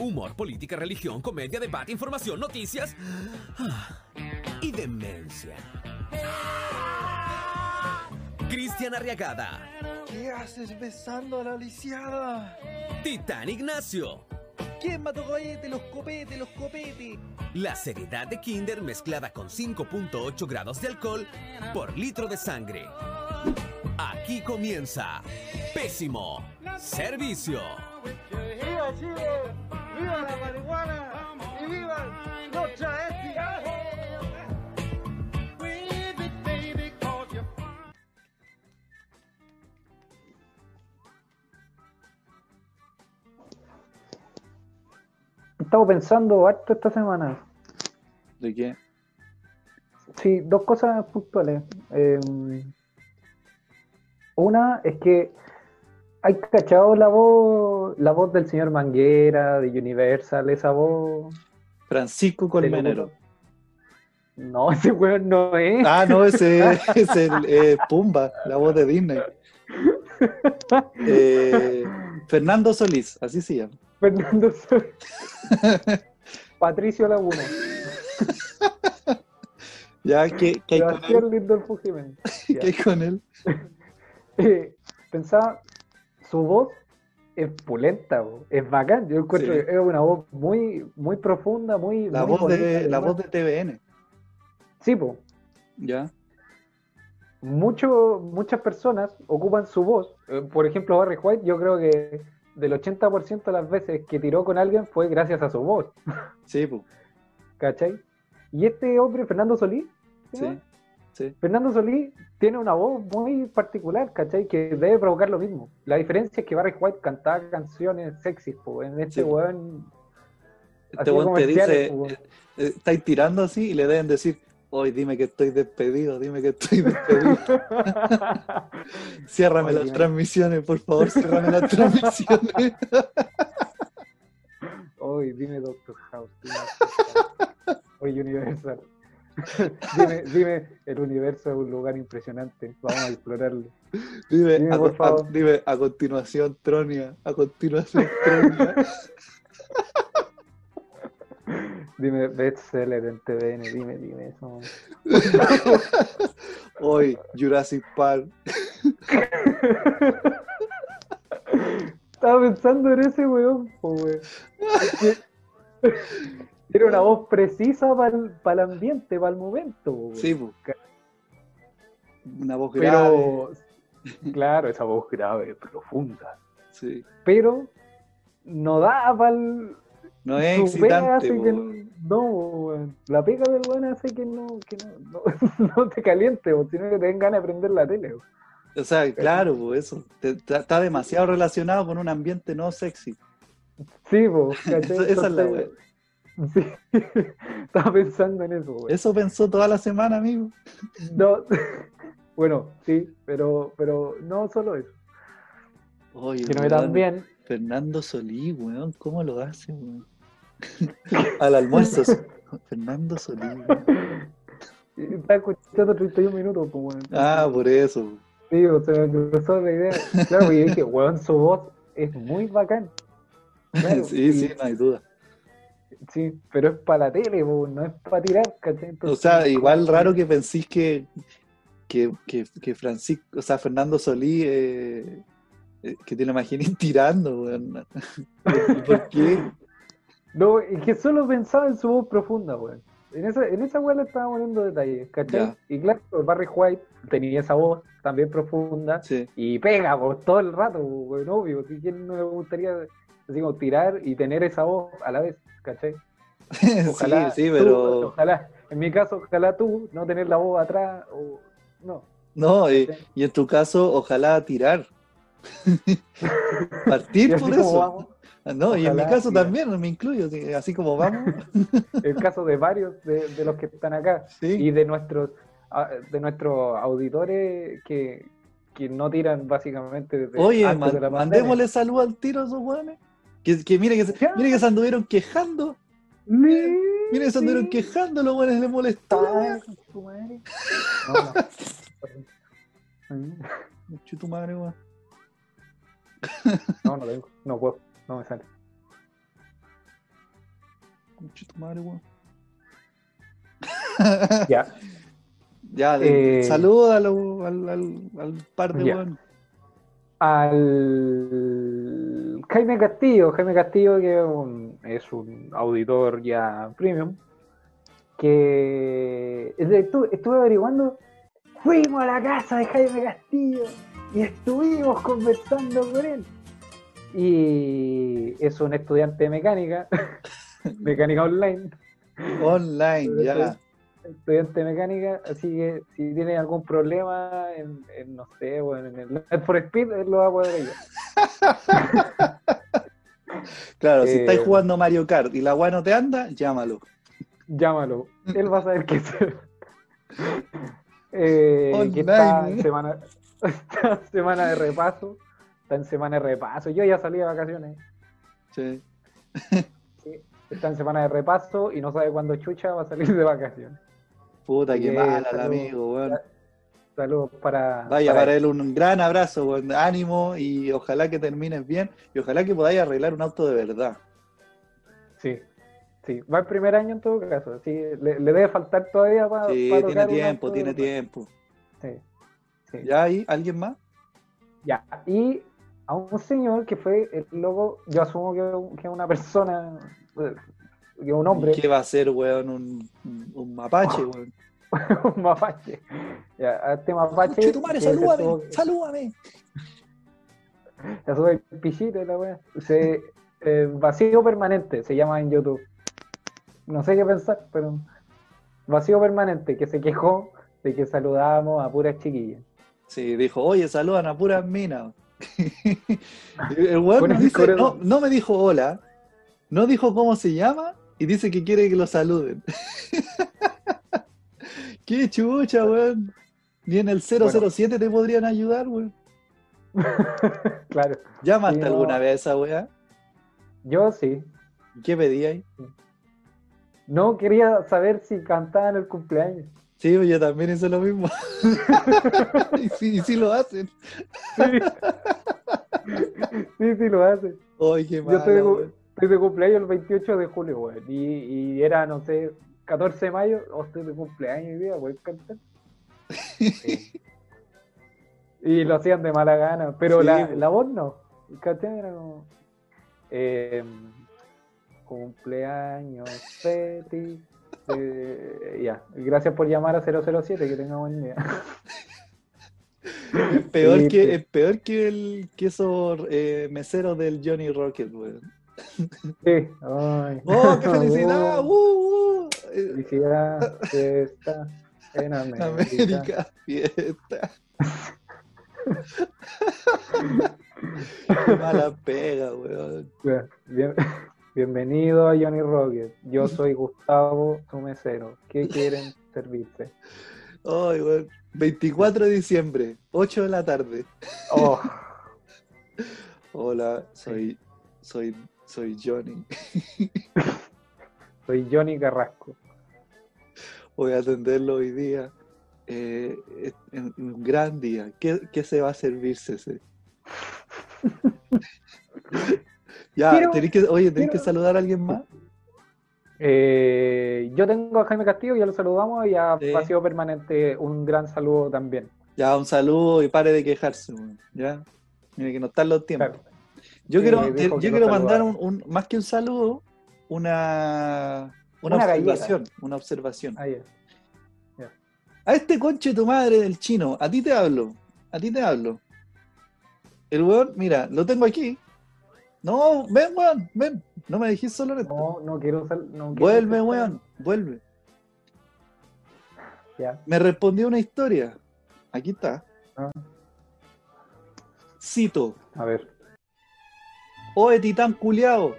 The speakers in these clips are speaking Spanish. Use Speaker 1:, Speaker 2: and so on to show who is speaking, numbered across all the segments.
Speaker 1: Humor, política, religión, comedia, debate, información, noticias ah, y demencia. Cristian Arriagada,
Speaker 2: ¿Qué haces besando a la lisiada?
Speaker 1: Titán Ignacio.
Speaker 2: ¿Quién mató cohete? Los copete, los copete.
Speaker 1: La seriedad de Kinder mezclada con 5.8 grados de alcohol por litro de sangre. Aquí comienza. Pésimo. Servicio.
Speaker 2: ¡Viva Chile! ¡Viva la marihuana! ¡Y viva Este. los travestis!
Speaker 3: estado pensando harto esta semana.
Speaker 4: ¿De qué?
Speaker 3: Sí, dos cosas puntuales. Eh, una es que hay cachado la voz, la voz del señor Manguera, de Universal, esa voz.
Speaker 4: Francisco Colmenero.
Speaker 3: No, ese weón no es.
Speaker 4: Ah, no, ese es el eh, Pumba, la voz de Disney. Eh, Fernando Solís, así se llama.
Speaker 3: Fernando Sol- Patricio Laguna.
Speaker 4: Ya, ¿qué, qué hay con él?
Speaker 3: Sebastián Lindolfo Jiménez.
Speaker 4: ¿Qué hay con él?
Speaker 3: Eh, pensaba, su voz es pulenta, bo, es bacán. Yo encuentro
Speaker 4: Sí.
Speaker 3: que es una voz muy, muy profunda, muy.
Speaker 4: La
Speaker 3: muy
Speaker 4: voz, de,
Speaker 3: bonita,
Speaker 4: la
Speaker 3: además.
Speaker 4: voz de TVN,
Speaker 3: Sí, po.
Speaker 4: ¿ya?
Speaker 3: Mucho, muchas personas ocupan su voz. Eh, Por ejemplo, Barry White, yo creo que del 80% de las veces que tiró con alguien fue gracias a su voz,
Speaker 4: Sí, pues. pu,
Speaker 3: ¿cachai? Y este hombre, Fernando Solís, ¿se
Speaker 4: sí.
Speaker 3: llama?
Speaker 4: sí.
Speaker 3: Fernando Solís tiene una voz muy particular, ¿cachai? Que debe provocar lo mismo. La diferencia es que Barry White cantaba canciones sexys, po. En este
Speaker 4: Sí, po.
Speaker 3: weón.
Speaker 4: Este
Speaker 3: hacía
Speaker 4: weón te
Speaker 3: comerciales,
Speaker 4: dice,
Speaker 3: po, weón.
Speaker 4: eh, estáis tirando así y le deben decir, hoy dime que estoy despedido, dime que estoy despedido. Ciérrame
Speaker 3: Oye.
Speaker 4: las transmisiones, por favor, ciérrame las transmisiones.
Speaker 3: Oye, dime Doctor House. Dime Doctor House. Oye, Universal. dime, dime, el universo es un lugar impresionante. Vamos a explorarlo.
Speaker 4: Dime,
Speaker 3: Dime,
Speaker 4: a,
Speaker 3: por
Speaker 4: a-
Speaker 3: favor.
Speaker 4: dime, a continuación, Tronia, a continuación, Tronia.
Speaker 3: Dime bestseller en TVN. Dime, dime eso.
Speaker 4: Hoy, Jurassic Park.
Speaker 3: Estaba pensando en ese weón. po, weón. Es que- Tiene una voz precisa para el, ambiente, para el momento. po, weón.
Speaker 4: Sí, pu. Una voz grave.
Speaker 3: pero. Claro, esa voz grave, profunda.
Speaker 4: Sí.
Speaker 3: Pero no da para el.
Speaker 4: No es
Speaker 3: Su pega
Speaker 4: excitante.
Speaker 3: hace
Speaker 4: pu.
Speaker 3: que n- no, weón. la pega del weón hace que no, que no, no, no te caliente, weón, sino que te den ganas de prender la tele. weón.
Speaker 4: O sea, claro, pu, eso. Te- ta- está demasiado relacionado con un ambiente no sexy.
Speaker 3: Sí, po, ¿cachai?
Speaker 4: Esa- esa es la
Speaker 3: Entonces, Sí, estaba pensando en eso, weón.
Speaker 4: Eso pensó toda la semana, amigo.
Speaker 3: No, bueno, sí, pero, pero no solo eso.
Speaker 4: Oye,
Speaker 3: Sino que
Speaker 4: weón,
Speaker 3: también,
Speaker 4: Fernando Solí, weón, ¿cómo lo hace, weón? Al almuerzo. sí. Fernando Solí. weón.
Speaker 3: estaba escuchando 31 minutos, po, weón.
Speaker 4: Ah, por eso. pu.
Speaker 3: Sí, o sea, me cruzó la idea. Claro, y dije, weón, su voz es muy bacán. Claro,
Speaker 4: Sí,
Speaker 3: y-
Speaker 4: sí, no hay duda.
Speaker 3: Sí, pero es para la tele, po, no es para tirar, ¿cachai?
Speaker 4: O
Speaker 3: Entonces,
Speaker 4: sea, igual raro que pensís que, que, que, que Francisco, o sea, Fernando Solí, eh, eh, que te lo imaginé tirando, weón. ¿Por qué?
Speaker 3: No, es que solo pensaba en su voz profunda, weón. En esa, en esa weá le estaba poniendo detalles, ¿cachai?
Speaker 4: Ya.
Speaker 3: Y claro, Barry White tenía esa voz también profunda
Speaker 4: Sí,
Speaker 3: y pega por todo el rato, weón, obvio. Si quién no le gustaría, así como, tirar y tener esa voz a la vez, ¿cachai? Ojalá
Speaker 4: sí, sí,
Speaker 3: tú,
Speaker 4: pero
Speaker 3: ojalá, en mi caso, ojalá tú no tener la voz atrás o. No.
Speaker 4: no, y, y en tu caso, ojalá tirar.
Speaker 3: Y
Speaker 4: Partir
Speaker 3: así
Speaker 4: por
Speaker 3: como
Speaker 4: eso. Ah,
Speaker 3: vamos,
Speaker 4: no, y en mi
Speaker 3: ojalá
Speaker 4: caso
Speaker 3: tirar.
Speaker 4: también, me incluyo, sí, así como vamos.
Speaker 3: el caso de varios de, de los que están acá.
Speaker 4: Sí,
Speaker 3: y de nuestros a- de nuestros auditores que, que no tiran básicamente desde
Speaker 4: Oye,
Speaker 3: antes
Speaker 4: man-
Speaker 3: de la pandemia.
Speaker 4: mandémosle salud al tiro a esos weones. Que, que mire que se,
Speaker 3: Ya.
Speaker 4: mire que se anduvieron quejando.
Speaker 3: Sí,
Speaker 4: Mira, se anduvieron
Speaker 3: sí.
Speaker 4: quejando, los buenos les molestó. la
Speaker 3: Ay,
Speaker 4: wea.
Speaker 3: su madre. No, no.
Speaker 4: Chu tu madre, weón.
Speaker 3: No, no tengo. No puedo. No me sale.
Speaker 4: Conche tu madre, weón.
Speaker 3: Ya,
Speaker 4: ya, de-
Speaker 3: Eh.
Speaker 4: saluda al, al, al, al par de
Speaker 3: Ya.
Speaker 4: weón.
Speaker 3: al Jaime Castillo, Jaime Castillo que es un, es un auditor ya premium, que es de- estu- estuve averiguando, fuimos a la casa de Jaime Castillo y estuvimos conversando con él. Y es un estudiante de mecánica, mecánica online.
Speaker 4: Online, ya.
Speaker 3: estudiante de mecánica, así que si tiene algún problema en, en, no sé, bueno, en el Need for Speed, él lo va a poder ayudar.
Speaker 4: Claro, si
Speaker 3: Eh.
Speaker 4: estáis jugando Mario Kart y la weá no te anda, llámalo.
Speaker 3: Llámalo, él va a saber qué hacer. Eh, que está en
Speaker 4: Online.
Speaker 3: semana, está en semana de repaso, está en semana de repaso, yo ya salí de vacaciones,
Speaker 4: Sí.
Speaker 3: está en semana de repaso y no sabe cuándo chucha va a salir de vacaciones.
Speaker 4: Puta, que
Speaker 3: Eh,
Speaker 4: mala el
Speaker 3: saludos.
Speaker 4: amigo, weón.
Speaker 3: Saludos para...
Speaker 4: Vaya,
Speaker 3: para
Speaker 4: para él un gran abrazo, weón. Ánimo y ojalá que termines bien y ojalá que podáis arreglar un auto de verdad.
Speaker 3: Sí, sí. Va el primer año en todo caso. Así que le, le debe faltar todavía para.
Speaker 4: Sí, tiene tiempo, tiene tiempo.
Speaker 3: Sí, sí.
Speaker 4: ¿Ya ahí? ¿Alguien más?
Speaker 3: Ya. Y a un señor que fue el loco, yo asumo que, que una persona, eh, que un hombre,
Speaker 4: ¿Qué va a hacer, weón? Un, un mapache, weón.
Speaker 3: un mapache. Ya, a este mapache.
Speaker 4: Conche tu madre,
Speaker 3: que se
Speaker 4: salúdame,
Speaker 3: tuvo que-
Speaker 4: salúdame.
Speaker 3: se sube el pichito y la wea. Se, eh, vacío permanente se llama en YouTube. No sé qué pensar, pero. Vacío permanente que se quejó de que saludábamos a puras chiquillas.
Speaker 4: Sí, dijo, oye, saludan a puras minas. el weón
Speaker 3: Puras
Speaker 4: nos dice,
Speaker 3: puras-
Speaker 4: no, no me dijo hola, no dijo cómo se llama y dice que quiere que lo saluden. Qué chucha, weón. Ni en el 007 te podrían ayudar, weón.
Speaker 3: Claro.
Speaker 4: ¿Llamaste
Speaker 3: Sí, no.
Speaker 4: alguna vez a esa weá?
Speaker 3: Yo sí.
Speaker 4: ¿Y ¿Qué pedí ahí?
Speaker 3: No quería saber si cantaban el cumpleaños.
Speaker 4: Sí, yo también hice lo mismo. y, sí, y sí lo hacen.
Speaker 3: Sí, sí, sí, lo hace.
Speaker 4: Ay, qué
Speaker 3: Yo estoy de,
Speaker 4: malo,
Speaker 3: cu-
Speaker 4: weón.
Speaker 3: estoy de cumpleaños el 28 de julio, güey. Y, y era, no sé, 14 de mayo. O estoy de cumpleaños y día, voy a cantar. Sí. y lo hacían de mala gana. Pero
Speaker 4: Sí,
Speaker 3: la,
Speaker 4: güey.
Speaker 3: la voz no. ¿Cachai? Era como. em, cumpleaños feliz. Eh, ya, gracias por llamar a 007, que tenga buen día.
Speaker 4: Es peor,
Speaker 3: Sí,
Speaker 4: que,
Speaker 3: pues.
Speaker 4: es peor que, el, que esos eh, meseros del Johnny Rocket, weón.
Speaker 3: Sí, ay.
Speaker 4: ¡Oh, qué felicidad!
Speaker 3: Oh,
Speaker 4: ¡Uh, uh! Eh,
Speaker 3: Felicidad, fiesta en América.
Speaker 4: América, fiesta. Qué mala pega, weón.
Speaker 3: Bueno, bien- bienvenido a Johnny Rocket. Yo soy Gustavo, tu mesero. ¿Qué quieren servirse?
Speaker 4: Ay, weón. 24 de diciembre, 8 de la tarde.
Speaker 3: Oh,
Speaker 4: Hola, soy, soy, soy Johnny.
Speaker 3: soy Johnny Carrasco.
Speaker 4: Voy a atenderlo hoy día. Eh, es- es un gran día. ¿Qué, qué se va a servirse? ese? ya,
Speaker 3: Quiero-
Speaker 4: tenés que, oye, tenés que
Speaker 3: quiero-
Speaker 4: saludar a alguien más.
Speaker 3: Eh, yo tengo a Jaime Castillo, ya lo saludamos y a
Speaker 4: Sí.
Speaker 3: Paseo Permanente un gran saludo también.
Speaker 4: Ya, un saludo y pare de quejarse, weón, ¿ya? Mire que no están los tiempos.
Speaker 3: Claro.
Speaker 4: Yo
Speaker 3: Sí,
Speaker 4: quiero,
Speaker 3: dijo
Speaker 4: te- yo
Speaker 3: que no
Speaker 4: quiero mandar un,
Speaker 3: saludaba.
Speaker 4: un- más que un saludo, una, una,
Speaker 3: Una galleta.
Speaker 4: observación, una observación.
Speaker 3: Ahí es.
Speaker 4: A este conche de tu madre del chino, a ti te hablo, a ti te hablo. El weón, mira, lo tengo aquí. No, ven, weón, ven. No me dijiste solo esto.
Speaker 3: No, no quiero sal- no quiero
Speaker 4: vuelve,
Speaker 3: escuchar.
Speaker 4: weón, vuelve.
Speaker 3: Ya.
Speaker 4: Me respondió una historia. Aquí está.
Speaker 3: Ah.
Speaker 4: Cito.
Speaker 3: A ver.
Speaker 4: ¡Oe, titán culiao!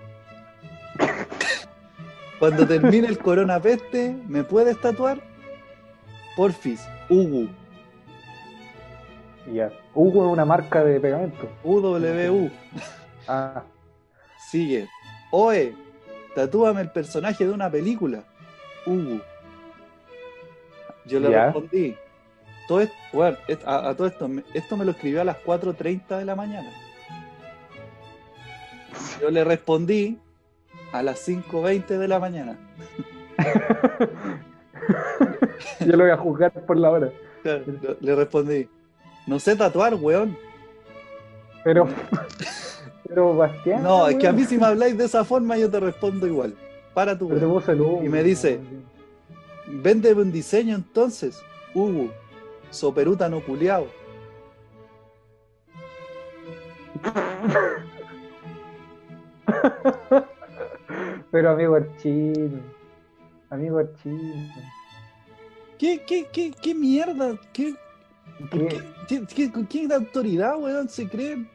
Speaker 4: Cuando termine el coronapeste, ¿me puedes tatuar? Porfis, Ugu,
Speaker 3: Ya. Hugo es una marca de pegamento.
Speaker 4: UWU.
Speaker 3: Ah,
Speaker 4: Sigue. Oe, tatúame el personaje de una película. Ugu. Yo le
Speaker 3: Ya.
Speaker 4: respondí. Todo es- bueno, es- a, a todo esto, me- esto me lo escribió a las 4.30 de la mañana. Yo le respondí, a las 5.20 de la mañana.
Speaker 3: Yo lo voy a juzgar por la hora.
Speaker 4: Claro, le- Le respondí, no sé tatuar, weón.
Speaker 3: Pero. Pero, Bastián.
Speaker 4: No, es que a mí
Speaker 3: weón,
Speaker 4: si me habláis de esa forma yo te respondo igual. Para tu
Speaker 3: pero te
Speaker 4: weón.
Speaker 3: puso el humo,
Speaker 4: Y me dice-
Speaker 3: weón.
Speaker 4: Véndeme un diseño entonces, Hugo. Soperútano culiao.
Speaker 3: Pero, amigo el chino. Amigo el chino.
Speaker 4: ¿Qué, qué, qué, qué mierda? ¿Qué, por qué, qué- qué- con qué autoridad, weón, se creen?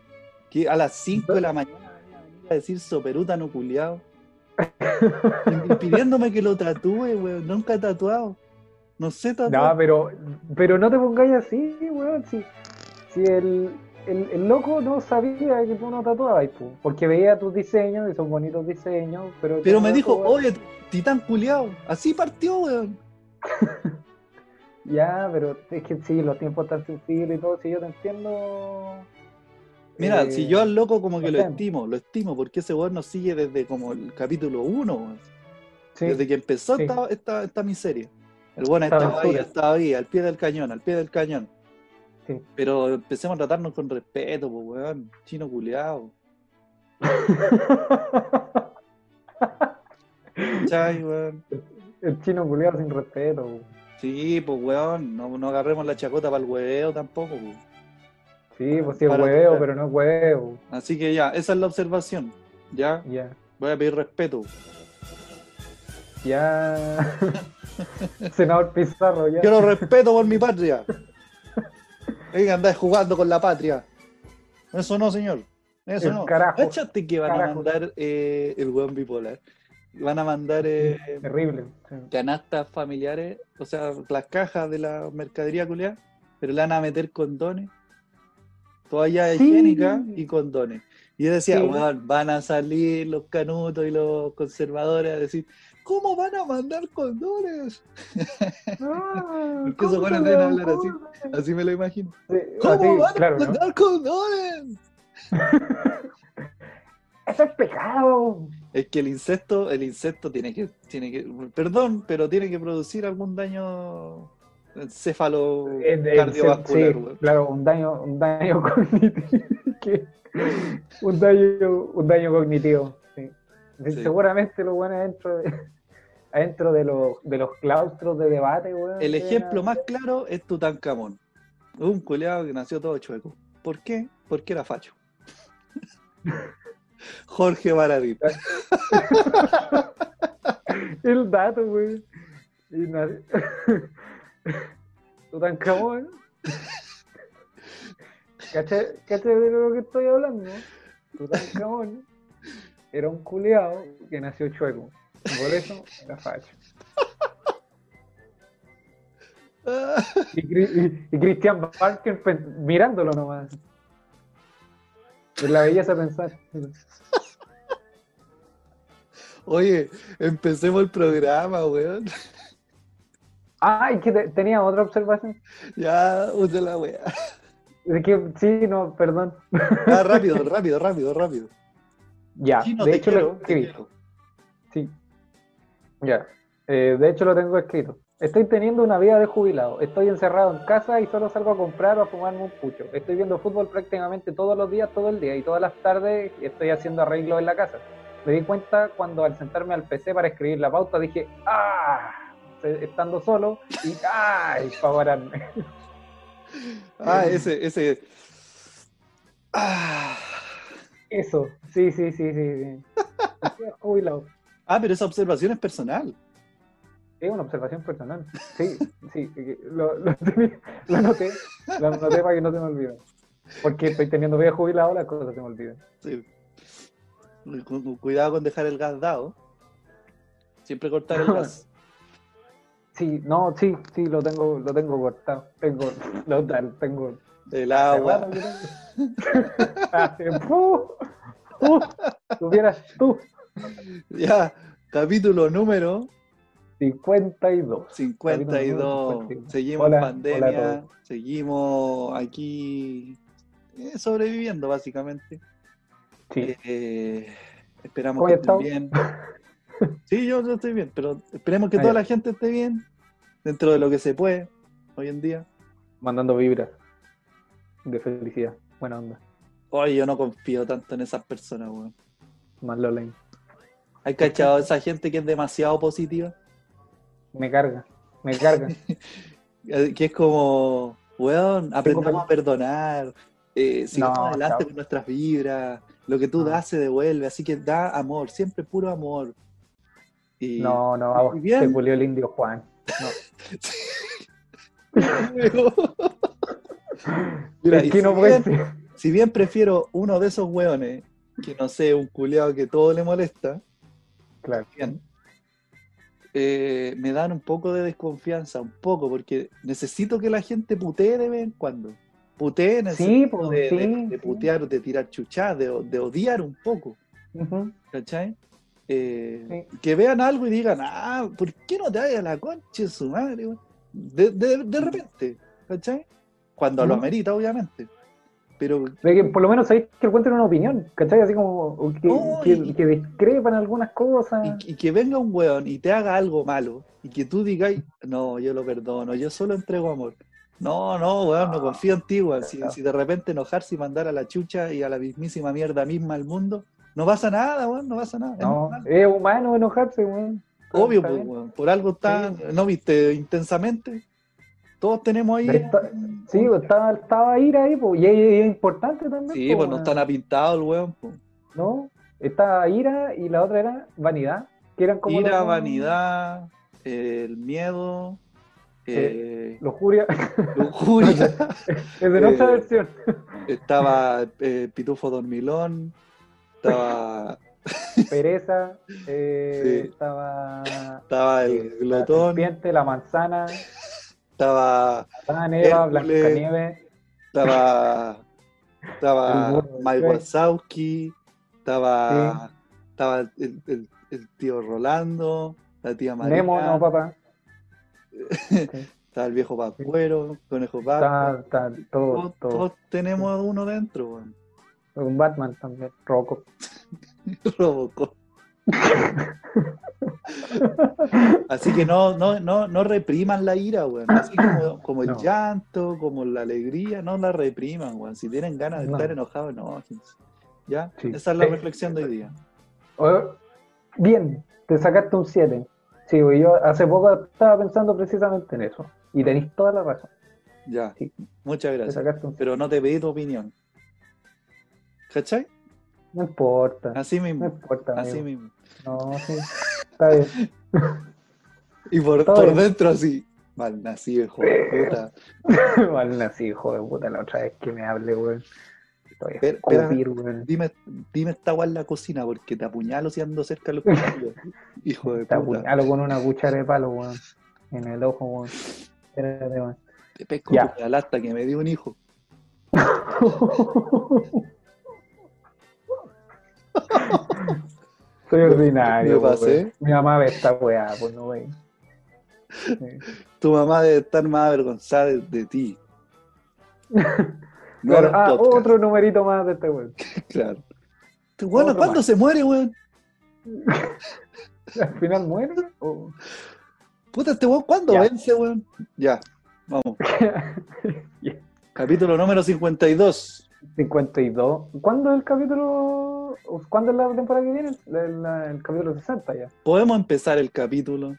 Speaker 4: Que a las 5 de la mañana venía a venir a decir soperútano culiao. Y- y Pidiéndome que lo tatúe, weón. Nunca he tatuado. No sé
Speaker 3: No,
Speaker 4: tatuar.
Speaker 3: pero, pero no te pongáis así, weón. Si, si el, el, el loco no sabía que tú no tatuabas, po, porque veía tus diseños y son bonitos diseños, pero.
Speaker 4: Pero
Speaker 3: tú
Speaker 4: me
Speaker 3: no
Speaker 4: dijo,
Speaker 3: tatuabas.
Speaker 4: oye, titán culiao. Así partió, weón.
Speaker 3: Ya, pero es que sí, los tiempos están sensibles y todo, si yo te entiendo.
Speaker 4: Mira,
Speaker 3: eh,
Speaker 4: si yo al loco como que lo
Speaker 3: bacán.
Speaker 4: estimo, lo estimo, porque ese weón nos sigue desde como el capítulo 1,
Speaker 3: sí,
Speaker 4: desde que empezó
Speaker 3: sí.
Speaker 4: esta, esta, esta miseria. El weón
Speaker 3: Esta
Speaker 4: estaba ahí,
Speaker 3: basura.
Speaker 4: estaba ahí, al pie del cañón, al pie del cañón.
Speaker 3: Sí.
Speaker 4: Pero empecemos a tratarnos con respeto, pues weón, chino culeado. ¿Cachai, weón?
Speaker 3: el chino culiado sin respeto. po.
Speaker 4: Sí, pues weón, no, no agarremos la chacota para el hueveo tampoco, pues.
Speaker 3: Sí, pues sí es
Speaker 4: Para
Speaker 3: hueveo,
Speaker 4: tocar.
Speaker 3: pero no es hueveo.
Speaker 4: Así que ya, esa es la observación. Ya,
Speaker 3: Ya,
Speaker 4: voy a pedir respeto.
Speaker 3: ya. Senador Pizarro, ya.
Speaker 4: Yo lo respeto por mi patria. Venga, andar jugando con la patria. Eso no, señor. Eso
Speaker 3: El
Speaker 4: no.
Speaker 3: carajo.
Speaker 4: Cáchate que van a
Speaker 3: Carajo.
Speaker 4: mandar eh, el buen bipolar. Van a mandar eh,
Speaker 3: Terrible. sí.
Speaker 4: canastas familiares, o sea, las cajas de la mercadería culiada, pero le van a meter condones, toallas
Speaker 3: Sí.
Speaker 4: higiénicas y condones. Y yo decía,
Speaker 3: Sí.
Speaker 4: "Weón, van a salir los canutos y los conservadores a decir, ¿cómo van a mandar condones?
Speaker 3: Ah,
Speaker 4: Porque esos
Speaker 3: ¿cómo
Speaker 4: buenos
Speaker 3: se
Speaker 4: deben
Speaker 3: le
Speaker 4: hablar así.
Speaker 3: ocurre?
Speaker 4: Así me lo imagino.
Speaker 3: Sí,
Speaker 4: ¿Cómo
Speaker 3: así,
Speaker 4: van
Speaker 3: claro,
Speaker 4: a
Speaker 3: ¿no?
Speaker 4: mandar condones?
Speaker 3: Eso es pecado.
Speaker 4: Es que el insecto, el insecto tiene que, tiene que, perdón, pero tiene que producir algún daño céfalo
Speaker 3: En- en-
Speaker 4: cardiovascular.
Speaker 3: Eh, sí,
Speaker 4: weón.
Speaker 3: claro, un daño, un daño cognitivo. que- un, daño, un daño cognitivo. sí. Sí,
Speaker 4: Sí.
Speaker 3: Seguramente lo bueno adentro de, adentro de los, de los claustros de debate. weón,
Speaker 4: El
Speaker 3: deben
Speaker 4: ejemplo
Speaker 3: haber-
Speaker 4: más claro es Tutankamón. Un culeado que nació todo chueco. ¿Por qué? Porque era facho. Jorge Baradit.
Speaker 3: El dato, güey. Y nadie- Tutankamón. ¿Cacha cacha ¿eh? de lo que estoy hablando? Tutankamón era un culeado que nació chueco. Por eso era facho.
Speaker 4: Ah,
Speaker 3: Y, Cri- y- y Christian Barker pen- mirándolo nomás. En la belleza pensar.
Speaker 4: Oye, empecemos el programa, weón.
Speaker 3: Ah, y que te- tenía otra observación.
Speaker 4: Ya, usa la weá.
Speaker 3: Es que sí, no, perdón.
Speaker 4: Ah, rápido, rápido, rápido, rápido.
Speaker 3: Ya,
Speaker 4: Chino,
Speaker 3: de
Speaker 4: te
Speaker 3: hecho
Speaker 4: quiero,
Speaker 3: lo
Speaker 4: te
Speaker 3: escribí.
Speaker 4: quiero.
Speaker 3: Sí. Ya. Eh, de hecho lo tengo escrito. Estoy teniendo una vida de jubilado. Estoy encerrado en casa y solo salgo a comprar o a fumarme un pucho. Estoy viendo fútbol prácticamente todos los días, todo el día y todas las tardes estoy haciendo arreglos en la casa. Me di cuenta cuando al sentarme al PC para escribir la pauta dije, ¡ah! Se- Estando solo y ¡ay! Para pararme.
Speaker 4: Ah,
Speaker 3: Eh,
Speaker 4: ese, ese. Ah.
Speaker 3: Eso. Sí, sí, sí, sí. sí. Estoy jubilado.
Speaker 4: Ah, pero esa observación es personal.
Speaker 3: Es una observación personal. Sí, sí, que lo, lo, tenía- lo noté, lo noté para que no se me olvide. Porque estoy teniendo vida jubilado, las cosas se me olvidan.
Speaker 4: Sí. Cu- cu- Cuidado con dejar el gas dado. Siempre cortar el gas.
Speaker 3: Sí, no, sí, sí, lo tengo, lo tengo cortado. Tengo, lo tal, tengo.
Speaker 4: El
Speaker 3: hace
Speaker 4: agua.
Speaker 3: rato que tengo. Hace- ¡Fu! ¡Fu! Tuvieras tú
Speaker 4: Ya, capítulo número
Speaker 3: 52.
Speaker 4: 52.
Speaker 3: 52.
Speaker 4: Seguimos
Speaker 3: Hola,
Speaker 4: en
Speaker 3: hola a
Speaker 4: pandemia. Seguimos aquí eh, sobreviviendo, básicamente.
Speaker 3: Sí,
Speaker 4: Eh, Esperamos
Speaker 3: ¿Cómo
Speaker 4: que
Speaker 3: has
Speaker 4: estén bien. Sí, yo, yo estoy bien, pero esperemos que
Speaker 3: Ah,
Speaker 4: toda
Speaker 3: ya.
Speaker 4: la gente esté bien, dentro de lo que se puede hoy en día.
Speaker 3: Mandando vibras de felicidad. Buena onda.
Speaker 4: Hoy yo no confío tanto en esas personas, weón.
Speaker 3: Más lo lame.
Speaker 4: ¿Hay cachado a esa gente que es demasiado positiva?
Speaker 3: Me carga. Me carga.
Speaker 4: Eh, Que es como, weón,
Speaker 3: perdón.
Speaker 4: aprendamos a perdonar, eh, sigamos
Speaker 3: No,
Speaker 4: adelante
Speaker 3: chao.
Speaker 4: con nuestras vibras, lo que tú
Speaker 3: No.
Speaker 4: das se devuelve, así que da amor, siempre puro amor. Y
Speaker 3: No, no, vamos.
Speaker 4: Muy bien.
Speaker 3: Se pulió el indio Juan.
Speaker 4: Mira,
Speaker 3: es
Speaker 4: y
Speaker 3: que
Speaker 4: si
Speaker 3: no puede
Speaker 4: bien-
Speaker 3: ser.
Speaker 4: Si bien prefiero uno de esos hueones, que no sé, un culeado que todo le molesta,
Speaker 3: Claro.
Speaker 4: bien, eh, me dan un poco de desconfianza, un poco, porque necesito que la gente putee de vez en cuando. Putee en el
Speaker 3: Sí,
Speaker 4: sentido
Speaker 3: po,
Speaker 4: de, de-
Speaker 3: sí,
Speaker 4: de
Speaker 3: sí.
Speaker 4: putear, de tirar chuchá, de, o- de odiar un poco,
Speaker 3: Ujú.
Speaker 4: ¿cachai? Eh, Que vean algo y digan, ah, ¿por qué no te vayas a la concha de su madre? weón?" De, de- de repente, ¿cachai? Cuando lo
Speaker 3: Ujú.
Speaker 4: amerita, obviamente. Pero
Speaker 3: De que por lo menos sabéis que encuentren una opinión, ¿cachai? Así como o que,
Speaker 4: No,
Speaker 3: que-
Speaker 4: Oh, y-
Speaker 3: que discrepan algunas cosas.
Speaker 4: y, y que venga un weón y te haga algo malo y que tú digas, no, yo lo perdono, yo solo entrego amor. No, no, weón, no
Speaker 3: Ah,
Speaker 4: confío en ti, weón. Si,
Speaker 3: claro.
Speaker 4: si de repente enojarse y mandar a la chucha y a la mismísima mierda misma al mundo, no pasa nada, weón, no pasa nada. Es
Speaker 3: No,
Speaker 4: normal.
Speaker 3: es humano enojarse, weón.
Speaker 4: Obvio,
Speaker 3: Está
Speaker 4: pues,
Speaker 3: bien.
Speaker 4: weón, por algo está, ¿no viste? Intensamente. Todos tenemos ahí.
Speaker 3: Pero está-
Speaker 4: un-
Speaker 3: Sí,
Speaker 4: un-
Speaker 3: pues, estaba, estaba ira ahí, pues, y es, y es importante también.
Speaker 4: sí, pues no
Speaker 3: weón.
Speaker 4: están apintados el weón. pues.
Speaker 3: No, estaba ira y la otra era vanidad, que eran como
Speaker 4: Ira,
Speaker 3: los-
Speaker 4: vanidad, eh, el miedo, eh,
Speaker 3: lujuria.
Speaker 4: lujuria.
Speaker 3: es de nuestra
Speaker 4: Eh,
Speaker 3: versión.
Speaker 4: Estaba eh, Pitufo Dormilón, estaba,
Speaker 3: Pereza, eh,
Speaker 4: sí.
Speaker 3: estaba
Speaker 4: estaba el
Speaker 3: eh, la
Speaker 4: glotón,
Speaker 3: serpiente, la manzana,
Speaker 4: estaba,
Speaker 3: la neva,
Speaker 4: Hércules,
Speaker 3: Blancanieves,
Speaker 4: estaba,
Speaker 3: El
Speaker 4: estaba
Speaker 3: gordo,
Speaker 4: Mike
Speaker 3: sí.
Speaker 4: Wazowski, estaba, estaba el, el- el tío Rolando, la tía María,
Speaker 3: Nemo, no, papá.
Speaker 4: estaba el viejo Pascuero, Conejo Paco.
Speaker 3: Está, está todo,
Speaker 4: Todos,
Speaker 3: todo.
Speaker 4: todos tenemos uno dentro, weón.
Speaker 3: Un Batman también, Rocco.
Speaker 4: Robocop. Así que no, no, no, no repriman la ira, weón. Así como, como el
Speaker 3: No.
Speaker 4: llanto, como la alegría, no la repriman, weón. Si tienen ganas de
Speaker 3: No.
Speaker 4: estar enojados, enójense. ¿Ya?
Speaker 3: Sí.
Speaker 4: Esa es la
Speaker 3: Eh,
Speaker 4: reflexión de hoy día.
Speaker 3: Oh, Bien, te sacaste un 7. Sí, güey, yo hace poco estaba pensando precisamente en eso. Y tenéis toda la razón.
Speaker 4: Ya.
Speaker 3: sí.
Speaker 4: Muchas
Speaker 3: Te
Speaker 4: gracias.
Speaker 3: sacaste un 7.
Speaker 4: Pero no te pedí tu opinión. ¿Cachai?
Speaker 3: No importa.
Speaker 4: Así
Speaker 3: No
Speaker 4: mismo.
Speaker 3: importa.
Speaker 4: Así
Speaker 3: amigo.
Speaker 4: mismo.
Speaker 3: No, sí. Está bien.
Speaker 4: Y por,
Speaker 3: Está
Speaker 4: por
Speaker 3: bien.
Speaker 4: dentro así. Mal nacido, hijo de puta.
Speaker 3: Mal nací, hijo de puta, la otra vez que me hable, weón. Estoy a
Speaker 4: Pero-
Speaker 3: escupir, weón.
Speaker 4: Dime, dime esta weá en la cocina porque te apuñalo si ando cerca de los cuchillos. Hijo de
Speaker 3: Te
Speaker 4: puta.
Speaker 3: apuñalo con una cuchara de palo, weón. En el ojo, weón. Espérate, weón.
Speaker 4: Te pesco
Speaker 3: Ya.
Speaker 4: con la lata que me dio un hijo.
Speaker 3: Soy ordinario.
Speaker 4: Me pasé.
Speaker 3: weón. Mi mamá ve esta weá, pues no wey.
Speaker 4: Tu mamá debe estar más avergonzada de, de ti. No
Speaker 3: Claro,
Speaker 4: del
Speaker 3: ah,
Speaker 4: podcast,
Speaker 3: otro numerito más de este weón.
Speaker 4: claro. Tú, Bueno,
Speaker 3: Otro
Speaker 4: ¿cuándo
Speaker 3: más.
Speaker 4: se muere, weón?
Speaker 3: ¿Al final muere? o-
Speaker 4: Puta, este weón, ¿cuándo
Speaker 3: Ya.
Speaker 4: vence, weón? Ya, vamos. Capítulo número 52.
Speaker 3: 52. ¿Cuándo es el capítulo? ¿Cuándo es la temporada que viene? La- la- el capítulo 60 ya.
Speaker 4: Podemos empezar el capítulo.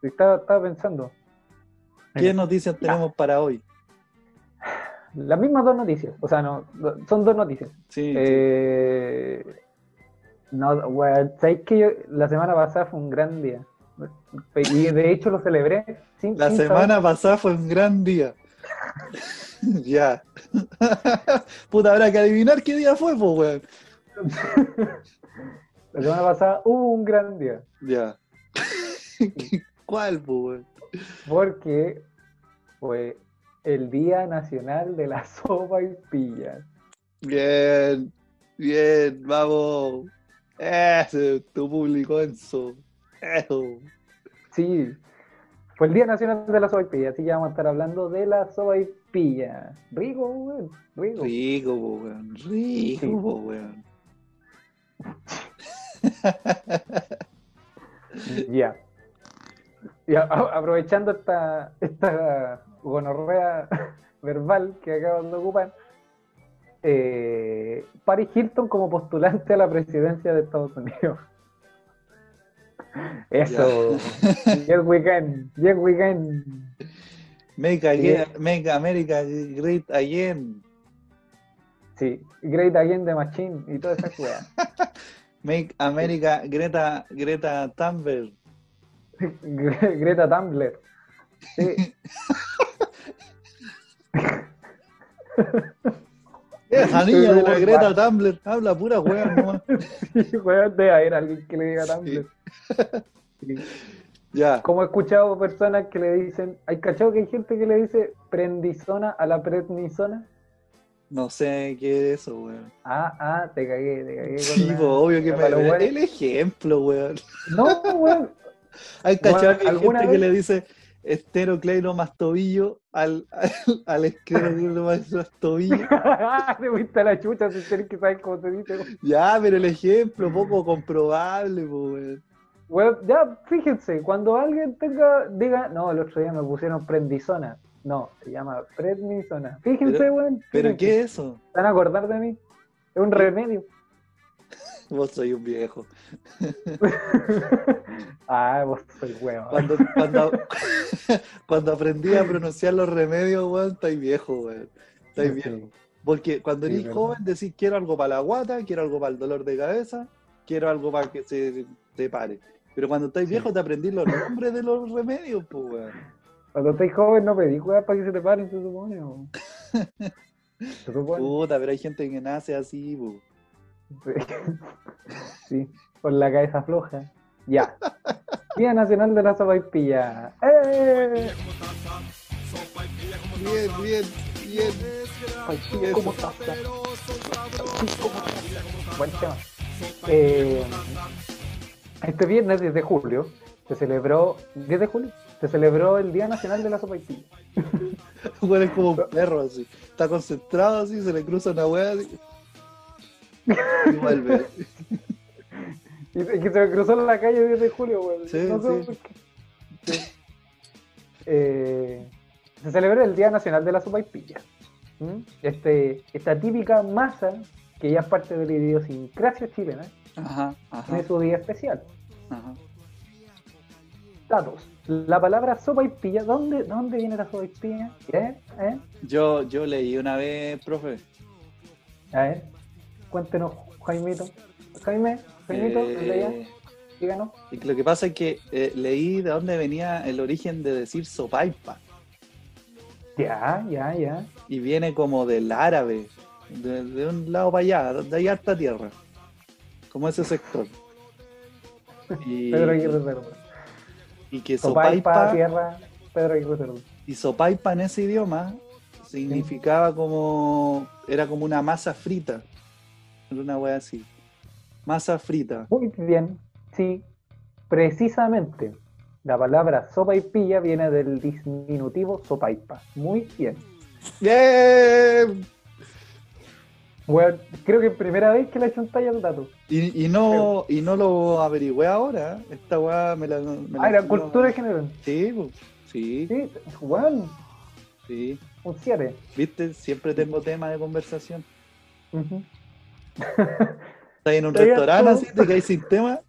Speaker 3: Estaba, estaba pensando.
Speaker 4: ¿Qué noticias tenemos para hoy?
Speaker 3: Las mismas dos noticias. O sea, no, do- son dos noticias.
Speaker 4: Sí,
Speaker 3: Eh, no, weón, ¿sabéis que yo- la semana pasada fue un gran día? Y de hecho lo celebré sin,
Speaker 4: sí. La
Speaker 3: sin
Speaker 4: semana pasada fue un gran día. ya. Puta, habrá que adivinar qué día fue, pues, weón.
Speaker 3: saber. La semana pasada hubo un gran día.
Speaker 4: Ya. ¿Cuál, pues, weón?
Speaker 3: Porque fue el Día Nacional de la Sopa y Pillas.
Speaker 4: Bien, bien, vamos. Eso, tu público, Enzo. Eso.
Speaker 3: Sí, fue el Día Nacional de la Sopa y Pilla. Así que vamos a estar hablando de la Sopa y Pilla. Rico, weón, rico.
Speaker 4: Rico, po, weón. Rico,
Speaker 3: Sí.
Speaker 4: po, weón.
Speaker 3: Ya. Y a- a- aprovechando esta, esta gonorrea verbal que acaban de ocupar, eh, Paris Hilton como postulante a la presidencia de Estados Unidos. Eso. Yes, we can. Yes, we can.
Speaker 4: Make, again,
Speaker 3: Bien.
Speaker 4: make America Great Again.
Speaker 3: Sí, Great Again de Machine y toda esa weá.
Speaker 4: Make America Greta, Greta Thunberg.
Speaker 3: Gre- Greta Tumblr. Sí,
Speaker 4: Esa niña
Speaker 3: Pero
Speaker 4: de la
Speaker 3: bueno,
Speaker 4: Greta Thunberg habla pura hueá nomás.
Speaker 3: sí, weón, debe haber alguien que le diga Tumblr.
Speaker 4: Ya.
Speaker 3: Como he escuchado personas que le dicen, hay cachado que hay gente que le dice prendizona a la prednisona.
Speaker 4: No sé qué es eso, weón.
Speaker 3: Ah, ah, te cagué, te cagué. con
Speaker 4: Sí,
Speaker 3: la-
Speaker 4: po, obvio que
Speaker 3: con
Speaker 4: me
Speaker 3: los
Speaker 4: da
Speaker 3: weones.
Speaker 4: el ejemplo, weón.
Speaker 3: No, weón.
Speaker 4: Hay
Speaker 3: Bueno,
Speaker 4: cachado que hay
Speaker 3: ¿alguna
Speaker 4: gente que
Speaker 3: vez?
Speaker 4: le dice esterocleiro más tobillo al, al, al esclerocleiro más tobillo.
Speaker 3: te fuiste a la chucha sin tener que saber cómo se dice. weón.
Speaker 4: Ya, pero el ejemplo poco comprobable, po, weón.
Speaker 3: Weón, ya, fíjense, cuando alguien tenga, diga, no, el otro día me pusieron prendizona. No, se llama prednisona. Fíjense,
Speaker 4: Pero-
Speaker 3: weón.
Speaker 4: ¿Pero
Speaker 3: fíjense.
Speaker 4: qué es eso?
Speaker 3: ¿Se van a acordar de mí? Es un remedio.
Speaker 4: Vos soy un viejo.
Speaker 3: ah, vos soy huevo.
Speaker 4: Cuando, cuando, cuando aprendí a pronunciar los remedios, weón, estáis viejo, weón. Estáis viejo. Porque cuando
Speaker 3: Sí,
Speaker 4: eres
Speaker 3: verdad.
Speaker 4: joven decís quiero algo para la guata, quiero algo para el dolor de cabeza, quiero algo para que se te pare. Pero cuando estás viejo te aprendís los nombres de los remedios, pues weón.
Speaker 3: Cuando estáis joven no pedí weón para que se te paren, se supone. o- Se supone.
Speaker 4: Puta, pero hay gente que nace así, pues.
Speaker 3: Sí, con la cabeza floja. Ya. Día Nacional de la Sopaipilla. ¡Eh!
Speaker 4: Bien, bien, bien.
Speaker 3: Sopaipilla como taza. Sopaipilla como taza. Buen tema. Eh, este viernes 10 de julio se celebró 10 de julio se celebró el Día Nacional de la Sopaipilla.
Speaker 4: Weón es como un perro así. Está concentrado así, se le cruza una weá así. Y vuelve.
Speaker 3: Y y que se me cruzó en la calle el 10 de julio, güey.
Speaker 4: Sí,
Speaker 3: No sé
Speaker 4: sí.
Speaker 3: por qué. Sí. Eh, se celebra el Día Nacional de la Sopaipilla. ¿Mm? Este, esta típica masa que ya es parte de la idiosincrasia chilena
Speaker 4: Ajá, ajá,
Speaker 3: tiene su día especial.
Speaker 4: ajá.
Speaker 3: Datos. La palabra sopaipilla, ¿dónde, ¿dónde viene la sopaipilla? ¿Eh? ¿Eh?
Speaker 4: Yo, yo leí una vez, profe.
Speaker 3: A ver, cuéntenos, Jaimito. Jaime, Jaimito, ¿dónde
Speaker 4: eh,
Speaker 3: ya? Díganos.
Speaker 4: Y Lo que pasa es que eh, leí de dónde venía el origen de decir sopaipa.
Speaker 3: Ya, ya, ya.
Speaker 4: Y viene como del árabe, de, de un lado para allá, donde hay harta tierra. Como ese sector. Y,
Speaker 3: Pedro Aguirre Cerda.
Speaker 4: y que
Speaker 3: Sopaipa,
Speaker 4: sopaipa,
Speaker 3: tierra, Pedro Aguirre Cerda.
Speaker 4: y sopaipa en ese idioma significaba como. Era como una masa frita. Era una wea así. Masa frita.
Speaker 3: Muy bien, sí, precisamente. La palabra sopaipilla viene del disminutivo sopaipa. Muy bien.
Speaker 4: ¡Bien!
Speaker 3: Bueno, creo que es primera vez que la chuntáis al dato.
Speaker 4: Y, y no, y no lo averigüé ahora. ¿eh? Esta weá me la. me la
Speaker 3: Ah, era
Speaker 4: enseñó-
Speaker 3: cultura general.
Speaker 4: Sí, po. sí,
Speaker 3: Sí, bueno,
Speaker 4: sí.
Speaker 3: un 7.
Speaker 4: Viste, siempre tengo tema de conversación.
Speaker 3: Ujú.
Speaker 4: Estás en un
Speaker 3: ¿Sabías
Speaker 4: restaurante
Speaker 3: tú?
Speaker 4: así, te caes sin tema.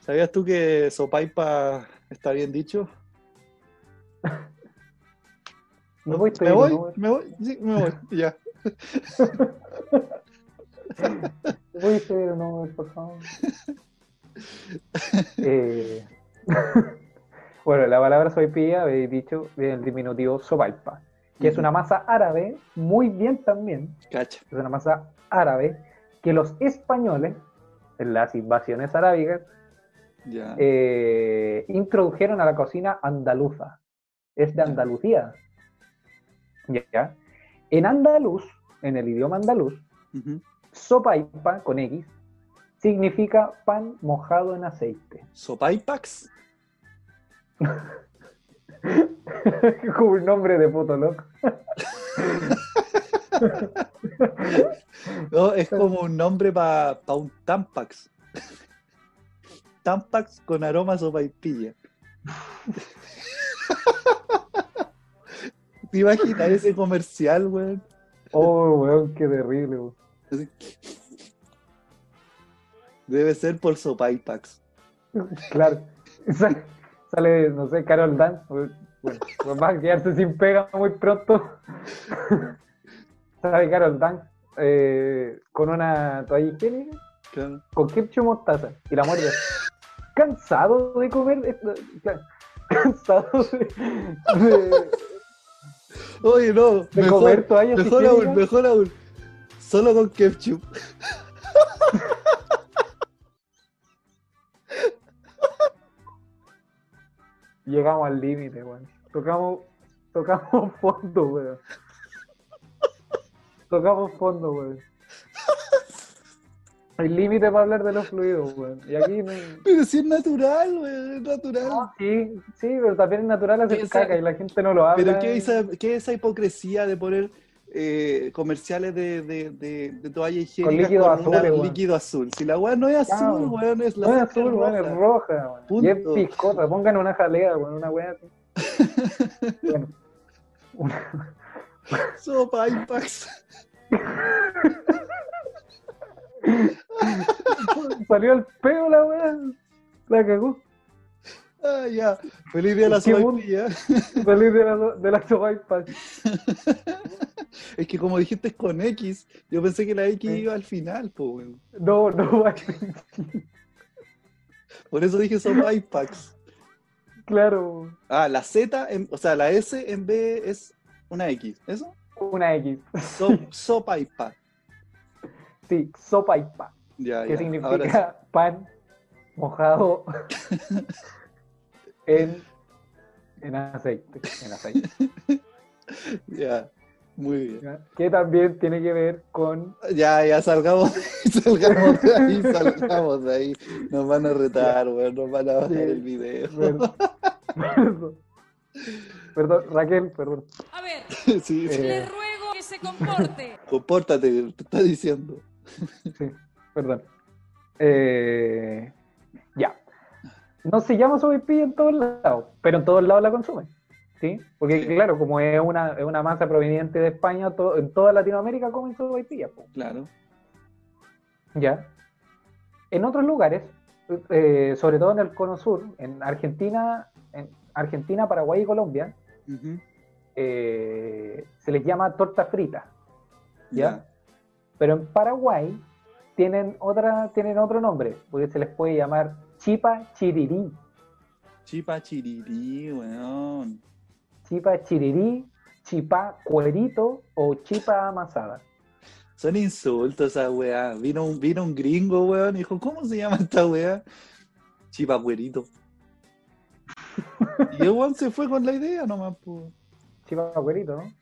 Speaker 4: ¿Sabías tú que sopaipa está bien dicho?
Speaker 3: Me voy, estoy
Speaker 4: me
Speaker 3: en
Speaker 4: voy,
Speaker 3: un Uber.
Speaker 4: me voy, sí, me voy, ya.
Speaker 3: Voy a pedir un Uber, por favor. Eh, bueno, la palabra sopaipilla, habéis dicho, viene del diminutivo sopaipa, que es
Speaker 4: Ujú.
Speaker 3: una masa árabe, muy bien también,
Speaker 4: Cacha.
Speaker 3: es una masa árabe que los españoles, en las invasiones arábigas,
Speaker 4: Ya.
Speaker 3: eh, introdujeron a la cocina andaluza. Es de
Speaker 4: Ya.
Speaker 3: Andalucía. ¿Ya? En andaluz, en el idioma andaluz,
Speaker 4: Ujú.
Speaker 3: sopaipa con X significa pan mojado en aceite.
Speaker 4: Sopaipax.
Speaker 3: Como un nombre de puto loco.
Speaker 4: No, es como un nombre para un tampax. Tampax con aromas o vaipilla. ¿Te imaginas ese comercial, weón?
Speaker 3: Oh, weón, qué terrible, weón.
Speaker 4: Debe ser por Sopaipax.
Speaker 3: Claro. Sale, sale, no sé, Carol Dan. Bueno, va a quedarse sin pega muy pronto. Sale Carol Dan eh, con una toalla higiénica,
Speaker 4: Claro.
Speaker 3: con ketchup y mostaza y la muerde. Cansado de comer. esto? Claro, Cansado de, de-
Speaker 4: Oye, no,
Speaker 3: de comer
Speaker 4: mejor,
Speaker 3: toallas
Speaker 4: mejor
Speaker 3: higiénicas.
Speaker 4: aún, mejor aún. Solo con ketchup.
Speaker 3: Llegamos al límite, weón. Tocamos, tocamos fondo, weón. Tocamos fondo, weón. Hay límite para hablar de los fluidos, weón. Y aquí no.
Speaker 4: Pero si es natural, weón, es natural.
Speaker 3: no, sí, sí, pero también es natural hacer
Speaker 4: Piensa-
Speaker 3: caca y la gente no lo habla.
Speaker 4: Pero ¿qué es esa, qué es esa hipocresía de poner eh, comerciales de, de, de, de toalla higiénica
Speaker 3: líquido
Speaker 4: con
Speaker 3: azul,
Speaker 4: una-
Speaker 3: weón.
Speaker 4: líquido azul? Si la weá no es azul,
Speaker 3: Claro.
Speaker 4: weón, es la
Speaker 3: No es
Speaker 4: sangre
Speaker 3: azul, weón, es
Speaker 4: roja.
Speaker 3: roja, weón. Y es
Speaker 4: Punto.
Speaker 3: piscota, pongan una jalea, weón, una weá así. Bueno. Una-
Speaker 4: Sopa Impax.
Speaker 3: Salió el peo la weá. La cagó.
Speaker 4: Ah, ya. Feliz día de la
Speaker 3: Qué
Speaker 4: sopa
Speaker 3: mundo. Salir de la, de la sopa y
Speaker 4: Es que como dijiste es con X, yo pensé que la X
Speaker 3: Sí.
Speaker 4: iba al final, po, weón.
Speaker 3: No, no, va
Speaker 4: Por eso dije sopa Impax.
Speaker 3: Claro,
Speaker 4: Ah, la Z, en- o sea, la S en vez es una X. ¿Eso?
Speaker 3: una X.
Speaker 4: So- sopa Impax.
Speaker 3: Sí, sopa y pan.
Speaker 4: Ah, Ya,
Speaker 3: Que
Speaker 4: ya.
Speaker 3: significa
Speaker 4: Ahora sí.
Speaker 3: pan mojado en, en aceite. En aceite.
Speaker 4: Ya, muy bien.
Speaker 3: ¿ya? Que también tiene que ver con.
Speaker 4: Ya, ya salgamos, salgamos de ahí, salgamos de ahí. Nos van a retar, weón, nos van a bajar
Speaker 3: Sí.
Speaker 4: el video.
Speaker 3: Perdón, perdón. Perdón, Raquel, perdón.
Speaker 5: A ver,
Speaker 4: Sí, sí.
Speaker 3: Eh.
Speaker 5: le ruego que se comporte.
Speaker 4: Compórtate, te está diciendo.
Speaker 3: Sí, perdón. Eh, ya. No se llama sopaipilla en todos lados, pero en todos lados la consumen. ¿sí? Porque,
Speaker 4: Sí.
Speaker 3: claro, como es una, es una masa proveniente de España, to- en toda Latinoamérica comen sopaipilla. po.
Speaker 4: Claro.
Speaker 3: Ya. En otros lugares, eh, sobre todo en el cono sur, en Argentina, en Argentina, Paraguay y Colombia,
Speaker 4: Ujú.
Speaker 3: eh, se les llama torta frita.
Speaker 4: Ya.
Speaker 3: Pero en Paraguay tienen, otra, tienen otro nombre, porque se les puede llamar chipa chirirí.
Speaker 4: Chipa chirirí, weón.
Speaker 3: Chipa chirirí, chipa cuerito o chipa amasada.
Speaker 4: Son insultos esa weá. Vino un, vino un gringo, weón, y dijo, ¿cómo se llama esta weá? Chipa güerito. Y el weón se fue con la idea nomás, po.
Speaker 3: Chipa cuerito, ¿no?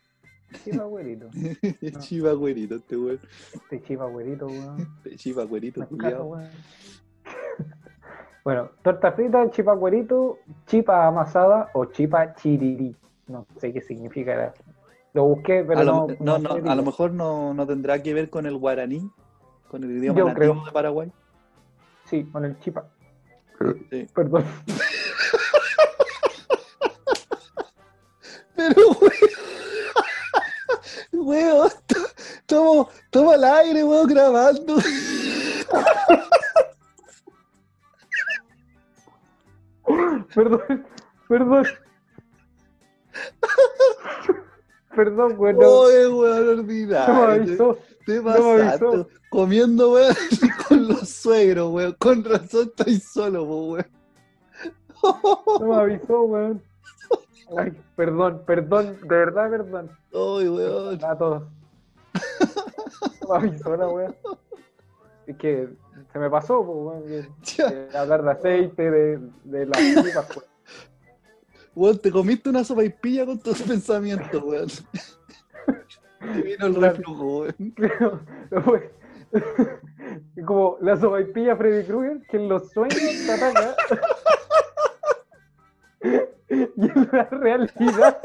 Speaker 3: Chipa cuerito.
Speaker 4: Chipa güerito, este weón.
Speaker 3: Este chipa cuerito, weón.
Speaker 4: Chipa güerito,
Speaker 3: Me
Speaker 4: culiao.
Speaker 3: encanta, weón. Bueno, torta frita, chipa cuerito, chipa amasada o chipa chirirí. No sé qué significa. Lo busqué, pero
Speaker 4: a lo,
Speaker 3: no,
Speaker 4: no,
Speaker 3: no
Speaker 4: no,
Speaker 3: sé
Speaker 4: a
Speaker 3: bien.
Speaker 4: lo mejor no, no tendrá que ver con el guaraní, con el idioma
Speaker 3: Yo
Speaker 4: nativo
Speaker 3: creo.
Speaker 4: de Paraguay.
Speaker 3: Sí, con el chipa.
Speaker 4: Sí.
Speaker 3: Perdón.
Speaker 4: Pero, weón, weón, to- tomo, toma el aire, weón, grabando.
Speaker 3: Perdón, perdón. Perdón, güey. No,
Speaker 4: Oye, weón,
Speaker 3: no me
Speaker 4: ordinario.
Speaker 3: avisó.
Speaker 4: Te
Speaker 3: me avisó.
Speaker 4: pasaste comiendo, weón, con los suegros, weón. Con razón estoy solo, po, weón.
Speaker 3: No me avisó, güey. Ay, perdón, perdón, de verdad, perdón.
Speaker 4: Oye, weón.
Speaker 3: A todos. No me avisó la wea. Es que se me pasó, pues, güey.
Speaker 4: Ya,
Speaker 3: de hablar de aceite, de, de las tripas, güey.
Speaker 4: weón, te comiste una sopa y pilla con tus pensamientos, weón. Te vino el reflujo, weón.
Speaker 3: Creo- güey. Es Como la sopaipilla Freddy Krueger, que en los sueños te ataca. y en la realidad.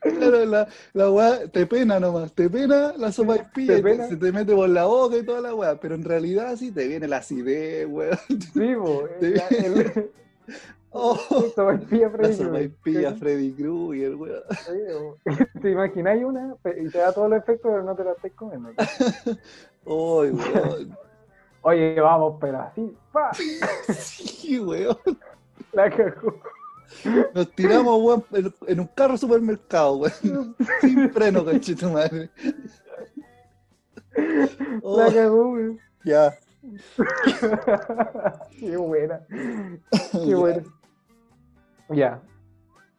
Speaker 4: Claro, en la la, la weá, te pena nomás, te pena la sopa y
Speaker 3: Te
Speaker 4: pilla, y te-
Speaker 3: pena.
Speaker 4: se te mete por la boca y toda la weá, pero en realidad sí te viene la acidez, weón.
Speaker 3: Sí, po,
Speaker 4: Sí.
Speaker 3: la- el-
Speaker 4: Oh,
Speaker 3: sopa y pilla
Speaker 4: la
Speaker 3: Freddy
Speaker 4: sopa y
Speaker 3: Krueger.
Speaker 4: pilla Freddy Krueger, weón.
Speaker 3: Sí, po. Te imagináis una pe- y te da todos los efectos, pero no te la estés comiendo.
Speaker 4: Oh, weón.
Speaker 3: Oye, vamos, pero así, pa,
Speaker 4: Sí, weón.
Speaker 3: la cagó.
Speaker 4: Nos tiramos, weón, en, en un carro supermercado, weón. Sin freno, conchito madre. Oh,
Speaker 3: La cagó, weón.
Speaker 4: ya.
Speaker 3: Qué buena. Qué bueno. Ya.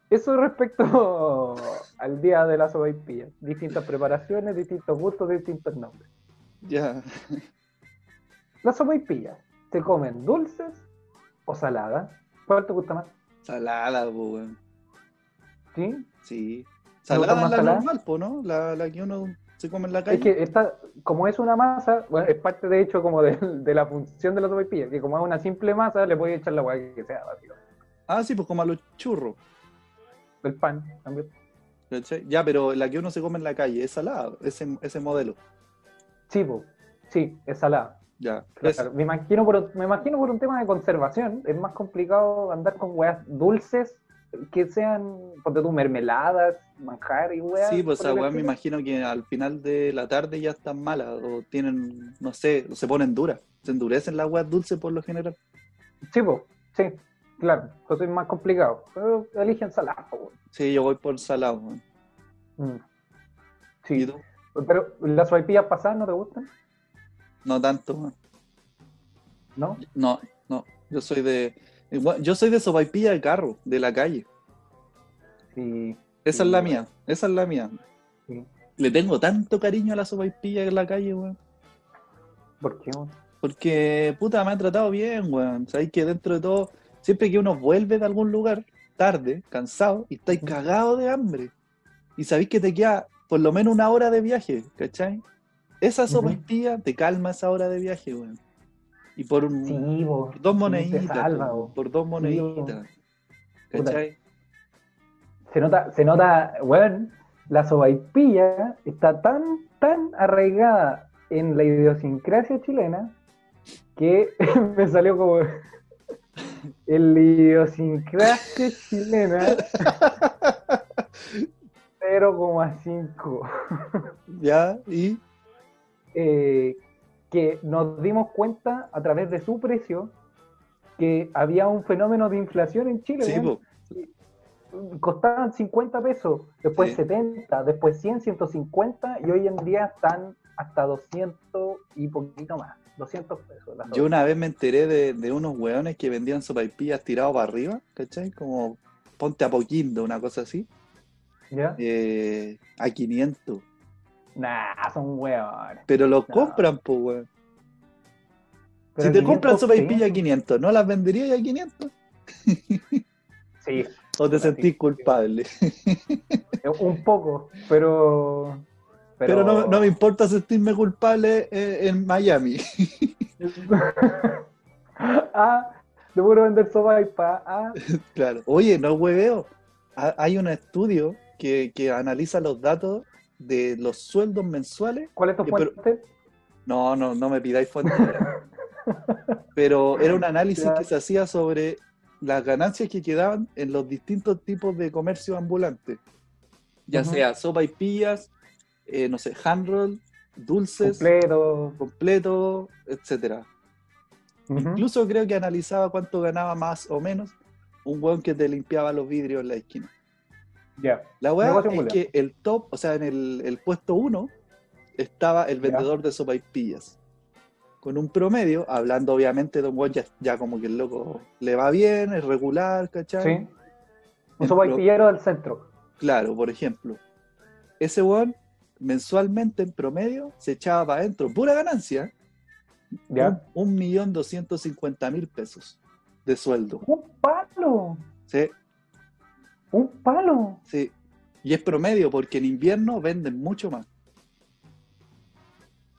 Speaker 3: Eso respecto al día de la sopaipilla. Distintas preparaciones, distintos gustos, distintos nombres.
Speaker 4: Ya.
Speaker 3: Las sopaipillas, ¿se comen dulces o saladas? ¿Cuál te gusta más?
Speaker 4: Salada, po, weón.
Speaker 3: ¿Sí?
Speaker 4: Sí.
Speaker 3: ¿Te gusta
Speaker 4: Salada
Speaker 3: más
Speaker 4: es la
Speaker 3: salada?
Speaker 4: normal, po, ¿no? La, la que uno se come en la
Speaker 3: Es
Speaker 4: calle.
Speaker 3: que esta, como es una masa, bueno, es parte de hecho como de, de la función de la sopaipilla, que como es una simple masa, le puedes echar la hueá que sea, básicamente.
Speaker 4: Ah, sí, pues como a los churros.
Speaker 3: El pan también.
Speaker 4: ¿cachai? Ya, pero la que uno se come en la calle es salada, ese, ese modelo.
Speaker 3: Sí, po. sí, es salada.
Speaker 4: Ya.
Speaker 3: Claro,
Speaker 4: Es-
Speaker 3: me, imagino por, me imagino por un tema de conservación, es más complicado andar con weas dulces que sean, ponte tú, mermeladas, manjar y weas.
Speaker 4: Sí, pues
Speaker 3: por
Speaker 4: esa
Speaker 3: el
Speaker 4: weá me
Speaker 3: estilo.
Speaker 4: imagino que al final de la tarde ya están malas o tienen, no sé, se ponen duras. Se endurecen las weas dulces por lo general.
Speaker 3: Sí, po, sí, claro, entonces es más complicado. Pero eligen salado, po,
Speaker 4: Sí, yo voy por salado. weón.
Speaker 3: weón. Mm.
Speaker 4: ¿Y
Speaker 3: Sí,
Speaker 4: tú?
Speaker 3: pero las sopaipillas pasadas no te gustan,
Speaker 4: No tanto. weón.
Speaker 3: ¿no?
Speaker 4: No, no. Yo soy de. igual- Yo soy de sopaipilla de carro, de la calle.
Speaker 3: Sí,
Speaker 4: Esa
Speaker 3: Mm.
Speaker 4: es la mía. Esa es la mía.
Speaker 3: Sí.
Speaker 4: Le tengo tanto cariño a la sopaipilla en la calle, weón.
Speaker 3: ¿por qué? weón?
Speaker 4: Porque, puta, me han tratado bien, weón. Sabéis que dentro de todo, siempre que uno vuelve de algún lugar, tarde, cansado, y
Speaker 3: Mm.
Speaker 4: estáis cagado de hambre. Y sabéis que te queda por lo menos una hora de viaje, ¿cachai? Esa
Speaker 3: Ujú.
Speaker 4: sopa te calma esa hora de viaje, weón. Y por, un-
Speaker 3: Sí, po,
Speaker 4: por dos
Speaker 3: te
Speaker 4: moneditas.
Speaker 3: salva,
Speaker 4: po,
Speaker 3: weón.
Speaker 4: por dos moneditas.
Speaker 3: Puta.
Speaker 4: ¿Cachai?
Speaker 3: Se nota, se nota, weón, la sobaipilla está tan, tan arraigada en la idiosincrasia chilena que me salió como el idiosincrasia chilena 0,5.
Speaker 4: Ya, y.
Speaker 3: eh, que nos dimos cuenta a través de su precio que había un fenómeno de inflación en Chile.
Speaker 4: Sí,
Speaker 3: weón.
Speaker 4: po.
Speaker 3: costaban 50 pesos, después
Speaker 4: Sí.
Speaker 3: 70, después 100, 150 y hoy en día están hasta 200 y poquito más, 200 pesos. las
Speaker 4: Yo
Speaker 3: sopas.
Speaker 4: una vez me enteré de, de unos weones que vendían sopaipillas tirados para arriba, ¿cachai? Como ponte a poquindo, una cosa así.
Speaker 3: ¿Ya?
Speaker 4: eh, a 500.
Speaker 3: Nah, son huevones.
Speaker 4: Pero los
Speaker 3: No.
Speaker 4: compran, pues, weón.
Speaker 3: Pero
Speaker 4: Si te
Speaker 3: 500
Speaker 4: compran sopa y pilla a
Speaker 3: pesos,
Speaker 4: 500, ¿no las venderías a 500?
Speaker 3: Sí,
Speaker 4: ¿O te
Speaker 3: Puta,
Speaker 4: sentís
Speaker 3: sí.
Speaker 4: culpable?
Speaker 3: un poco, pero...
Speaker 4: Pero, no, no me importa sentirme culpable eh, en Miami.
Speaker 3: ah, te puedo vender sopa y pa... Ah,
Speaker 4: claro. Oye, no hueveo. Ha- Hay un estudio que, que analiza los datos de los sueldos mensuales.
Speaker 3: ¿Cuál es tu
Speaker 4: Eh, pero-
Speaker 3: fuente?
Speaker 4: No, no, no me pidáis fuentes. Pero era un análisis
Speaker 3: Ya.
Speaker 4: que se hacía sobre las ganancias que quedaban en los distintos tipos de comercio ambulante. Ya
Speaker 3: Ujú.
Speaker 4: sea sopa y pillas, eh, no sé, hand roll, dulces,
Speaker 3: Completo.
Speaker 4: completo, etcétera.
Speaker 3: Ujú.
Speaker 4: Incluso creo que analizaba cuánto ganaba más o menos un weón que te limpiaba los vidrios en la esquina.
Speaker 3: Ya.
Speaker 4: La weá
Speaker 3: Negocio
Speaker 4: es
Speaker 3: ambulante.
Speaker 4: que el top, o sea, en el, el puesto 1 estaba el
Speaker 3: Ya.
Speaker 4: vendedor de sopaipillas. Con un promedio, hablando obviamente de un weón ya, ya como que el loco le va bien, es regular, ¿cachai?
Speaker 3: Sí.
Speaker 4: En
Speaker 3: Un sopa y
Speaker 4: pro-
Speaker 3: pillero del centro.
Speaker 4: Claro, por ejemplo. Ese weón mensualmente en promedio se echaba para adentro, pura ganancia,
Speaker 3: Ya.
Speaker 4: un un millón doscientos cincuenta mil pesos de sueldo.
Speaker 3: Un palo.
Speaker 4: ¿sí?
Speaker 3: Un palo.
Speaker 4: Sí. Y es promedio porque en invierno venden mucho más.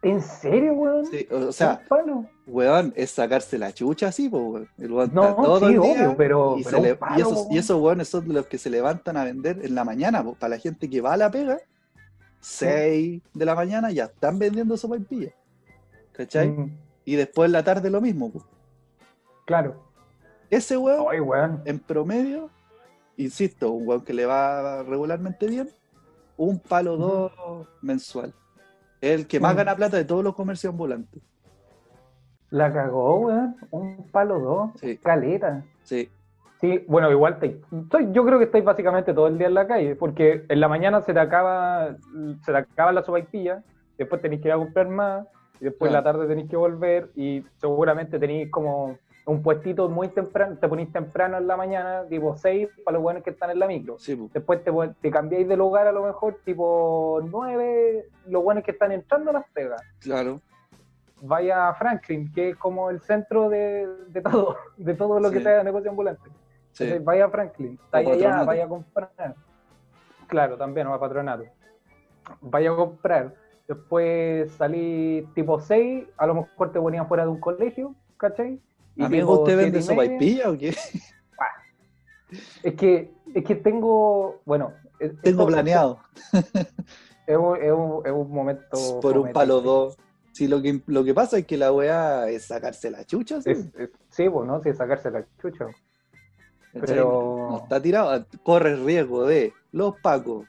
Speaker 3: ¿En serio, weón?
Speaker 4: Sí, o o sea,
Speaker 3: un palo.
Speaker 4: Weón, es sacarse la chucha así, po, weón. El weón
Speaker 3: No,
Speaker 4: está todo
Speaker 3: sí,
Speaker 4: el día
Speaker 3: obvio, pero.
Speaker 4: y,
Speaker 3: pero
Speaker 4: se le-
Speaker 3: un palo,
Speaker 4: y esos,
Speaker 3: po.
Speaker 4: y esos weones son los que se levantan a vender en la mañana, po, para la gente que va a la pega, 6 de la mañana ya están vendiendo sopa y pilla. ¿Cachai?
Speaker 3: Mm,
Speaker 4: Y después en la tarde lo mismo, po.
Speaker 3: claro.
Speaker 4: Ese weón,
Speaker 3: Ay, weón.
Speaker 4: en promedio, insisto, un weón que le va regularmente bien, un palo dos mensual. Es el que más
Speaker 3: Mm.
Speaker 4: gana plata de todos los comercios ambulantes.
Speaker 3: La cagó, weón. Un palo dos.
Speaker 4: Sí.
Speaker 3: Caleta.
Speaker 4: Sí.
Speaker 3: Sí, bueno, igual te- soy- yo creo que estáis básicamente todo el día en la calle, porque en la mañana se te acaba, se te acaba la sopaipilla, después tenéis que ir a comprar más, y después en la
Speaker 4: Claro.
Speaker 3: tarde tenéis que volver, y seguramente tenéis como un puestito muy temprano, te ponís temprano en la mañana, tipo 6, para los buenos que están en la micro.
Speaker 4: Sí, po.
Speaker 3: Después te, pon- te cambiáis de lugar a lo mejor, tipo 9, los buenos que están entrando a las pegas.
Speaker 4: claro.
Speaker 3: Vaya a Franklin, que es como el centro de, de todo, de todo lo que
Speaker 4: Sí.
Speaker 3: sea negocio ambulante.
Speaker 4: Sí.
Speaker 3: Entonces, vaya a Franklin, está ahí allá,
Speaker 4: Patronato.
Speaker 3: vaya a comprar. Claro, también, o a patronato. Vaya a comprar. Después salí tipo 6, a lo mejor te ponían fuera de un colegio, ¿cachai? Y
Speaker 4: Amigo,
Speaker 3: tipo
Speaker 4: ¿usted
Speaker 3: siete
Speaker 4: vende
Speaker 3: y media-
Speaker 4: sopaipilla o qué?
Speaker 3: Es que, es que tengo, bueno, es-
Speaker 4: Tengo
Speaker 3: esto-
Speaker 4: planeado.
Speaker 3: Es un, es un- es un momento.
Speaker 4: por un
Speaker 3: fome,
Speaker 4: palo
Speaker 3: ¿sí?
Speaker 4: dos. Sí, lo que, lo que pasa es que la weá es sacarse la chucha, sí.
Speaker 3: Es- es- sí, pues, ¿no? Sí, sacarse la chucha.
Speaker 4: ¿Cachai?
Speaker 3: pero-
Speaker 4: No está tirado. Corre riesgo de los pacos,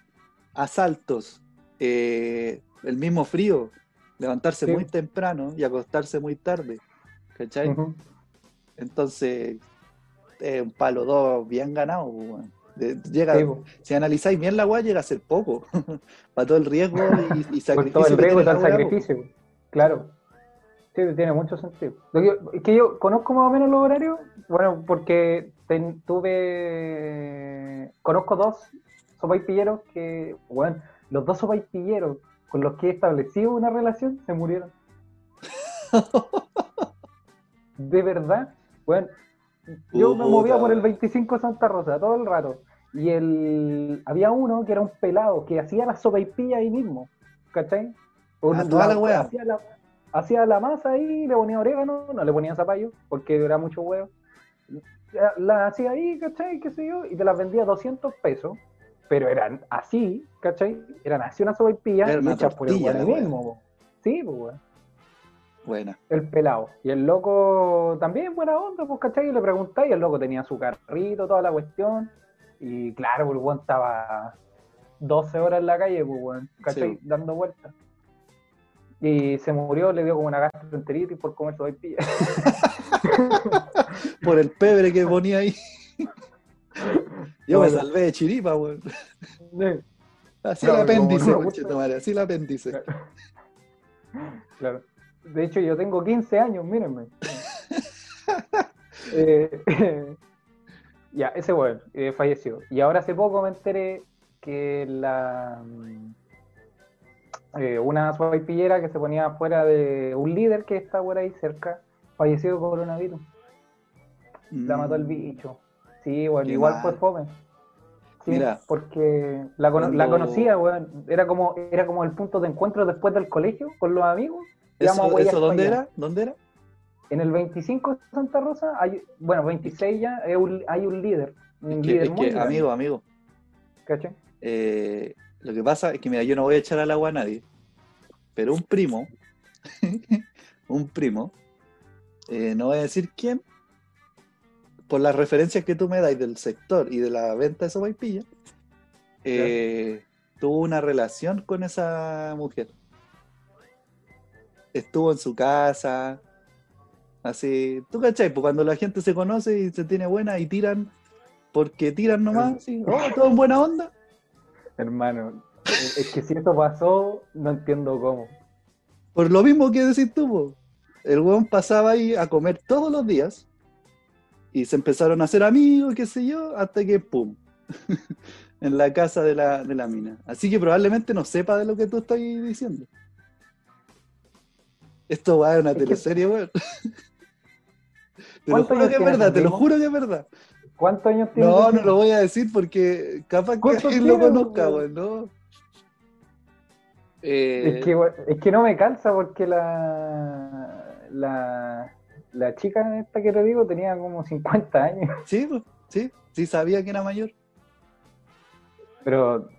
Speaker 4: asaltos, eh, el mismo frío, levantarse
Speaker 3: Sí.
Speaker 4: muy temprano y acostarse muy tarde. ¿Cachai?
Speaker 3: Ujú.
Speaker 4: Entonces, eh, un palo dos bien ganado, pues, weón. De- Llega,
Speaker 3: Sí, pues.
Speaker 4: si analizáis bien la weá, llega a ser poco. Para todo el riesgo y, y
Speaker 3: Con
Speaker 4: sacrificio.
Speaker 3: todo el
Speaker 4: que
Speaker 3: riesgo y todo
Speaker 4: tiene
Speaker 3: el
Speaker 4: la weá, pues.
Speaker 3: sacrificio. Claro. Sí, tiene mucho sentido. Lo que, es que yo conozco más o menos los horarios, bueno, porque ten- tuve. Conozco dos sopaipilleros que, bueno, los dos sopaipilleros con los que he establecido una relación se murieron. De verdad, bueno, yo me movía
Speaker 4: Puta,
Speaker 3: por el
Speaker 4: weón.
Speaker 3: 25 Santa Rosa todo el rato. Y el, había uno que era un pelado que hacía la sopaipilla ahí mismo, ¿cachai? Un-
Speaker 4: Ah, toda la wea.
Speaker 3: Hacía la, hacía la masa ahí, le ponía orégano, no le ponía zapallo, porque era mucho huevo. La, la hacía ahí, ¿cachai? ¿Qué sé yo? Y te las vendía 200 pesos, pero eran así, ¿cachai? Eran así una sopaipilla
Speaker 4: Era una
Speaker 3: hechas por el
Speaker 4: tortilla
Speaker 3: weón
Speaker 4: la
Speaker 3: ahí
Speaker 4: wea.
Speaker 3: mismo. po. Sí, pues, weón.
Speaker 4: Buena.
Speaker 3: El pelado. Y el loco también buena onda, pues, ¿cachai? Y le preguntáis, y el loco tenía su carrito, toda la cuestión. Y claro, pues, el weón estaba 12 horas en la calle, pues, weón, ¿cachai?
Speaker 4: Sí.
Speaker 3: Dando vueltas. Y se murió, le dio como una gastroenteritis por comer su pilla.
Speaker 4: por el pebre que ponía ahí. Yo me
Speaker 3: Bueno.
Speaker 4: salvé de chiripa, weón. Así
Speaker 3: Claro,
Speaker 4: el apéndice,
Speaker 3: como no me gusta.
Speaker 4: conchetumare, así el apéndice.
Speaker 3: claro. De hecho, yo tengo 15 años, mírenme. Eh, ya, ese weón eh, falleció. Y ahora hace poco me enteré que la mm, eh, una suavipillera que se ponía afuera de un líder que está por ahí cerca falleció de coronavirus. La mató el bicho. Sí, weón,
Speaker 4: Mm. Qué
Speaker 3: igual
Speaker 4: mal.
Speaker 3: fue fome. Sí,
Speaker 4: Mira.
Speaker 3: porque la, cono- la
Speaker 4: Cuando-
Speaker 3: conocía, weón. Era como, era como el punto de encuentro después del colegio con los amigos. Íbamos a
Speaker 4: Mm. ¿Eso,
Speaker 3: huellas
Speaker 4: eso dónde
Speaker 3: para allá.
Speaker 4: era? ¿Dónde era?
Speaker 3: En el 25 de Santa Rosa, hay, bueno, 26 ya, hay un, hay un líder. Un
Speaker 4: Es que-
Speaker 3: líder
Speaker 4: es
Speaker 3: muy
Speaker 4: que,
Speaker 3: grande,
Speaker 4: amigo, amigo,
Speaker 3: ¿cachai?
Speaker 4: eh, lo que pasa es que, mira, yo no voy a echar al agua a nadie, pero un primo, un primo, eh, no voy a decir quién, por las referencias que tú me das del sector y de la venta de esa guaypilla, eh, tuvo una relación con esa mujer. Estuvo en su casa, así, tú cachai, pues cuando la gente se conoce y se tiene buena y tiran, porque tiran nomás, así, oh, todo en buena onda.
Speaker 3: Hermano, es es que si eso pasó, no entiendo cómo.
Speaker 4: Por lo mismo que decís tú, po. el weón pasaba ahí a comer todos los días y se empezaron a hacer amigos, qué sé yo, hasta que ¡pum! en la casa de la, de la mina. Así que probablemente no sepa de lo que tú estás diciendo. Esto va a una
Speaker 3: que-
Speaker 4: teleserie, weón. Te lo
Speaker 3: ¿Cuántos
Speaker 4: juro
Speaker 3: años
Speaker 4: que es
Speaker 3: tiene
Speaker 4: verdad,
Speaker 3: ese
Speaker 4: te lo
Speaker 3: primo?
Speaker 4: juro que es verdad.
Speaker 3: ¿Cuántos años tiene?
Speaker 4: No,
Speaker 3: ese
Speaker 4: no lo voy a decir porque capaz que
Speaker 3: ¿Cuántos
Speaker 4: alguien lo
Speaker 3: tiene,
Speaker 4: conozca,
Speaker 3: weón?
Speaker 4: weón, ¿no? Eh,
Speaker 3: Es que, we- es que no me calza porque la, la, la chica esta que te digo tenía como 50 años,
Speaker 4: Sí, pues, sí, sí sabía que era mayor.
Speaker 3: pero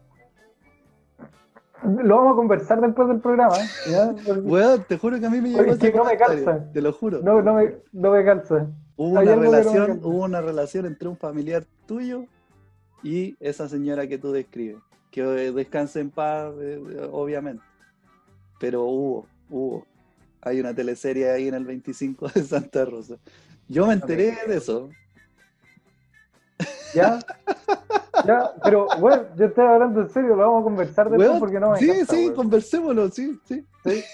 Speaker 3: lo vamos a conversar después del programa. ¿eh? ¿Ya? Porque
Speaker 4: Weón, te juro que a mí me llegó
Speaker 3: Oye,
Speaker 4: ese
Speaker 3: que no me
Speaker 4: comentario,
Speaker 3: calza.
Speaker 4: Te lo juro.
Speaker 3: No, no, me, no me calza.
Speaker 4: hubo
Speaker 3: hay algo
Speaker 4: una
Speaker 3: que no me
Speaker 4: relación,
Speaker 3: calza.
Speaker 4: hubo una relación entre un familiar tuyo y esa señora que tú describes. Que eh, descanse en paz, eh, obviamente. Pero hubo, hubo. Hay una teleserie ahí en el 25 de Santa Rosa. Yo me enteré de eso.
Speaker 3: ¿Ya? ¿Ya? Pero, bueno, yo estoy hablando en serio, lo vamos a conversar después
Speaker 4: Weón,
Speaker 3: pues, porque no me
Speaker 4: sí,
Speaker 3: calza,
Speaker 4: sí,
Speaker 3: weón.
Speaker 4: conversémoslo, sí, sí.
Speaker 3: Sí,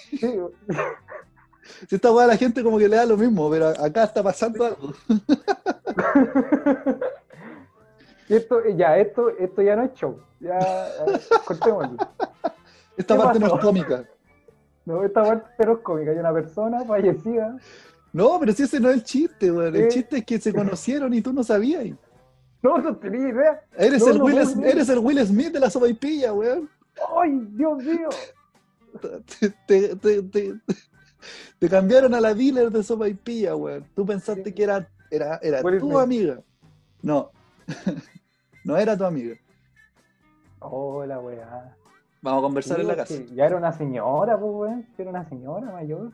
Speaker 4: Si esta weá a la gente como que le da lo mismo, pero acá está pasando algo.
Speaker 3: Y esto, ya, esto, esto ya no es show. Ya, eh, cortémoslo.
Speaker 4: Esta
Speaker 3: ¿Qué
Speaker 4: parte no es
Speaker 3: pasó?
Speaker 4: cómica.
Speaker 3: No, esta parte no es cómica. Hay una persona fallecida.
Speaker 4: No, pero si ese no es el chiste, weón. El
Speaker 3: Eh.
Speaker 4: chiste es que se conocieron y tú no sabías.
Speaker 3: No, no tenía idea.
Speaker 4: Eres,
Speaker 3: No,
Speaker 4: el,
Speaker 3: no
Speaker 4: Will,
Speaker 3: puedo
Speaker 4: Smith-
Speaker 3: creer.
Speaker 4: eres el Will Smith de la sopaipilla, weón.
Speaker 3: ¡Ay, Dios mío!
Speaker 4: Te, te, te, te- te cambiaron a la dealer de sopaipilla, weón. Tú pensaste que era, era, era
Speaker 3: Will
Speaker 4: tu
Speaker 3: Smith.
Speaker 4: amiga. No. no era tu amiga.
Speaker 3: Hola, weá.
Speaker 4: Vamos a conversar
Speaker 3: Sí,
Speaker 4: en la
Speaker 3: es
Speaker 4: casa.
Speaker 3: que Ya era una señora, pues, weón. sí, Era una señora mayor.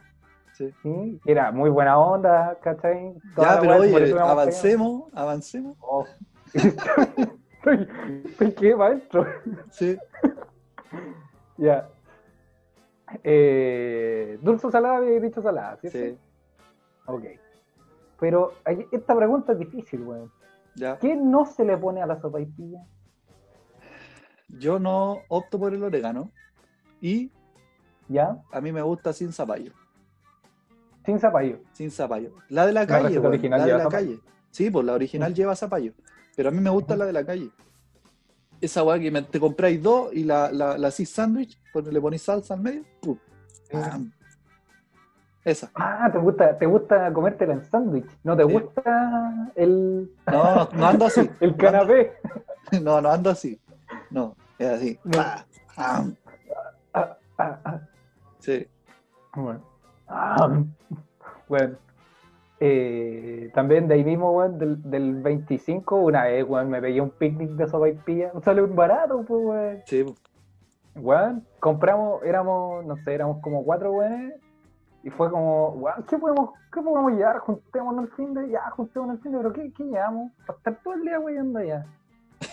Speaker 4: Sí.
Speaker 3: Sí, era muy buena onda, ¿cachai? Toda
Speaker 4: Ya,
Speaker 3: la
Speaker 4: pero
Speaker 3: weá, Ah, por eso
Speaker 4: oye,
Speaker 3: éramos pegamos.
Speaker 4: avancemos, avancemos.
Speaker 3: Oh. estoy, estoy que maestro.
Speaker 4: Sí.
Speaker 3: Ya. Eh, dulce o salada, había dicho salada, ¿cierto?
Speaker 4: Sí,
Speaker 3: Ok. Pero hay- esta pregunta es difícil, weón.
Speaker 4: ya.
Speaker 3: ¿Qué no se le pone a la sopaipilla?
Speaker 4: Yo no opto por el orégano y
Speaker 3: ¿Ya?
Speaker 4: a mí me gusta sin zapallo.
Speaker 3: Sin zapallo.
Speaker 4: Sin zapallo. La de la
Speaker 3: receta
Speaker 4: calle, weón,
Speaker 3: original
Speaker 4: la de
Speaker 3: lleva
Speaker 4: la
Speaker 3: zapallo.
Speaker 4: calle. Sí, pues la original lleva zapallo. Pero a mí me gusta la de la calle. Esa weá que me- te compráis dos y la, la, la hacís sándwich, pon- le ponéis salsa al medio. ¡pum! ¡Pam! Esa.
Speaker 3: Ah, te gusta, te gusta comértela en sándwich. No te
Speaker 4: Sí.
Speaker 3: gusta el,
Speaker 4: No, no, no ando así.
Speaker 3: el canapé.
Speaker 4: No, no ando así. No, es así.
Speaker 3: No.
Speaker 4: ¡Pa! ¡Pam!
Speaker 3: Ah, ah, ah.
Speaker 4: Sí.
Speaker 3: Bueno. Ah, bueno. Eh, también de ahí mismo, weón, del, del 25, una vez, weón, me pegué un picnic de sopaipilla. Sale un barato, pues, weón.
Speaker 4: Sí, po.
Speaker 3: Weón, compramos, éramos, no sé, éramos como cuatro weones. Y fue como, weón, ¿qué podemos, qué podemos llevar? Juntémonos al fin de, ya, juntémonos al fin de, pero ¿qué, qué llevamos? Para estar todo el día weyando allá.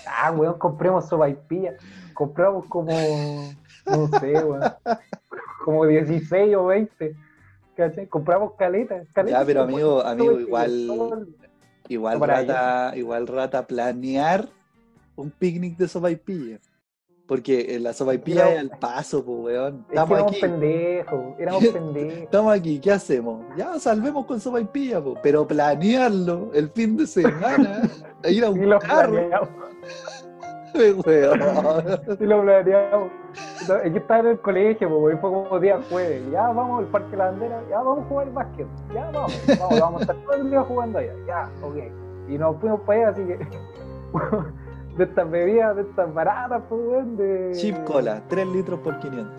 Speaker 3: Ah, weón, compremos sopaipilla. Compramos como, no sé, weón, como 16 o 20. ¿Cachai? Compramos caletas. caletas
Speaker 4: Ya, pero
Speaker 3: como
Speaker 4: amigo, amigo,
Speaker 3: sopaipillas, todo
Speaker 4: igual,
Speaker 3: el-
Speaker 4: igual
Speaker 3: Para
Speaker 4: rata, igual rata planear un picnic de sopaipilla. Porque eh, la sopaipilla
Speaker 3: Pero-
Speaker 4: es al paso, po, weón.
Speaker 3: Es que
Speaker 4: Estamos
Speaker 3: éramos
Speaker 4: aquí.
Speaker 3: pendejos, éramos pendejos.
Speaker 4: Estamos aquí, ¿qué hacemos? Ya salvemos con sopaipilla, po, pero planearlo el fin de semana, ir a
Speaker 3: Y los
Speaker 4: un carro,
Speaker 3: planeamos.
Speaker 4: weón.
Speaker 3: Y lo planeamos. No, es que estaba en el colegio, po, y fue como día jueves. Ya vamos al Parque La Bandera, ya vamos a jugar básquet. Ya vamos, vamos, vamos a estar todo el día jugando allá. Ya, ok. Y nos fuimos para allá, así que. de estas bebidas, de estas baratas, pues, weón, de.
Speaker 4: Chip cola, 3 litros por 500.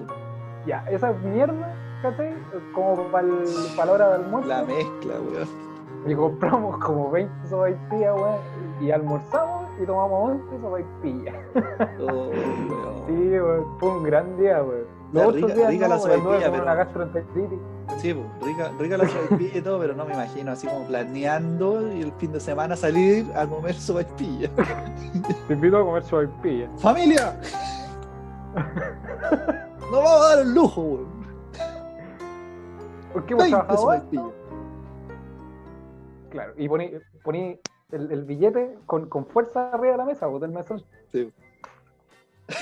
Speaker 3: Ya, esas mierdas, ¿cachai? Como para la hora del almuerzo.
Speaker 4: La mezcla, weón.
Speaker 3: Y compramos como 20 sopaipillas, weón. Y almorzamos y tomamos 11 sopaipillas.
Speaker 4: Oh, weón.
Speaker 3: Sí, weón, fue un gran día, weón.
Speaker 4: Ya,
Speaker 3: Los otros
Speaker 4: rica-
Speaker 3: días
Speaker 4: rica la
Speaker 3: no, weón, anduve
Speaker 4: sopaipilla,
Speaker 3: con
Speaker 4: pero-
Speaker 3: una gastroenteritis.
Speaker 4: Sí, po, rica, rica la sopaipilla y todo, pero no me imagino así como planeando y el fin de semana salir a comer sopaipilla.
Speaker 3: Te invito a comer sopaipilla.
Speaker 4: ¡Familia! Nos vamos a dar un lujo, weón.
Speaker 3: ¿Por qué hemos
Speaker 4: 20
Speaker 3: trabajado?
Speaker 4: sopaipillas.
Speaker 3: Claro, y poní, poní el, el billete con, con fuerza arriba de la mesa, boté el mesón.
Speaker 4: Sí.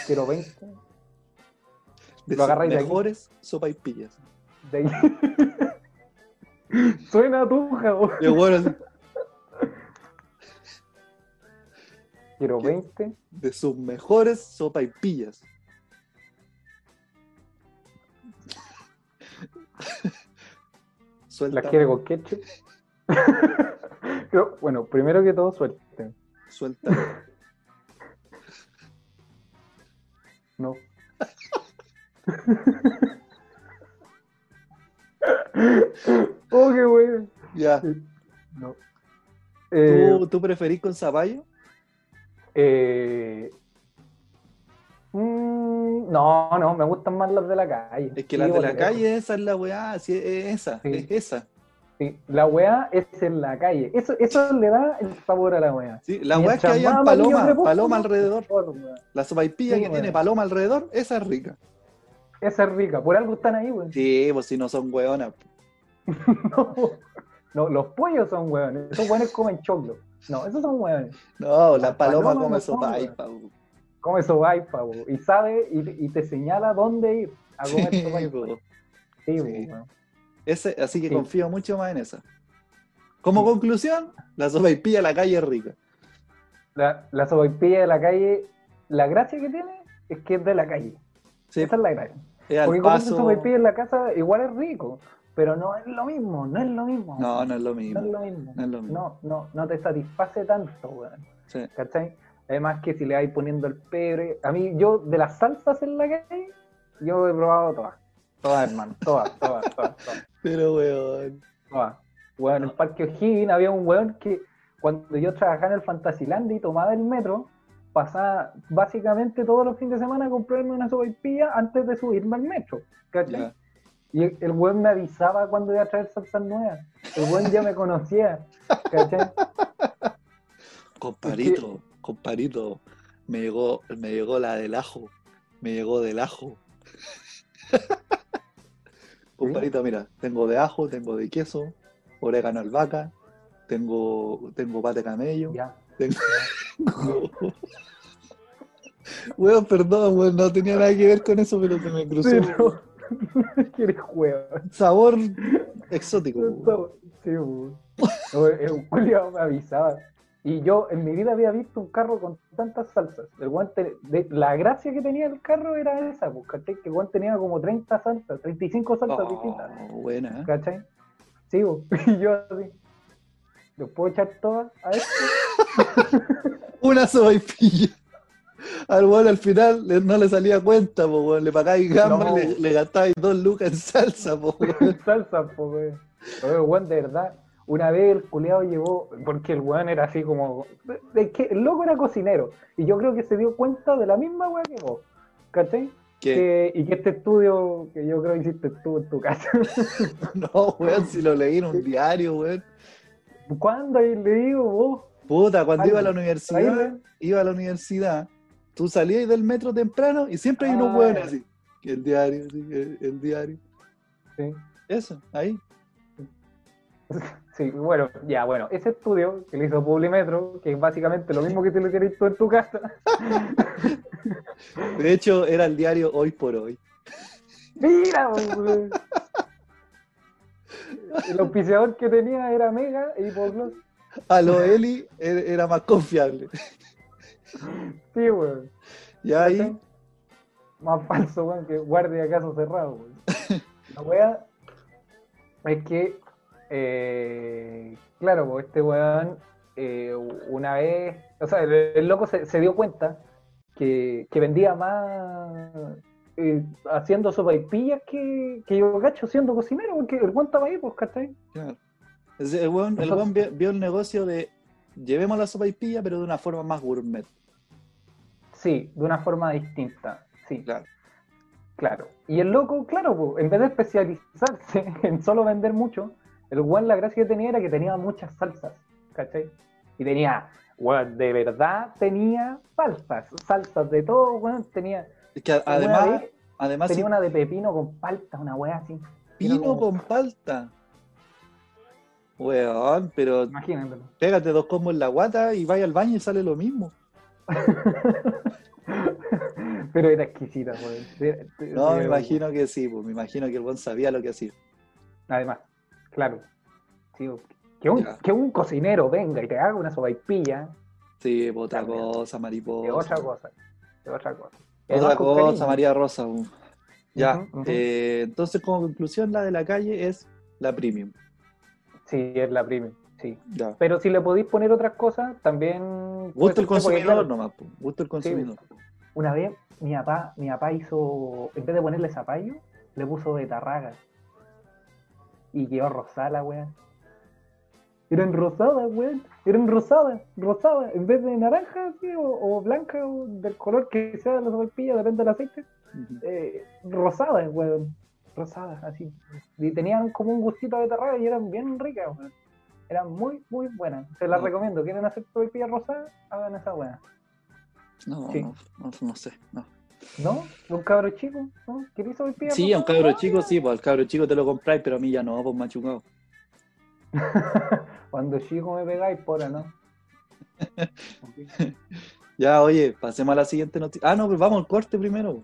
Speaker 3: Quiero 20.
Speaker 4: De
Speaker 3: Lo
Speaker 4: sus
Speaker 3: agarráis de aquí.
Speaker 4: mejores sopaipillas.
Speaker 3: De ahí. Suena a tuja, weón.
Speaker 4: Y el weón así,
Speaker 3: Quiero
Speaker 4: ¿Qué?
Speaker 3: 20.
Speaker 4: de sus mejores sopaipillas. Suelta,
Speaker 3: ¿Las quiere con ketchup? Pero, bueno, primero que todo, suerte.
Speaker 4: suelta.
Speaker 3: No. Oh, qué weón.
Speaker 4: Ya.
Speaker 3: No. Eh,
Speaker 4: ¿Tú, tú preferís con zapallo?
Speaker 3: eh, mm, no, no, me gustan más las de la calle.
Speaker 4: Es
Speaker 3: Sí,
Speaker 4: que las de la
Speaker 3: porque-
Speaker 4: calle, esa es la weá, sí, es esa,
Speaker 3: Sí.
Speaker 4: es esa.
Speaker 3: sí, la weá es en la calle. Eso, eso le da el sabor a la weá.
Speaker 4: Sí, la weá es que
Speaker 3: Mientras
Speaker 4: hayan
Speaker 3: más amarillo
Speaker 4: paloma,
Speaker 3: le pongo,
Speaker 4: paloma
Speaker 3: más
Speaker 4: alrededor.
Speaker 3: mejor, weón.
Speaker 4: La sopaipilla
Speaker 3: Sí,
Speaker 4: que
Speaker 3: weón.
Speaker 4: tiene paloma alrededor, esa es rica.
Speaker 3: Esa es rica. Por algo están ahí, weón.
Speaker 4: Sí, pues si no son weonas.
Speaker 3: No, no, los pollos son weones. Esos weones comen choclo. No, esos son weones.
Speaker 4: No, la
Speaker 3: Las
Speaker 4: paloma
Speaker 3: palomas
Speaker 4: come
Speaker 3: no son,
Speaker 4: sopaipa. weón.
Speaker 3: Come sopaipa, weón. Y sabe y, y te señala dónde ir a
Speaker 4: Sí,
Speaker 3: comer sopaipa.
Speaker 4: po.
Speaker 3: Sí,
Speaker 4: sí.
Speaker 3: weón.
Speaker 4: Ese- así que
Speaker 3: Sí.
Speaker 4: confío mucho más en esa. Como
Speaker 3: Sí.
Speaker 4: conclusión, la sopaipilla a la calle es rica.
Speaker 3: La, la sopaipilla de la calle, la gracia que tiene es que es de la calle.
Speaker 4: Sí,
Speaker 3: Esa es la gracia.
Speaker 4: es al
Speaker 3: Porque comerse
Speaker 4: paso.
Speaker 3: sopaipilla en la casa igual es rico, pero no es lo mismo, no es lo mismo.
Speaker 4: No, no es lo
Speaker 3: No es
Speaker 4: mismo.
Speaker 3: lo mismo.
Speaker 4: No es lo mismo.
Speaker 3: No, no, no te satisface tanto, weón.
Speaker 4: Sí.
Speaker 3: ¿Cachai? Además que si le vais poniendo el pebre. A mí, yo de las salsas en la calle, yo he probado todas. Todas, hermano. Todas, todas, todas, todas.
Speaker 4: Pero weón.
Speaker 3: todas. Weón, en el Parque O'Higgins había un weón que cuando yo trabajaba en el Fantasilandia y tomaba el metro, pasaba básicamente todos los fines de semana a comprarme una sopaipilla antes de subirme al metro. ¿Cachai?
Speaker 4: Ya.
Speaker 3: Y el, el weón me avisaba cuando iba a traer salsas nuevas. El weón ya me conocía. ¿Cachai?
Speaker 4: Comparito, comparito. Me llegó, me llegó la del ajo. Me llegó del ajo. comparito, mira, tengo de ajo, tengo de queso, orégano albahaca, tengo, tengo pate camello.
Speaker 3: Ya.
Speaker 4: Weón, perdón, weón, no tenía nada que ver con eso, pero se me cruzó
Speaker 3: Pero, que eres hueón.
Speaker 4: un sabor exótico. weón.
Speaker 3: Sí, weón. No, El Julio me avisaba. Y yo en mi vida había visto un carro con tantas salsas. El guante, de, la gracia que tenía el carro era esa, pues, ¿cachai? Que el guante tenía como 30 salsas, 35 salsas distintas.
Speaker 4: Oh, buena, ¿eh?
Speaker 3: ¿Cachai? Sí, weón. y yo así. ¿Lo puedo echar todas a este?" esto?
Speaker 4: Una sobaipilla. Al weón al final le- no le salía cuenta, po, weón. Le pagáis gamba,
Speaker 3: No.
Speaker 4: le, le gastáis dos lucas en salsa, po, weón.
Speaker 3: salsa, po, weón. Oye, weón, de verdad. Una vez el culeado llevó, porque el weón era así como. Es que el loco era cocinero. Y yo creo que se dio cuenta de la misma weá que vos. ¿Cachai?
Speaker 4: Que
Speaker 3: Que- y que este estudio, que yo creo que hiciste tú en tu casa.
Speaker 4: no, weón, si lo leí en un diario, weón.
Speaker 3: ¿Cuándo ahí le digo vos?
Speaker 4: Puta, cuando
Speaker 3: Ay,
Speaker 4: iba a la
Speaker 3: Ahí, ¿eh?
Speaker 4: universidad,
Speaker 3: weón.
Speaker 4: iba a la universidad, tú salías del metro temprano y siempre hay unos
Speaker 3: Ah,
Speaker 4: hueones
Speaker 3: ya.
Speaker 4: así. que El diario, así, que el, diario.
Speaker 3: Sí.
Speaker 4: Eso, ahí.
Speaker 3: Sí, bueno, ya, bueno, ese estudio que le hizo Publimetro, que es básicamente lo mismo que te lo querés tú en tu casa.
Speaker 4: De hecho, era el diario hoy por hoy.
Speaker 3: Mira, weón. El auspiciador que tenía era Mega y Poblos.
Speaker 4: A lo Eli er- era más confiable.
Speaker 3: Sí, weón.
Speaker 4: Y ahí,
Speaker 3: ¿Cachai? Más falso, weón, que guardia caso cerrado, weón. La weá es que, eh, claro, pues, este weón, eh, una vez, o sea, el, el loco se, se dio cuenta que, que vendía más eh, haciendo sopaipillas que, que yo cacho siendo cocinero, porque el weón estaba ahí, pues, ¿cachai?
Speaker 4: claro. Ese- el hueón el hueón vio, vio el negocio de llevemos la sopa y pilla, pero de una forma más gourmet.
Speaker 3: Sí, de una forma distinta, sí.
Speaker 4: Claro.
Speaker 3: Claro. Y el loco, claro, po, en vez de especializarse en solo vender mucho, el weón la gracia que tenía era que tenía muchas salsas, ¿cachai? Y tenía, weón, de verdad tenía salsas, salsas de todo, weón, tenía.
Speaker 4: Es que a-
Speaker 3: una
Speaker 4: además,
Speaker 3: vez
Speaker 4: además
Speaker 3: tenía
Speaker 4: si
Speaker 3: una de pepino con palta, una weá así,
Speaker 4: pino
Speaker 3: como-
Speaker 4: con palta. Weón, pero
Speaker 3: imagínatelo.
Speaker 4: pégate dos combos en la guata y vaya al baño y sale lo mismo.
Speaker 3: Pero era exquisita, weón. Era-
Speaker 4: No,
Speaker 3: era-
Speaker 4: me imagino que sí, pues, me imagino que el buen sabía lo que hacía.
Speaker 3: Además, claro. Sí, po. que, un,
Speaker 4: Ya.
Speaker 3: que un cocinero venga y te haga una sobaipilla,
Speaker 4: Sí, pues, otra
Speaker 3: También.
Speaker 4: cosa, mariposa.
Speaker 3: es otra cosa, es otra cosa. Y
Speaker 4: Otra
Speaker 3: además con
Speaker 4: cosa,
Speaker 3: cariño.
Speaker 4: María Rosa. uh. Ya,
Speaker 3: Ujú, ujú.
Speaker 4: eh, entonces como conclusión la de la calle es la premium.
Speaker 3: Sí, es la premium, sí.
Speaker 4: Ya.
Speaker 3: Pero si le podéis poner otras cosas, también. puede
Speaker 4: Gusto
Speaker 3: ser, porque,
Speaker 4: el
Speaker 3: claro,
Speaker 4: consumidor nomás, po. gusto el consumidor.
Speaker 3: Una vez mi papá, mi papá hizo, en vez de ponerle zapallo, le puso betarraga. y quedó rosada, weón. Eran rosadas, weón. Eran rosadas, rosadas. En vez de naranja, sí, o, o blanca, o del color que sea de la sopaipilla, depende del aceite. Eh, rosadas, weón. Rosadas, así. Y tenían como un gustito de beterraga y eran bien ricas, weón. Eran muy, muy buenas. Se las
Speaker 4: Mm.
Speaker 3: recomiendo. ¿Quieren hacer sopaipilla rosada? Hagan esa weón.
Speaker 4: No,
Speaker 3: Sí.
Speaker 4: no, no, no sé. No.
Speaker 3: ¿No? ¿Un cabro chico? ¿No? ¿Queréis sopaipilla
Speaker 4: Sí, a un
Speaker 3: rosada?
Speaker 4: cabro chico, sí, pues al cabro chico te lo compráis, pero a mí ya no, pues machucado.
Speaker 3: Cuando chico me pegáis, pora, ¿no?
Speaker 4: Ya, oye, pasemos a la siguiente noticia. Ah, no, pues vamos al corte primero.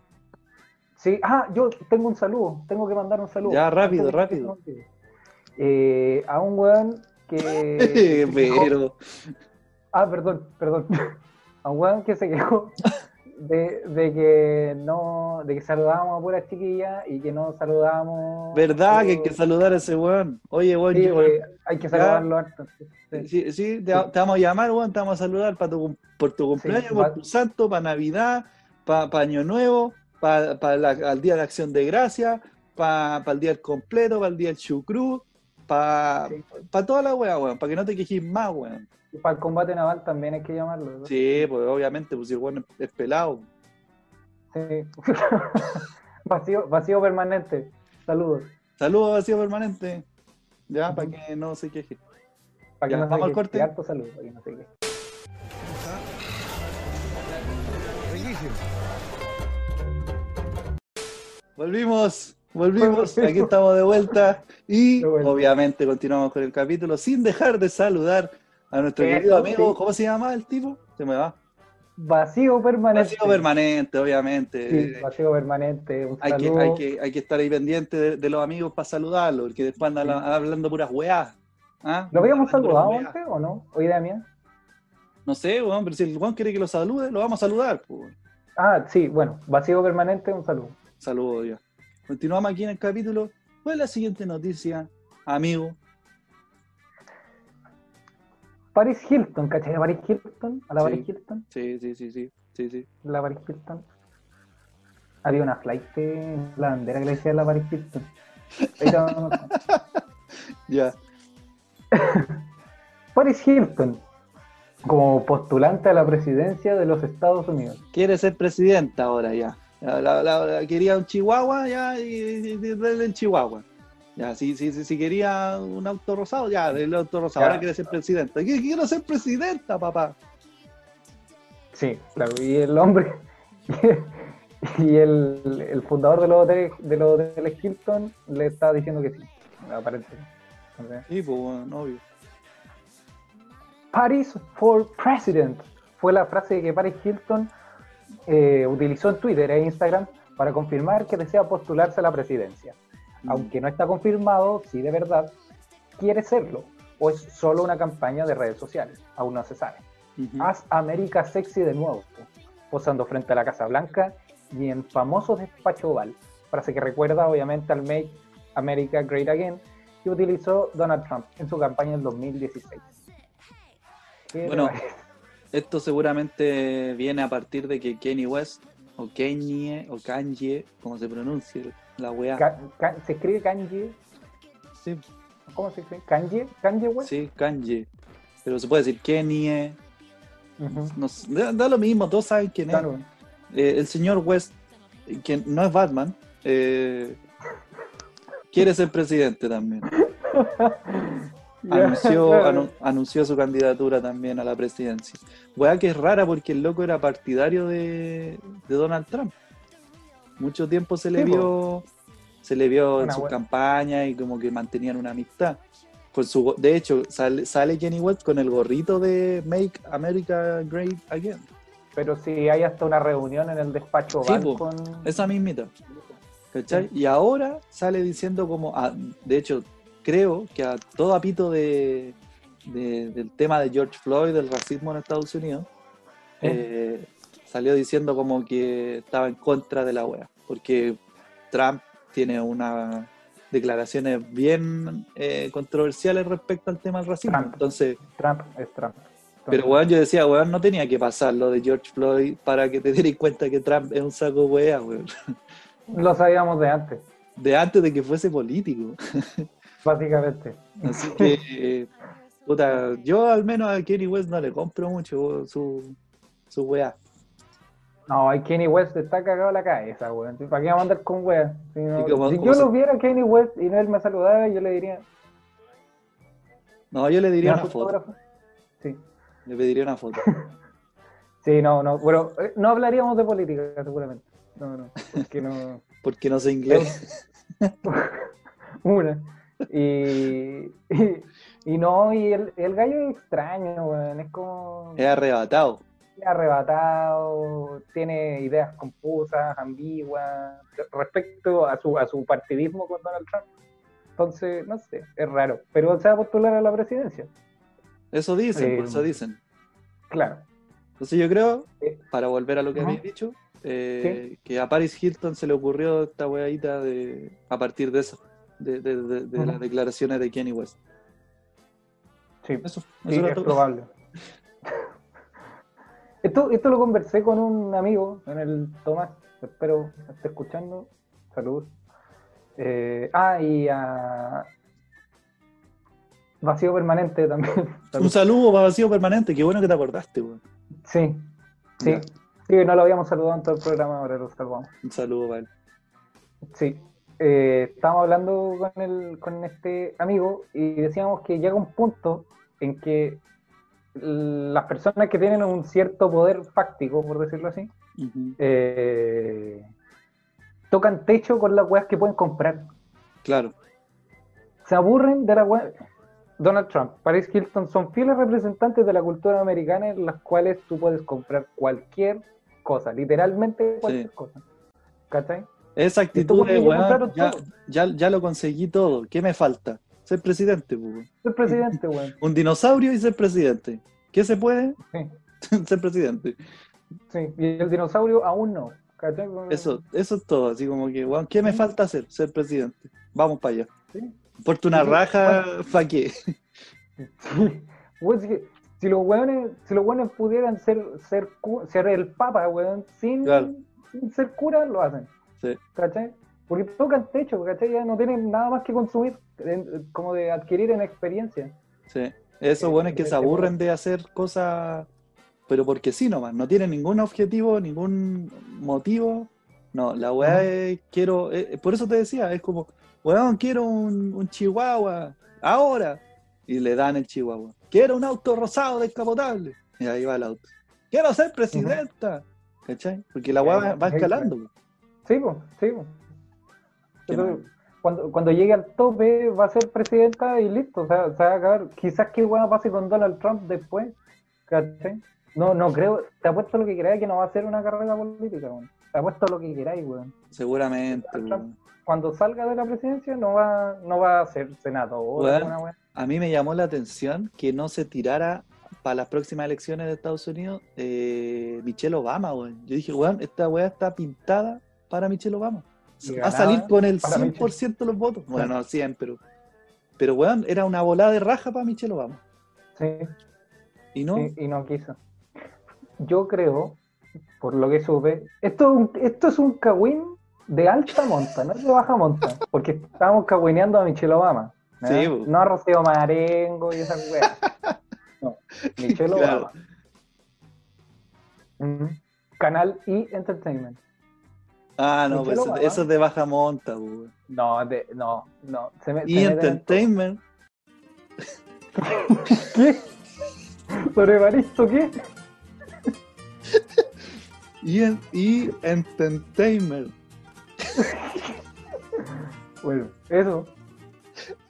Speaker 3: Sí, ah, yo tengo un saludo, tengo que mandar un saludo.
Speaker 4: Ya,
Speaker 3: Antes
Speaker 4: rápido,
Speaker 3: de que
Speaker 4: rápido.
Speaker 3: se me olvide. Eh, a un weón
Speaker 4: Eh,
Speaker 3: que. se quejó-
Speaker 4: pero,
Speaker 3: Ah, perdón, perdón. A un weón que se quejó de, de que no. de que saludábamos a puras chiquillas y que no saludábamos. eh,
Speaker 4: ¿verdad que hay que
Speaker 3: Sí,
Speaker 4: saludar a ese weón? Oye, weón, yo-
Speaker 3: eh, hay que saludarlo harto. sí.
Speaker 4: sí, sí, te, te vamos a llamar, weón, te vamos a saludar para tu, cum- por tu cumpleaños,
Speaker 3: va-
Speaker 4: por tu santo, para Navidad, para Año Nuevo, para el Día de Acción de Gracias, para el Día del Completo, para el Día del Chucrú, para
Speaker 3: Sí. pues.
Speaker 4: toda la weá, weón, para que no te quejís más, weón.
Speaker 3: Y para el combate naval también hay que llamarlo. ¿no?
Speaker 4: Sí, pues obviamente, pues si el weón es pelado.
Speaker 3: Sí. vacío, vacío permanente. Saludos.
Speaker 4: Saludos vacío permanente. Ya,
Speaker 3: Ujú.
Speaker 4: para que no se queje.
Speaker 3: Para que
Speaker 4: Ya,
Speaker 3: no se
Speaker 4: vamos al
Speaker 3: queje.
Speaker 4: corte.
Speaker 3: Harto saludo, para que no se queje.
Speaker 2: Riquísimo.
Speaker 4: Volvimos, volvimos, aquí estamos de vuelta. Y
Speaker 3: De vuelta.
Speaker 4: obviamente continuamos con el capítulo sin dejar de saludar a nuestro
Speaker 3: Eso,
Speaker 4: querido amigo.
Speaker 3: sí.
Speaker 4: ¿Cómo se llama el tipo? Se me va.
Speaker 3: Vacío permanente.
Speaker 4: Vacío permanente, obviamente.
Speaker 3: Sí,
Speaker 4: Eh,
Speaker 3: vacío permanente. Un
Speaker 4: hay, que,
Speaker 3: saludo.
Speaker 4: hay, que, hay que estar ahí pendiente de, de los amigos para saludarlo, porque después andan
Speaker 3: Sí.
Speaker 4: hablando puras weás. ¿Ah?
Speaker 3: ¿Lo habíamos
Speaker 4: Hablando puras
Speaker 3: saludado
Speaker 4: weás.
Speaker 3: antes o no? Oye, Damián.
Speaker 4: No sé, weón, pero si el weón quiere que lo salude, lo vamos a saludar. Pues.
Speaker 3: Ah, sí, bueno, vacío permanente, un saludo.
Speaker 4: Saludos, ya. Continuamos aquí en el capítulo. ¿Cuál es la siguiente noticia, amigo?
Speaker 3: Paris Hilton, ¿cachai? ¿A Paris Hilton? ¿A la
Speaker 4: Sí.
Speaker 3: Paris Hilton?
Speaker 4: Sí, sí, sí, sí. sí, sí.
Speaker 3: ¿La Paris Hilton? Había una flight en la bandera que le decía la Paris Hilton. Ahí te vamos.
Speaker 4: Ya.
Speaker 3: Paris Hilton, como postulante a la presidencia de los Estados Unidos.
Speaker 4: Quiere ser presidenta ahora, ya. La- la- la- quería un chihuahua, ya, y, y- y denle el chihuahua. Ya, si, si, si, si quería un auto rosado, ya, el auto rosado.
Speaker 3: Ya.
Speaker 4: Ahora quiere ser presidenta. Qui- Quiero ser presidenta, papá.
Speaker 3: Sí, claro, y el hombre y el, el fundador de los hoteles, de los hoteles Hilton le está diciendo que sí, aparentemente. Entonces,
Speaker 4: Sí, pues, bueno, obvio.
Speaker 3: Paris for President fue la frase que Paris Hilton eh, utilizó en Twitter e Instagram para confirmar que desea postularse a la presidencia. Mm.
Speaker 4: Mm.
Speaker 3: Aunque no está confirmado si de verdad quiere serlo o es solo una campaña de redes sociales, aún no se sabe.
Speaker 4: Ujú.
Speaker 3: Haz América sexy de nuevo, posando frente a la Casa Blanca y en famoso despacho oval, frase que recuerda obviamente al Make America Great Again que utilizó Donald Trump en su campaña en 2016. ¿Qué te
Speaker 4: Bueno.
Speaker 3: parece?
Speaker 4: Esto seguramente viene a partir de que Kanye West, o Kanye, o Kanye, como se pronuncie la weá.
Speaker 3: Ka- Ka- ¿se escribe kanji?
Speaker 4: Sí,
Speaker 3: ¿Cómo se escribe? ¿Kanji? ¿Kanji West?
Speaker 4: sí, Kanye. Pero se puede decir Kanye.
Speaker 3: Ujú.
Speaker 4: no sé, da, da lo mismo, todos saben quién es.
Speaker 3: Claro.
Speaker 4: Eh, el señor West, eh, quien no es Batman, eh, quiere ser presidente también. Anunció,
Speaker 3: Ya,
Speaker 4: anu- anunció su candidatura también a la presidencia. Weá que es rara porque el loco era partidario de, de Donald Trump. Mucho tiempo se le
Speaker 3: Sí, po.
Speaker 4: vio, se le vio en
Speaker 3: Una
Speaker 4: sus
Speaker 3: wea.
Speaker 4: campañas y como que mantenían una amistad. Con su, go- de hecho, sale, sale Jenny West con el gorrito de Make America Great Again.
Speaker 3: Pero si hay hasta una reunión en el despacho
Speaker 4: Sí,
Speaker 3: oval
Speaker 4: po.
Speaker 3: con...
Speaker 4: Esa mismita. ¿Cachai? Y ahora sale diciendo como, a- de hecho, creo que a todo apito de, de- del tema de George Floyd, del racismo en Estados Unidos, eh, salió diciendo como que estaba en contra de la wea, porque Trump tiene unas declaraciones bien eh, controversiales respecto al tema del racismo.
Speaker 3: Trump.
Speaker 4: Entonces,
Speaker 3: Trump es Trump.
Speaker 4: pero weón, yo decía, weón, no tenía que pasar lo de George Floyd para que te dieras cuenta que Trump es un saco de wea, weón
Speaker 3: Lo sabíamos de antes.
Speaker 4: de antes de que fuese político.
Speaker 3: básicamente.
Speaker 4: Así que, eh, puta, yo al menos a Kenny West no le compro mucho su, su weá.
Speaker 3: No, hay Kenny West está cagado la cabeza, weón. ¿Para qué vamos a andar con weón? Si, no-
Speaker 4: Y como-
Speaker 3: si
Speaker 4: como
Speaker 3: yo
Speaker 4: se-
Speaker 3: lo viera a Kenny West y no él me saludara, yo le diría.
Speaker 4: No, yo le diría
Speaker 3: "¿Me
Speaker 4: una foto.
Speaker 3: autógrafo?". Sí.
Speaker 4: Le pediría una foto.
Speaker 3: Sí, no, no. Bueno, eh, no hablaríamos de política, seguramente. No, no. Porque no.
Speaker 4: Porque no sé inglés.
Speaker 3: Una. Y, y, y no, y el, el gallo es extraño, weón. Es como.
Speaker 4: Es arrebatado.
Speaker 3: arrebatado, tiene ideas confusas, ambiguas, respecto a su, a su partidismo con Donald Trump. Entonces, no sé, es raro. Pero se va a postular a la presidencia,
Speaker 4: Eso dicen,
Speaker 3: Eh,
Speaker 4: por eso dicen.
Speaker 3: claro.
Speaker 4: Entonces yo creo,
Speaker 3: Eh,
Speaker 4: para volver a lo que
Speaker 3: ajá.
Speaker 4: habéis dicho, eh, que a Paris Hilton se le ocurrió esta weadita de, a partir de eso, de, de- de- de
Speaker 3: Ajá.
Speaker 4: las declaraciones de Kenny West.
Speaker 3: Sí,
Speaker 4: Eso, eso
Speaker 3: sí,
Speaker 4: era
Speaker 3: es
Speaker 4: todo.
Speaker 3: probable. Esto, esto lo conversé con un amigo, con el Tomás, espero esté escuchando. Saludos. Eh, ah, y a Vacío Permanente también.
Speaker 4: Un saludo para vacío permanente, qué bueno que te acordaste, weón.
Speaker 3: Sí, sí.
Speaker 4: Ya.
Speaker 3: Sí, no lo habíamos saludado en todo el programa, ahora lo saludamos.
Speaker 4: Un saludo para él.
Speaker 3: Sí. Eh, estábamos hablando con, el, con este amigo y decíamos que llega un punto en que l- las personas que tienen un cierto poder fáctico, por decirlo así,
Speaker 4: Ujú.
Speaker 3: eh, tocan techo con las weas que pueden comprar.
Speaker 4: Claro,
Speaker 3: Se aburren de las weas. Donald Trump, Paris Hilton son fieles representantes de la cultura americana en las cuales tú puedes comprar cualquier cosa, literalmente cualquier
Speaker 4: Sí.
Speaker 3: cosa. ¿Cachai? Esto
Speaker 4: esa actitud
Speaker 3: porque
Speaker 4: de
Speaker 3: ya
Speaker 4: weón,
Speaker 3: compraron
Speaker 4: ya,
Speaker 3: todo.
Speaker 4: ya, ya lo conseguí todo, ¿qué me falta? Ser presidente, pues, weón.
Speaker 3: Soy presidente, weón.
Speaker 4: Un dinosaurio y ser presidente. ¿Qué se puede?
Speaker 3: Sí.
Speaker 4: ser presidente.
Speaker 3: Sí, y el dinosaurio aún no. ¿cachai? Bueno,
Speaker 4: Eso, eso es todo, así como que, weón, ¿qué me
Speaker 3: Sí.
Speaker 4: falta hacer? Ser presidente. Vamos para allá.
Speaker 3: Sí.
Speaker 4: Porte una
Speaker 3: Sí,
Speaker 4: raja, ¿pa' qué?
Speaker 3: sí. Weón, si, si los hueones, si los hueones pudieran ser, ser, cu- ser el papa, weón, sin,
Speaker 4: Claro.
Speaker 3: sin ser cura, lo hacen.
Speaker 4: Sí.
Speaker 3: ¿Cachai? Porque tocan techo, ¿cachai? Ya no tienen nada más que consumir, en- como de adquirir en experiencia.
Speaker 4: Sí. Esos
Speaker 3: Sí,
Speaker 4: buenos que
Speaker 3: sí, sí,
Speaker 4: se aburren de hacer cosas, pero porque sí nomás, no tienen ningún objetivo, ningún motivo. No, la weá
Speaker 3: Ajá.
Speaker 4: es, quiero, eh, por eso te decía, es como, weón, quiero un, un chihuahua, ahora. Y le dan el chihuahua. Quiero un auto rosado descapotable. Y ahí va el auto. Quiero ser presidenta. ¿Cachai? Porque la weá va, va
Speaker 3: Ajá.
Speaker 4: escalando. weón.
Speaker 3: Sí, pues, sí. po.
Speaker 4: Qué
Speaker 3: Entonces,
Speaker 4: mal.
Speaker 3: Cuando, cuando llegue al tope va a ser presidenta y listo, o sea, se va a acabar. Quizás que bueno pase con Donald Trump después, ¿cachai? No, no creo, te apuesto lo que queráis que no va a ser una carrera política, weón. Te apuesto lo que queráis, weón.
Speaker 4: Seguramente. weón.
Speaker 3: Cuando salga de la presidencia no va, no va a ser senador,
Speaker 4: Weón.
Speaker 3: alguna weá.
Speaker 4: A mí me llamó la atención que no se tirara para las próximas elecciones de Estados Unidos eh, Michelle Obama, weón. Yo dije, weón, esta weá está pintada para Michelle Obama.
Speaker 3: Y
Speaker 4: Va a
Speaker 3: ganaba
Speaker 4: salir con el
Speaker 3: para
Speaker 4: 100% de los votos. Bueno, no 100, pero... Pero, weón, era una volada de raja para Michelle Obama.
Speaker 3: Sí.
Speaker 4: Y no,
Speaker 3: Sí, y no quiso. Yo creo, por lo que supe, esto, es un- esto es un cagüín de alta monta, no es de baja monta, porque estábamos cagüineando a Michelle Obama. ¿no?
Speaker 4: Sí, bu.
Speaker 3: no a Rocío Marengo y esas weas. No, Michelle
Speaker 4: Claro.
Speaker 3: Obama. Ujú. Canal E Entertainment.
Speaker 4: ah, no,
Speaker 3: Michelle
Speaker 4: pues, eso,
Speaker 3: Obama.
Speaker 4: eso es de baja monta, weón.
Speaker 3: No, de- no, no. Se me,
Speaker 4: Y
Speaker 3: se me-
Speaker 4: Entertainment,
Speaker 3: ¿Qué? ¿Sobre Baristo qué?
Speaker 4: y, en- y Entertainment.
Speaker 3: Bueno, eso.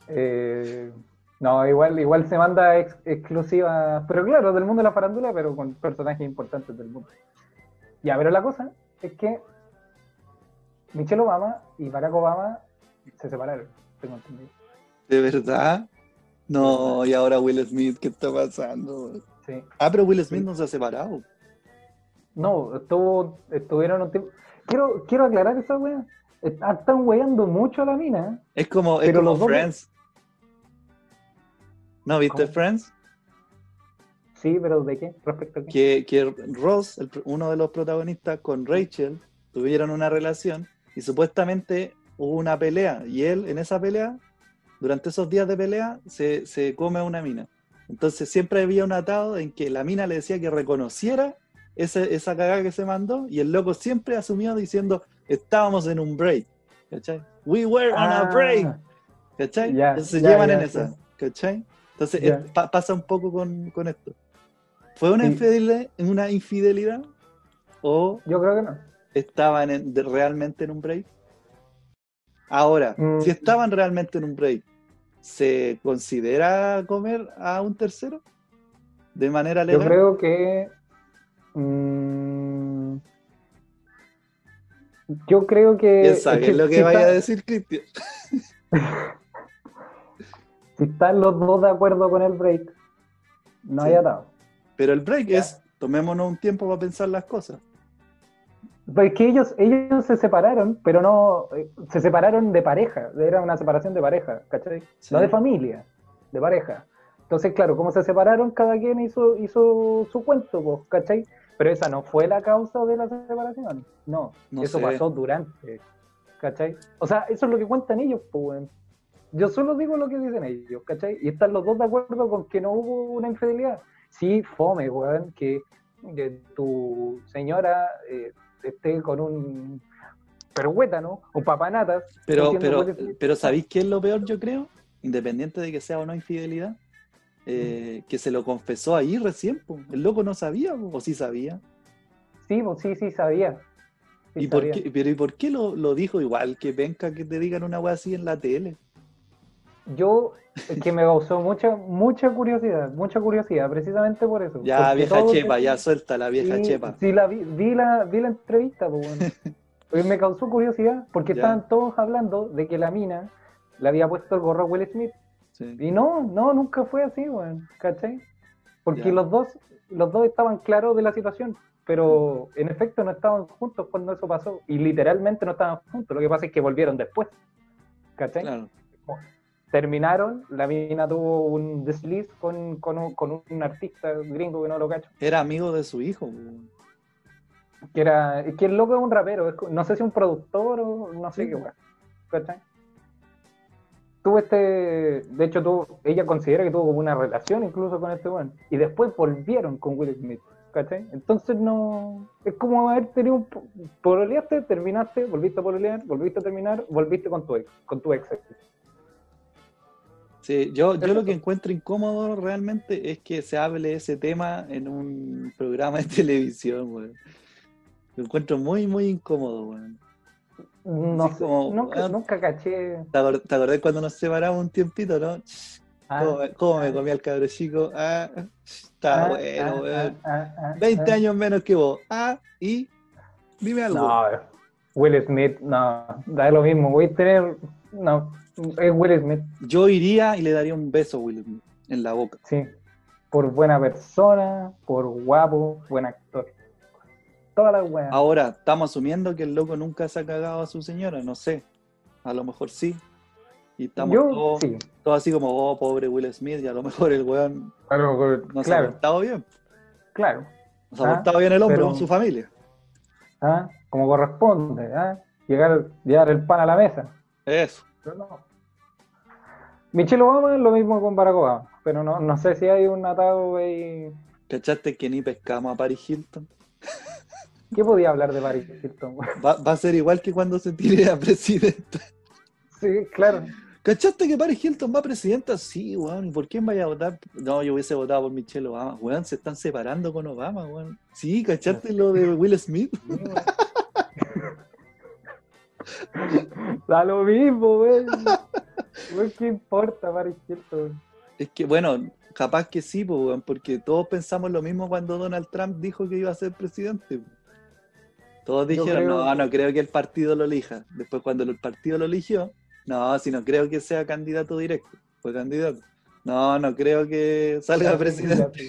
Speaker 3: Eh, no, igual, igual se manda ex- exclusivas, pero claro, del mundo de la farándula, pero con personajes importantes del mundo. Ya, pero la cosa es que Michelle Obama y Barack Obama se separaron, tengo entendido.
Speaker 4: ¿De verdad? No, y ahora Will Smith, ¿qué está pasando? weón?
Speaker 3: Sí.
Speaker 4: Ah, pero Will Smith no se ha separado.
Speaker 3: No, estuvo, estuvieron un tiempo. Quiero, quiero aclarar esa wea. Est- Están weando mucho a la mina.
Speaker 4: Es como, es
Speaker 3: Pero
Speaker 4: como
Speaker 3: los dos-
Speaker 4: Friends. ¿No viste
Speaker 3: ¿Cómo?
Speaker 4: Friends?
Speaker 3: Sí, pero ¿de qué? ¿Respecto a qué?
Speaker 4: Que, que Ross, el pr- uno de los protagonistas, con Rachel tuvieron una relación y supuestamente hubo una pelea. Y él en esa pelea durante esos días de pelea se, se come a una mina. Entonces siempre había un atado en que la mina le decía que reconociera ese- esa cagada que se mandó y el loco siempre asumió diciendo estábamos en un break. ¿Cachai? We were on a
Speaker 3: Ah,
Speaker 4: break. ¿Cachai?
Speaker 3: ya,
Speaker 4: Entonces
Speaker 3: ya,
Speaker 4: llevan
Speaker 3: ya,
Speaker 4: en
Speaker 3: ya.
Speaker 4: esa. ¿Cachai? Entonces
Speaker 3: Ya.
Speaker 4: eh, pa- pasa un poco con, con esto. ¿Fue una,
Speaker 3: Sí.
Speaker 4: infidelidad, una infidelidad o
Speaker 3: Yo creo que no.
Speaker 4: estaban en- de- realmente en un break? Ahora,
Speaker 3: Mm.
Speaker 4: si estaban realmente en un break, ¿se considera comer a un tercero? ¿De manera
Speaker 3: Yo
Speaker 4: legal?
Speaker 3: creo que. mm, yo creo que.
Speaker 4: Piensa
Speaker 3: es
Speaker 4: bien lo que
Speaker 3: si
Speaker 4: vaya a
Speaker 3: está-
Speaker 4: decir, Cristian.
Speaker 3: Si están los dos de acuerdo con el break, no
Speaker 4: Sí.
Speaker 3: hay atado.
Speaker 4: Pero el break es, tomémonos un tiempo para pensar las cosas.
Speaker 3: Pues que ellos, ellos se separaron, pero no. eh, Se separaron de pareja. Era una separación de pareja, ¿cachai?
Speaker 4: Sí.
Speaker 3: No de familia, de pareja. Entonces, claro, como se separaron, cada quien hizo, hizo su cuento, pues, ¿cachai? Pero esa no fue la causa de la separación. No,
Speaker 4: No
Speaker 3: eso
Speaker 4: sé.
Speaker 3: pasó durante, ¿cachai? O sea, eso es lo que cuentan ellos, pues, weón. Yo solo digo lo que dicen ellos, ¿cachai? Y están los dos de acuerdo con que no hubo una infidelidad. Sí, fome, weón, que, que tu señora eh, esté con un perhuétano, un papanatas.
Speaker 4: Pero,
Speaker 3: diciendo,
Speaker 4: pero,
Speaker 3: "Puede ser".
Speaker 4: pero ¿sabéis qué es lo peor, yo creo? Independiente de que sea o no infidelidad, eh,
Speaker 3: Mm.
Speaker 4: que se lo confesó ahí recién. po. El loco no sabía, po, o sí sabía.
Speaker 3: Sí, pues sí, sí, sabía. Sí,
Speaker 4: ¿Y por
Speaker 3: sabía.
Speaker 4: qué, pero ¿y por qué lo, lo dijo igual que venga que te digan una wea así en la tele?
Speaker 3: Yo, es que me causó mucha, mucha curiosidad, mucha curiosidad, precisamente por eso.
Speaker 4: Ya,
Speaker 3: porque
Speaker 4: vieja
Speaker 3: todo-
Speaker 4: chepa, ya suelta la vieja
Speaker 3: sí,
Speaker 4: chepa.
Speaker 3: Sí, la vi, vi la, vi la entrevista, pues, bueno. Porque me causó curiosidad, porque
Speaker 4: Ya.
Speaker 3: estaban todos hablando de que la mina le había puesto el gorro a Will Smith.
Speaker 4: Sí.
Speaker 3: Y no, no, nunca fue así, weón, ¿cachai? Porque
Speaker 4: Ya.
Speaker 3: los dos, los dos estaban claros de la situación, pero
Speaker 4: Mm.
Speaker 3: en efecto no estaban juntos cuando eso pasó. Y literalmente no estaban juntos. Lo que pasa es que volvieron después. ¿Cachai?
Speaker 4: Claro.
Speaker 3: terminaron, la mina tuvo un desliz con, con, un, con un artista gringo que no lo cacho,
Speaker 4: Era amigo de su hijo. po.
Speaker 3: que era, es que el loco es un rapero, es co- no sé si un productor o no sé
Speaker 4: Sí.
Speaker 3: qué weá, ¿cachai? Tuvo este, de hecho tuvo, ella considera que tuvo como una relación incluso con este weón, y después volvieron con Will Smith, ¿cachai? Entonces no, es como haber tenido un, po- pololeaste, terminaste, volviste a pololear, volviste a terminar, volviste con tu ex, con tu ex.
Speaker 4: Sí, yo, yo lo
Speaker 3: Perfecto.
Speaker 4: que encuentro incómodo realmente es que se hable ese tema en un programa de televisión, weón. Lo encuentro muy, muy incómodo, weón.
Speaker 3: No
Speaker 4: Así
Speaker 3: sé,
Speaker 4: como, ah.
Speaker 3: nunca,
Speaker 4: weón.
Speaker 3: nunca caché.
Speaker 4: ¿Te, acor- te acordás cuando nos separamos un tiempito, no?
Speaker 3: Ah.
Speaker 4: ¿Cómo, me- cómo me comía el cabro chico? Ah, está
Speaker 3: Ah,
Speaker 4: bueno,
Speaker 3: ah,
Speaker 4: weón.
Speaker 3: ah, ah, ah,
Speaker 4: 20
Speaker 3: ah.
Speaker 4: años menos que vos. Ah, y dime algo.
Speaker 3: No, Will Smith, no, da lo mismo. Voy a tener. No, es Will Smith,
Speaker 4: Yo iría y le daría un beso a Will Smith en la boca.
Speaker 3: sí. Por buena persona, por guapo, buen actor. Todas las weas.
Speaker 4: Ahora, estamos asumiendo que el loco nunca se ha cagado a su señora, no sé. A lo mejor sí. Y estamos
Speaker 3: Yo,
Speaker 4: todos,
Speaker 3: sí.
Speaker 4: todos así como, oh, pobre Will Smith, y a lo mejor el weón
Speaker 3: A lo mejor,
Speaker 4: no se ha
Speaker 3: claro,
Speaker 4: portado bien.
Speaker 3: claro.
Speaker 4: No se ha
Speaker 3: Ah,
Speaker 4: portado bien el hombre
Speaker 3: pero-
Speaker 4: con su familia.
Speaker 3: ¿ah? Como corresponde, ¿ah? Llegar, llevar el pan a la mesa.
Speaker 4: Eso.
Speaker 3: Pero no. Michelle Obama es lo mismo con Barack Obama, pero no, no sé si hay un atado ahí.
Speaker 4: ¿Cachaste que ni pescamos a Paris Hilton?
Speaker 3: ¿Qué podía hablar de Paris Hilton?
Speaker 4: Va, va a ser igual que cuando se tire a presidenta.
Speaker 3: Sí, claro.
Speaker 4: ¿Cachaste que Paris Hilton va a presidenta? Sí, weón. ¿Y por quién vaya a votar? No, yo hubiese votado por Michelle Obama. Weón, se están separando con Obama, weón. Sí, ¿cachaste lo de Will Smith?
Speaker 3: Da lo mismo, güey. Güey, ¿Qué importa, Paris Hilton? güey?
Speaker 4: Es que, bueno, capaz que sí, po, weón, porque todos pensamos lo mismo cuando Donald Trump dijo que iba a ser presidente. po. Todos
Speaker 3: Yo
Speaker 4: dijeron,
Speaker 3: creo-
Speaker 4: no, no creo que el partido lo elija. Después, cuando el partido lo eligió, no, si no creo que sea candidato directo, fue candidato. No, no creo que salga presidente.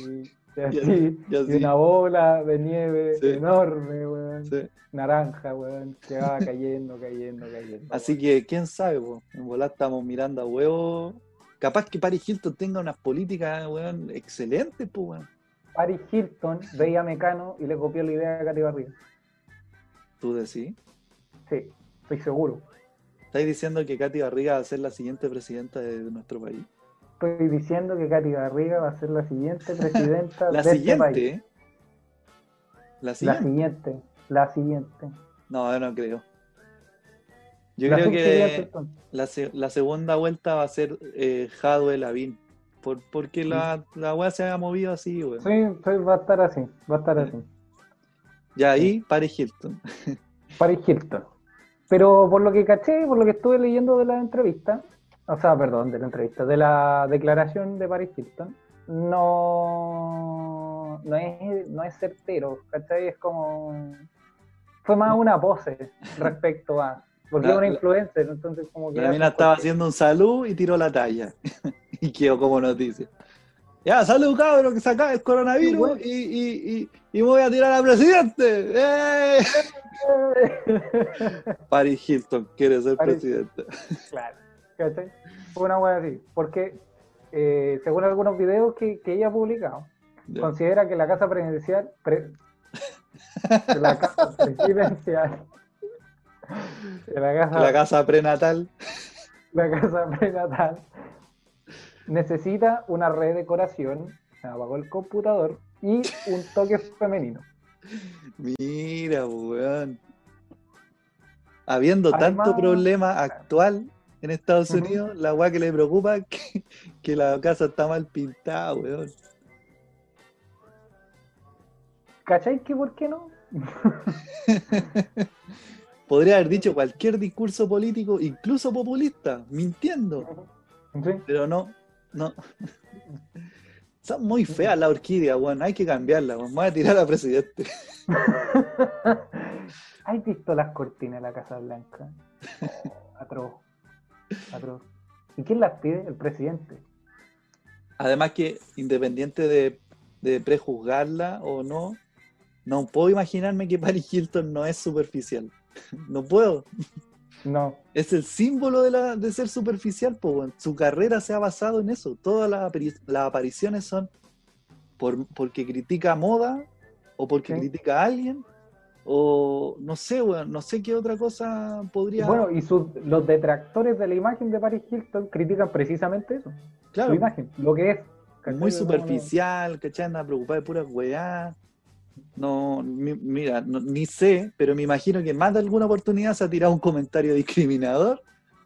Speaker 3: Y así,
Speaker 4: Y
Speaker 3: y
Speaker 4: así.
Speaker 3: una bola de nieve
Speaker 4: Sí.
Speaker 3: enorme, güey.
Speaker 4: Sí.
Speaker 3: Naranja, güey. Que va cayendo, cayendo, cayendo.
Speaker 4: Así que, quién sabe, po? en volá estamos mirando a huevo. Capaz que Paris Hilton tenga unas políticas, weón, excelentes, pues, weón.
Speaker 3: güey. Paris Hilton veía a Mecano y le copió la idea a Katy Barriga.
Speaker 4: Tú decís.
Speaker 3: Sí, estoy seguro.
Speaker 4: ¿Estáis diciendo que Katy Barriga va a ser la siguiente presidenta de nuestro país?
Speaker 3: Estoy diciendo que Katy Barriga va a ser la siguiente presidenta
Speaker 4: La
Speaker 3: de este
Speaker 4: siguiente.
Speaker 3: país.
Speaker 4: ¿eh? La
Speaker 3: La
Speaker 4: siguiente.
Speaker 3: siguiente. La siguiente.
Speaker 4: No, yo no creo. Yo
Speaker 3: La este
Speaker 4: creo
Speaker 3: subsidiaria,
Speaker 4: que
Speaker 3: perdón.
Speaker 4: la, se- la segunda vuelta va a ser eh, Jadwe Lavín. Por, porque la, la weá se ha movido así, weón.
Speaker 3: Sí, sí, va a estar así. Va a estar así.
Speaker 4: Y ahí, Paris Hilton.
Speaker 3: Paris Hilton. Pero por lo que caché, por lo que estuve leyendo de la entrevista, o sea, perdón, de la entrevista, de la declaración de Paris Hilton, no, no, es, no es certero, ¿cachai? Es como... Fue más una pose respecto a... Porque
Speaker 4: La-
Speaker 3: es una
Speaker 4: la-
Speaker 3: influencer, entonces como que...
Speaker 4: La mina
Speaker 3: hace
Speaker 4: estaba
Speaker 3: cualquier-
Speaker 4: haciendo un salud y tiró la talla. y quedó como noticia. Ya, salud, cabrón, que se acabe el
Speaker 3: Sí,
Speaker 4: coronavirus
Speaker 3: weón.
Speaker 4: y, y, y, y me voy a tirar al presidente. ¡Eh! Paris Hilton quiere ser
Speaker 3: Paris-
Speaker 4: presidente.
Speaker 3: Claro, ¿cachai? Fue una hueá así, porque eh, según algunos videos que, que ella ha publicado, considera que la casa presidencial pre- que la casa presidencial que la casa,
Speaker 4: La casa prenatal.
Speaker 3: la casa prenatal necesita una redecoración se me apagó el computador y un toque femenino
Speaker 4: Mira, weón. Habiendo
Speaker 3: Además-
Speaker 4: tanto problema actual en Estados
Speaker 3: Ujú.
Speaker 4: Unidos, la weá que le preocupa es que, que la casa está mal pintada, weón.
Speaker 3: ¿cachai que por qué no?
Speaker 4: Podría haber dicho cualquier discurso político, incluso populista, mintiendo,
Speaker 3: ¿Sí?
Speaker 4: pero no, no. Son muy feas las orquídeas, weón. Hay que cambiarlas, weón. Me Voy a tirar a presidente.
Speaker 3: ¿has visto las cortinas de la Casa Blanca? Oh, atroz atroz ¿y quién las pide? el presidente
Speaker 4: Además que independiente de, de prejuzgarla o no, no puedo imaginarme que Paris Hilton no es superficial. No puedo.
Speaker 3: no
Speaker 4: Es el símbolo de, la, de ser superficial, po, weón. Su carrera se ha basado en eso. Todas las, apari- las apariciones son por, porque critica moda o porque
Speaker 3: Sí.
Speaker 4: critica a alguien o no sé, weón, no sé qué otra cosa podría...
Speaker 3: Bueno, y sus- los detractores de la imagen de Paris Hilton critican precisamente eso,
Speaker 4: claro,
Speaker 3: su imagen, lo que es. ¿cachai?
Speaker 4: muy
Speaker 3: No,
Speaker 4: superficial, ¿cachai? Anda preocupada de puras weá. No, mi- mira, no- ni sé, pero me imagino que en más de alguna oportunidad se ha tirado un comentario discriminador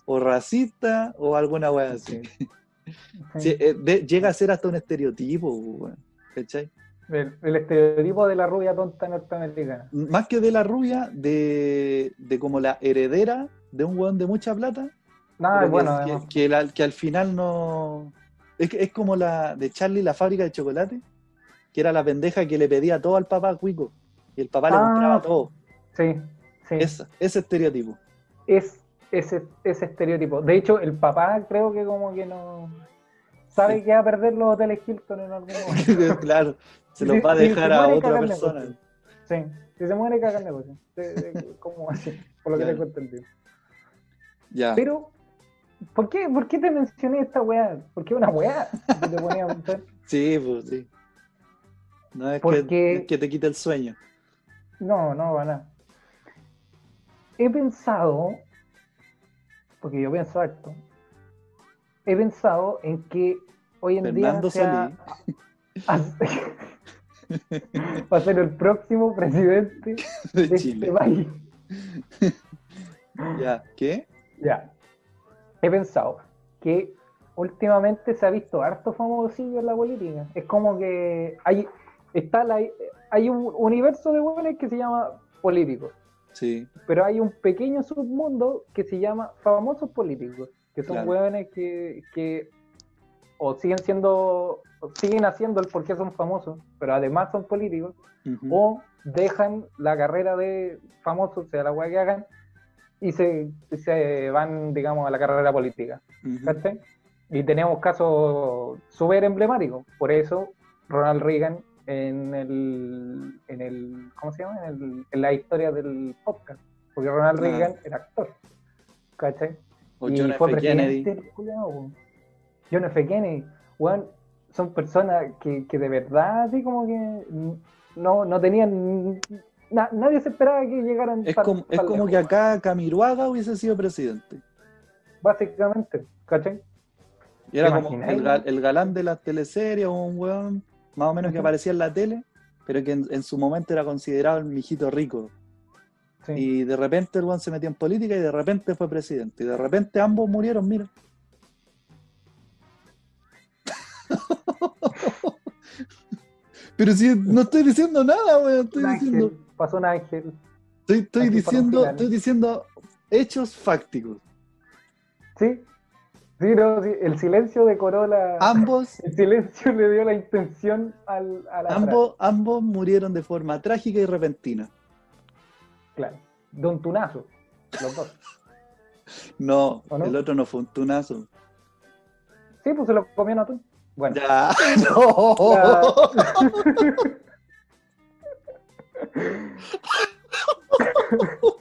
Speaker 4: o racista o alguna weá
Speaker 3: no,
Speaker 4: así.
Speaker 3: sí. Sí.
Speaker 4: Sí, eh, de- llega a ser hasta un estereotipo, pues, weón, ¿cachai?
Speaker 3: El, el estereotipo de la rubia tonta norteamericana.
Speaker 4: Más que de la rubia, de, de como la heredera de un weón de mucha plata,
Speaker 3: Nada,
Speaker 4: pero que-
Speaker 3: Ah, bueno,
Speaker 4: que,
Speaker 3: además.
Speaker 4: que la- que al final no. Es, que- es como la de Charlie, la fábrica de chocolate, que era la pendeja que le pedía todo al papá cuico. Y el papá le
Speaker 3: Ah.
Speaker 4: compraba todo.
Speaker 3: Sí, sí. Es,
Speaker 4: Es, ese estereotipo.
Speaker 3: ese, ese estereotipo. De hecho, el papá creo que como que no sabe que va a perder los hoteles Hilton en algún momento.
Speaker 4: claro, se los
Speaker 3: Sí,
Speaker 4: va a
Speaker 3: sí,
Speaker 4: dejar
Speaker 3: se
Speaker 4: a
Speaker 3: muere
Speaker 4: otra
Speaker 3: cagando,
Speaker 4: persona.
Speaker 3: Sí, si se muere caga el negocio. De- de- Como así, por lo que
Speaker 4: Claro.
Speaker 3: tengo entendido.
Speaker 4: Ya.
Speaker 3: Pero, ¿por qué, ¿por qué te mencioné esta weá? ¿Por qué una weá? Yo te ponía a preguntar.
Speaker 4: Sí, pues sí. No es
Speaker 3: Porque-
Speaker 4: que, es que te quita el sueño.
Speaker 3: No, no, para nada. He pensado, porque yo pienso harto, he pensado en que hoy en
Speaker 4: Fernando
Speaker 3: día sea- va a ser el próximo presidente
Speaker 4: De
Speaker 3: de este
Speaker 4: Chile.
Speaker 3: país.
Speaker 4: Ya. ¿Qué?
Speaker 3: Ya. He pensado que últimamente se ha visto harto famosillo en la política. Es como que hay, está la- hay un universo de hueones que se llama políticos.
Speaker 4: Sí.
Speaker 3: pero hay un pequeño submundo que se llama famosos políticos, que son
Speaker 4: Claro.
Speaker 3: hueones que, que o siguen siendo, o siguen haciendo el por qué son famosos, pero además son políticos,
Speaker 4: Ujú.
Speaker 3: o dejan la carrera de famosos, sea la hueá que hagan, y se, se van, digamos, a la carrera política.
Speaker 4: Ujú.
Speaker 3: ¿cachai? Y tenemos casos súper emblemáticos. Por eso, Ronald Reagan en el, en el ¿cómo se llama? En, el- en la historia del podcast. Porque Ronald
Speaker 4: Ah.
Speaker 3: Reagan era actor. ¿Cachai?
Speaker 4: O
Speaker 3: y
Speaker 4: Pues John
Speaker 3: fue
Speaker 4: F. Kennedy.
Speaker 3: presidente, el culiao, weón. John F. Kennedy. Weón, son personas que, que de verdad, así como que no, no tenían... na- nadie se esperaba que llegaran
Speaker 4: Es
Speaker 3: tan-
Speaker 4: como, es
Speaker 3: tan
Speaker 4: como
Speaker 3: lejos,
Speaker 4: que acá Camiruaga hubiese sido presidente.
Speaker 3: básicamente, ¿cachai?
Speaker 4: Y era
Speaker 3: ¿Te
Speaker 4: como
Speaker 3: imagináis,
Speaker 4: el, gal- el galán de las teleseries o un weón más o menos que
Speaker 3: Ujú.
Speaker 4: aparecía en la tele, pero que en, en su momento era considerado el mijito rico.
Speaker 3: Sí.
Speaker 4: Y de repente el weón se metió en política y de repente fue presidente. Y de repente ambos murieron, mira. pero si no estoy diciendo nada, weón. Estoy
Speaker 3: Un
Speaker 4: diciendo.
Speaker 3: ángel, pasó un ángel.
Speaker 4: Estoy, estoy
Speaker 3: Aquí para un
Speaker 4: diciendo,
Speaker 3: final.
Speaker 4: estoy diciendo hechos fácticos.
Speaker 3: Sí. Sí, no, sí, el silencio decoró la.
Speaker 4: Ambos,
Speaker 3: El silencio le dio la intención al, a la
Speaker 4: ambos, ambos murieron de forma trágica y repentina.
Speaker 3: frase, Claro. De un tunazo. Los dos.
Speaker 4: No,
Speaker 3: ¿O no?
Speaker 4: el otro no fue un tunazo.
Speaker 3: Sí, pues se lo comieron a tú. Bueno.
Speaker 4: Ya, no.
Speaker 3: Ya.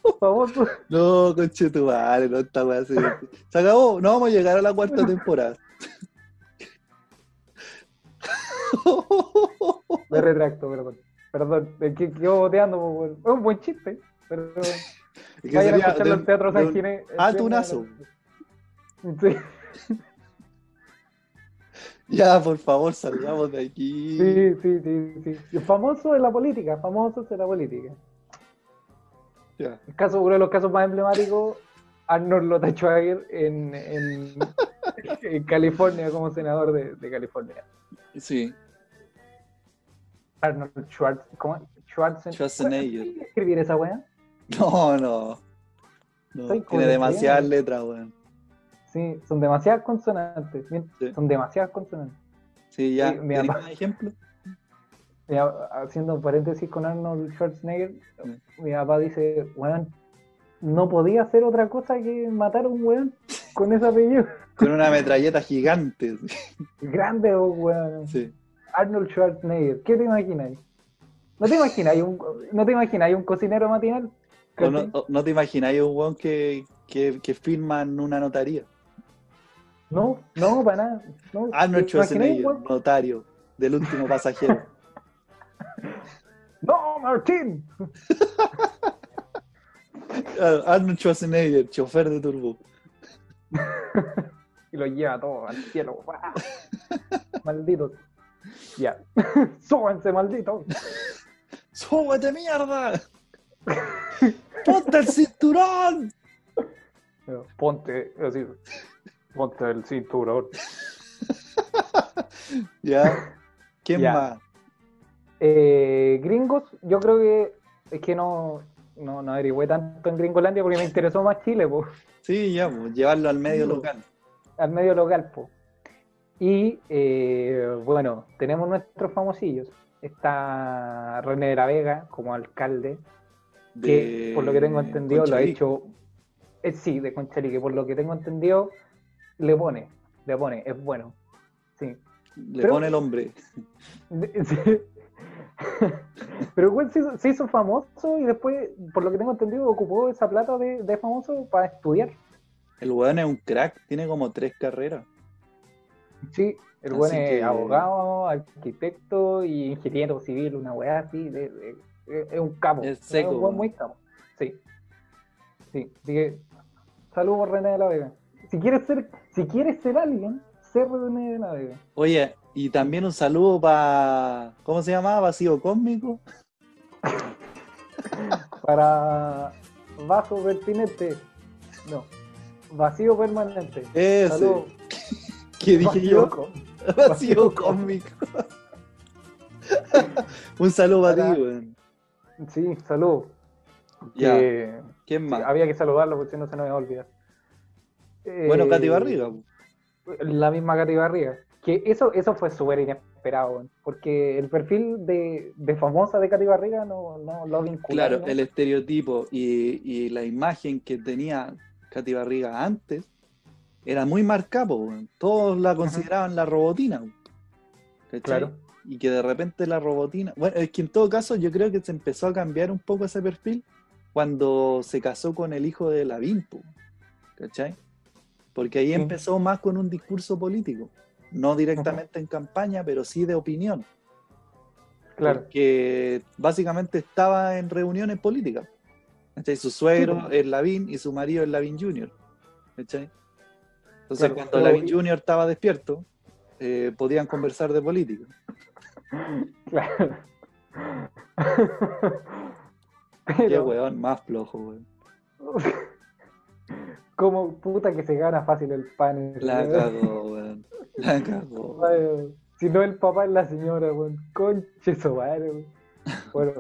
Speaker 3: Por favor, pues.
Speaker 4: No, conchetumare, no esta weá se- Se acabó, no vamos a llegar a la cuarta temporada.
Speaker 3: Me retracto, perdón. Perdón, es que quedo boteando. pues, bueno. Es un buen chiste, pero
Speaker 4: Es que
Speaker 3: vayan a
Speaker 4: sería
Speaker 3: escucharlo
Speaker 4: de-
Speaker 3: en Teatro
Speaker 4: de
Speaker 3: San
Speaker 4: un-
Speaker 3: Ginés.
Speaker 4: ah, tunazo.
Speaker 3: Sí,
Speaker 4: Ya, por favor, salgamos de aquí.
Speaker 3: sí, sí, sí, sí. Famoso de la política, famosos de la política.
Speaker 4: Ya.
Speaker 3: El caso, uno de los casos más emblemáticos, Arnold Lotachuager en, en, en California, como senador de, de California.
Speaker 4: Sí,
Speaker 3: Arnold Schwarz, ¿cómo? Schwarzen-
Speaker 4: Schwarzenegger.
Speaker 3: ¿Puedes escribir esa weá?
Speaker 4: No, no. No,
Speaker 3: Estoy
Speaker 4: tiene
Speaker 3: con
Speaker 4: demasiadas
Speaker 3: idea.
Speaker 4: letras, weón.
Speaker 3: Sí, son demasiadas consonantes. bien,
Speaker 4: Sí.
Speaker 3: Son demasiadas consonantes.
Speaker 4: Sí, ya.
Speaker 3: Sí, mi
Speaker 4: ¿Tenés
Speaker 3: papá.
Speaker 4: más ejemplo?
Speaker 3: Mira, eh, haciendo un paréntesis con Arnold Schwarzenegger,
Speaker 4: Mm.
Speaker 3: mi papá dice, weón, no podía hacer otra cosa que matar a un weón con ese apellido.
Speaker 4: Con una metralleta gigante.
Speaker 3: Grande, oh, weón.
Speaker 4: Sí.
Speaker 3: Arnold Schwarzenegger, ¿qué te imaginas? ¿No te imaginas un, no te imaginas un cocinero matinal?
Speaker 4: O no, o- no te imagináis un weón que, que, que firma en una notaría.
Speaker 3: No, no, para nada. No. ¿Te
Speaker 4: Arnold
Speaker 3: imaginas un
Speaker 4: Schwarzenegger,
Speaker 3: weón?
Speaker 4: notario del último pasajero.
Speaker 3: No, Martín.
Speaker 4: Ah, Arnold Schwarzenegger, chofer de turbo.
Speaker 3: Y lo lleva todo al cielo. ¡guau! Malditos. Ya. Súbanse, malditos.
Speaker 4: ¡Súbete, mierda! ¡Ponte el cinturón!
Speaker 3: Pero Ponte, así, ponte el cinturón.
Speaker 4: Ya. ¿Quién
Speaker 3: Ya.
Speaker 4: más?
Speaker 3: Eh, gringos, yo creo que es que no, no, no averigüé tanto en Gringolandia porque me interesó más Chile, po,
Speaker 4: Sí, ya, pues, llevarlo al medio local.
Speaker 3: al medio local. po. Y eh, bueno, tenemos nuestros famosillos. Está René de la Vega como alcalde, que
Speaker 4: de
Speaker 3: por lo que tengo entendido lo ha
Speaker 4: Conchalí.
Speaker 3: hecho, eh, sí, de Conchalí, que por lo que tengo entendido le pone, le pone, es bueno. Sí.
Speaker 4: Le
Speaker 3: Pero-
Speaker 4: pone el hombre.
Speaker 3: De- sí. Pero el weón se hizo, se hizo famoso y después, por lo que tengo entendido, ocupó esa plata de, de famoso para estudiar.
Speaker 4: El weón es un crack, tiene como tres carreras.
Speaker 3: Sí, el
Speaker 4: Así
Speaker 3: buen es
Speaker 4: que-
Speaker 3: abogado, arquitecto y ingeniero civil, una weá así. de- de- de- es un capo.
Speaker 4: Es seco,
Speaker 3: un weón
Speaker 4: weón.
Speaker 3: muy capo. Sí. Sí. Así que, saludos René de la Vega. Si quieres ser, si quieres ser alguien, ser René de la Vega.
Speaker 4: Oye, y también un saludo para. ¿Cómo se llamaba? Vacío Cósmico.
Speaker 3: Para bajo pertinente. No. Vacío permanente.
Speaker 4: Ese.
Speaker 3: Saludos.
Speaker 4: ¿Qué dije yo?
Speaker 3: Vacío.
Speaker 4: Vacío Cósmico. un saludo a ti,
Speaker 3: Para-
Speaker 4: weón.
Speaker 3: Sí, salud.
Speaker 4: Ya.
Speaker 3: Que
Speaker 4: ¿Quién más?
Speaker 3: había que saludarlo porque si no se nos iba a olvidar.
Speaker 4: Bueno,
Speaker 3: Eh,
Speaker 4: Katy Barriga. po.
Speaker 3: La misma Katy Barriga. Que eso, eso fue súper inesperado, weón, porque el perfil de, de famosa de Katy Barriga no, no lo vincularon.
Speaker 4: Claro, el estereotipo y, y la imagen que tenía Katy Barriga antes era muy marcada, po, weón. Todos la consideraban la robotina. ¿cachai?
Speaker 3: Claro.
Speaker 4: y que de repente la robotina. Bueno, es que en todo caso yo creo que se empezó a cambiar un poco ese perfil cuando se casó con el hijo de Lavín, po, ¿cachai? Porque ahí
Speaker 3: Sí.
Speaker 4: empezó más con un discurso político, no directamente en campaña, pero sí de opinión,
Speaker 3: claro.
Speaker 4: porque básicamente estaba en reuniones políticas. ¿cachai? Su
Speaker 3: Sí,
Speaker 4: suegro
Speaker 3: po.
Speaker 4: es Lavín y su marido es Lavín Jr. ¿cachai? Entonces,
Speaker 3: Claro,
Speaker 4: cuando
Speaker 3: pero-
Speaker 4: Lavín Jr. estaba despierto, eh, podían conversar de política.
Speaker 3: Claro.
Speaker 4: Qué
Speaker 3: Pero,
Speaker 4: weón más flojo, weón.
Speaker 3: como puta que se gana fácil el pan. ese,
Speaker 4: La
Speaker 3: weón.
Speaker 4: cagó, weón. La cagó. weón.
Speaker 3: Ay, Si no el papá es la señora, weón. Conche su madre, weón. Bueno,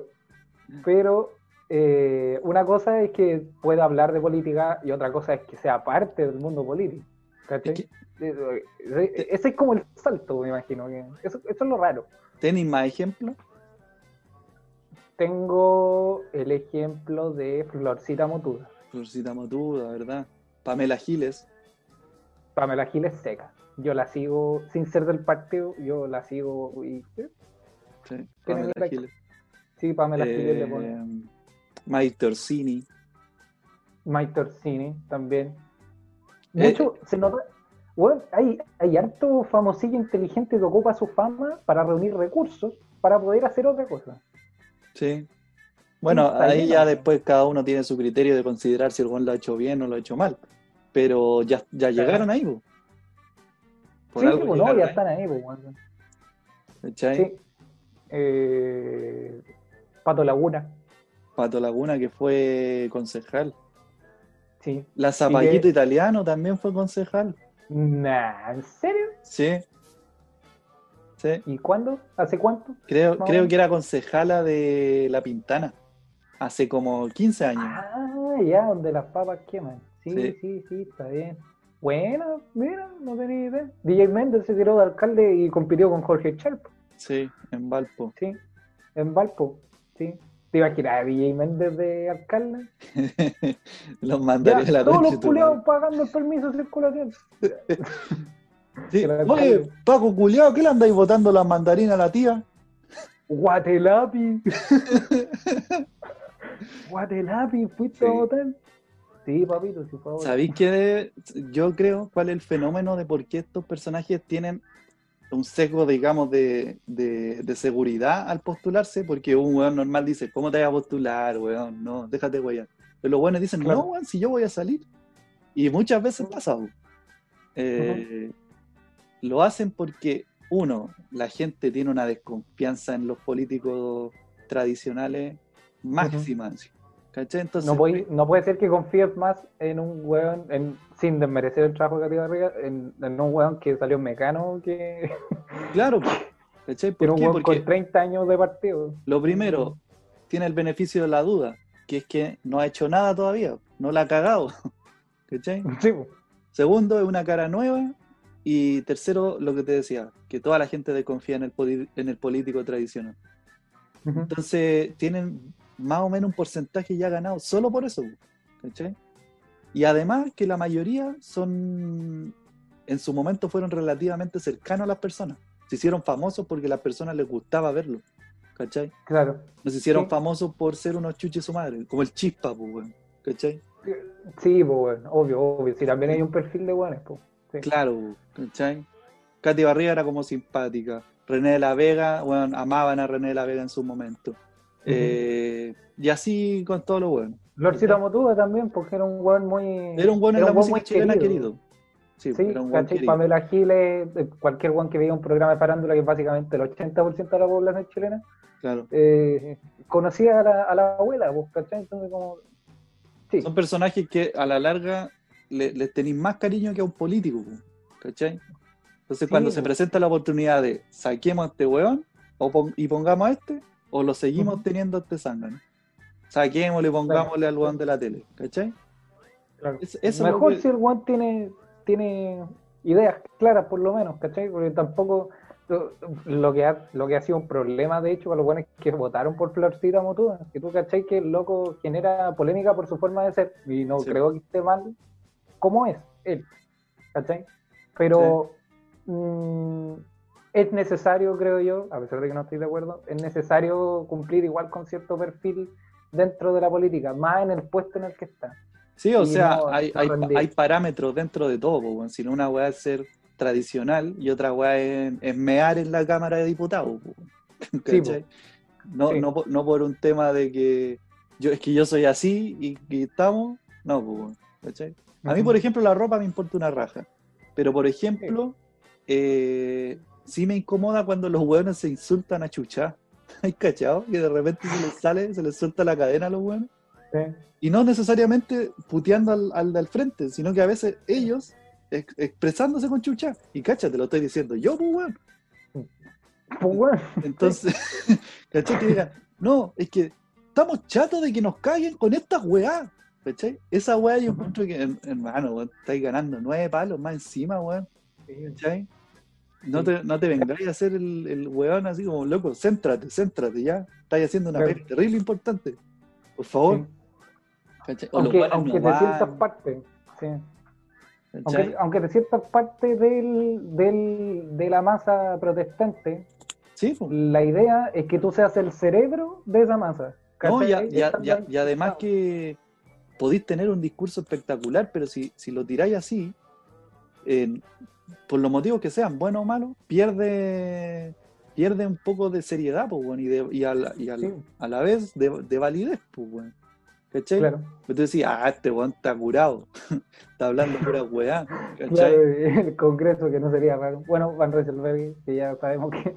Speaker 3: pero eh, una cosa es que pueda hablar de política y otra cosa es que sea parte del mundo político. ¿cachai?
Speaker 4: Es que-
Speaker 3: Eh, eh, Ese es como el salto, me imagino. que Eso, eso es lo raro.
Speaker 4: ¿Tenéis más ejemplos?
Speaker 3: Tengo el ejemplo de Florcita Motuda.
Speaker 4: Florcita Matuda, ¿verdad? Pamela Giles.
Speaker 3: Pamela Giles seca. Yo la sigo, sin ser del partido, yo la sigo y
Speaker 4: Sí,
Speaker 3: Tiene
Speaker 4: Pamela
Speaker 3: otra-
Speaker 4: Giles.
Speaker 3: sí, Pamela Giles le pone.
Speaker 4: Eh, Mike Torsini.
Speaker 3: Mike Torsini también.
Speaker 4: Eh,
Speaker 3: De hecho, se nota. Bueno, hay, hay harto famosillo inteligente que ocupa su fama para reunir recursos para poder hacer otra cosa.
Speaker 4: Sí. Bueno,
Speaker 3: Está
Speaker 4: ahí
Speaker 3: bien,
Speaker 4: ya
Speaker 3: ¿no?
Speaker 4: después cada uno tiene su criterio de considerar si el buen lo ha hecho bien o lo ha hecho mal. Pero ya, ya llegaron ahí, po. Por
Speaker 3: sí,
Speaker 4: algo
Speaker 3: pues, no,
Speaker 4: llegaron
Speaker 3: ya
Speaker 4: ahí,
Speaker 3: están ahí, pues, bueno.
Speaker 4: ¿cachai?
Speaker 3: Sí. Eh, Pato Laguna,
Speaker 4: Pato Laguna, que fue concejal.
Speaker 3: sí.
Speaker 4: La Zapallito
Speaker 3: que-
Speaker 4: Italiano también fue concejal.
Speaker 3: Nah, ¿en serio?
Speaker 4: Sí. Sí.
Speaker 3: ¿Y cuándo? ¿Hace cuánto?
Speaker 4: Creo,
Speaker 3: No.
Speaker 4: creo que era concejala de La Pintana. Hace como 15 años.
Speaker 3: Ah, ya, donde las papas queman. Sí,
Speaker 4: Sí.
Speaker 3: sí, sí, está bien. Bueno, mira, no tenía idea. DJ Méndez se tiró de alcalde y compitió con Jorge Charpo.
Speaker 4: Sí, en Valpo.
Speaker 3: Sí, en Valpo, sí. Te imaginas a DJ Méndez de alcalde.
Speaker 4: los
Speaker 3: Ya,
Speaker 4: mandaré la
Speaker 3: todos
Speaker 4: concha
Speaker 3: los
Speaker 4: de tu
Speaker 3: culeados pagando el permiso de circulación.
Speaker 4: madre. Sí.
Speaker 3: que la-
Speaker 4: Oye, Paco culiao, ¿qué le andáis botando las mandarinas a la tía?
Speaker 3: Guatelapi. Guatelapi, fuiste a
Speaker 4: Sí.
Speaker 3: votar. Sí, papito, sí, por favor.
Speaker 4: ¿Sabéis qué? Yo creo cuál es el fenómeno de por qué estos personajes tienen un sesgo, digamos, de, de- de seguridad al postularse, porque un weón normal dice, ¿cómo te vas a postular, weón? No, déjate, weón. Pero los weones dicen,
Speaker 3: Claro.
Speaker 4: no, weón, si yo voy a salir. Y muchas veces pasa. weón. Eh, Lo hacen porque, uno, la gente tiene una desconfianza en los políticos tradicionales máxima. ¿Cachai? Entonces,
Speaker 3: No, voy- no puede ser que confíes más en un weón, en, sin desmerecer el trabajo de Cati Barriga, en, en un weón que salió en mecano que
Speaker 4: Claro, po. ¿cachai?
Speaker 3: en
Speaker 4: ¿Por
Speaker 3: un
Speaker 4: qué?
Speaker 3: weón
Speaker 4: Porque
Speaker 3: con 30 años de partido.
Speaker 4: lo primero, tiene el beneficio de la duda, que es que no ha hecho nada todavía, no la ha cagado, ¿cachai?
Speaker 3: Sí, po.
Speaker 4: Segundo, es una cara nueva. Y tercero, lo que te decía, que toda la gente desconfía en el, poli- en el político tradicional.
Speaker 3: Ujú.
Speaker 4: Entonces, tienen más o menos un porcentaje ya ganado solo por eso, ¿cachai? Y además que la mayoría son, en su momento fueron relativamente cercanos a las personas. Se hicieron famosos porque a las personas les gustaba verlo, ¿cachai?
Speaker 3: Claro.
Speaker 4: Nos hicieron
Speaker 3: Sí.
Speaker 4: famosos por ser unos chuches su madre, como el chispa, pues, weón, ¿cachai?
Speaker 3: Sí, pues, weón, obvio, obvio. Sí, también hay un perfil de weones, po. Sí.
Speaker 4: Claro, ¿cachai? Katy Barriga era como simpática. René de la Vega, bueno, amaban a René de la Vega en su momento. Eh, y así con todo lo bueno.
Speaker 3: Lorcita Motuda también, porque era un weón muy.
Speaker 4: Era un bueno en la
Speaker 3: weón
Speaker 4: música
Speaker 3: muy
Speaker 4: chilena querido. Sí,
Speaker 3: Sí,
Speaker 4: era un buen
Speaker 3: ¿cachai?
Speaker 4: querido.
Speaker 3: Pamela Giles, eh, cualquier weón que veía un programa de farándula, que es básicamente el 80% de la población chilena,
Speaker 4: Claro.
Speaker 3: eh, conocía a la, a la abuela, pues, ¿cachai? Entonces, como. Sí,
Speaker 4: Son personajes que a la larga le- les tenéis más cariño que a un político, po, ¿cachai? Entonces
Speaker 3: Sí,
Speaker 4: cuando
Speaker 3: po.
Speaker 4: se presenta la oportunidad de saquemos a este weón o pon- y pongamos a este, o lo seguimos
Speaker 3: Ujú.
Speaker 4: teniendo a este zángano. Saquémosle y pongámosle al weón de la tele, ¿cachai?
Speaker 3: claro.
Speaker 4: Es- eso es lo
Speaker 3: Mejor
Speaker 4: que-
Speaker 3: si el weón tiene, tiene ideas claras, por lo menos, ¿cachai? Porque tampoco. lo- Lo que, ha, lo que ha sido un problema, de hecho, para los buenos que votaron por Florcita Motuda, que tú cachai que el loco genera polémica por su forma de ser, y no
Speaker 4: Sí.
Speaker 3: creo que esté mal como es él, ¿cachai? Pero mm, es necesario, creo yo, a pesar de que no estoy de acuerdo, es necesario cumplir igual con cierto perfil dentro de la política, más en el puesto en el que está.
Speaker 4: Sí, o
Speaker 3: Y
Speaker 4: sea,
Speaker 3: no-
Speaker 4: hay,
Speaker 3: no
Speaker 4: hay-
Speaker 3: rendir.
Speaker 4: hay parámetros dentro de todo, po, weón. Si no, una weá es ser tradicional y otra weá es, es mear en la Cámara de Diputados, po,
Speaker 3: Sí, po.
Speaker 4: ¿cachai? No,
Speaker 3: Sí.
Speaker 4: no, po- no por un tema de que yo, es que yo soy así y, y estamos, no, po, weón, ¿cachai? A mí, por ejemplo, la ropa me importa una raja. Pero, por ejemplo, eh, sí me incomoda cuando los hueones se insultan a chuchar. ¿Hay cachado? Que de repente se les sale, se les suelta la cadena a los hueones.
Speaker 3: Sí.
Speaker 4: Y no necesariamente puteando al, al del frente, sino que a veces ellos ex- expresándose con chucha. Y cacha, te lo estoy diciendo yo, pues, weón.
Speaker 3: Pues, weón.
Speaker 4: Entonces, ¿cachai? Que digan, no, es que estamos chatos de que nos caguen con estas weá. ¿Cachai? Esa weá yo encuentro que, her- hermano, weón, estáis ganando nueve palos más encima, weón. ¿Cachai? No te, no te vengáis a hacer el, el weón así como loco, céntrate, céntrate ya. Estáis haciendo una
Speaker 3: Claro.
Speaker 4: peli terrible importante. Por favor.
Speaker 3: Sí.
Speaker 4: ¿Cachai? O los
Speaker 3: Aunque,
Speaker 4: weones no
Speaker 3: aunque te
Speaker 4: van,
Speaker 3: sientas parte. Sí.
Speaker 4: ¿cachai?
Speaker 3: Aunque, aunque te sientas parte del, del, de la masa protestante,
Speaker 4: Sí, pues.
Speaker 3: la idea es que tú seas el cerebro de esa masa.
Speaker 4: No,
Speaker 3: ¿cachai?
Speaker 4: y, a- y a-
Speaker 3: Estando
Speaker 4: y a-
Speaker 3: ahí
Speaker 4: y además
Speaker 3: sentado.
Speaker 4: que podéis tener un discurso espectacular, pero si, si lo tiráis así, en- por los motivos que sean, buenos o malos, pierde, pierde un poco de seriedad, pues, weón, y, de- y a, la, y al-
Speaker 3: Sí.
Speaker 4: a la vez de, de validez, pues, weón. ¿Cachai?
Speaker 3: Claro,
Speaker 4: Entonces decís, ah, este weón está curado, está hablando pura weá, ¿cachai?
Speaker 3: claro, el Congreso que no sería raro. Bueno, Van Rieselberg, que ya sabemos que,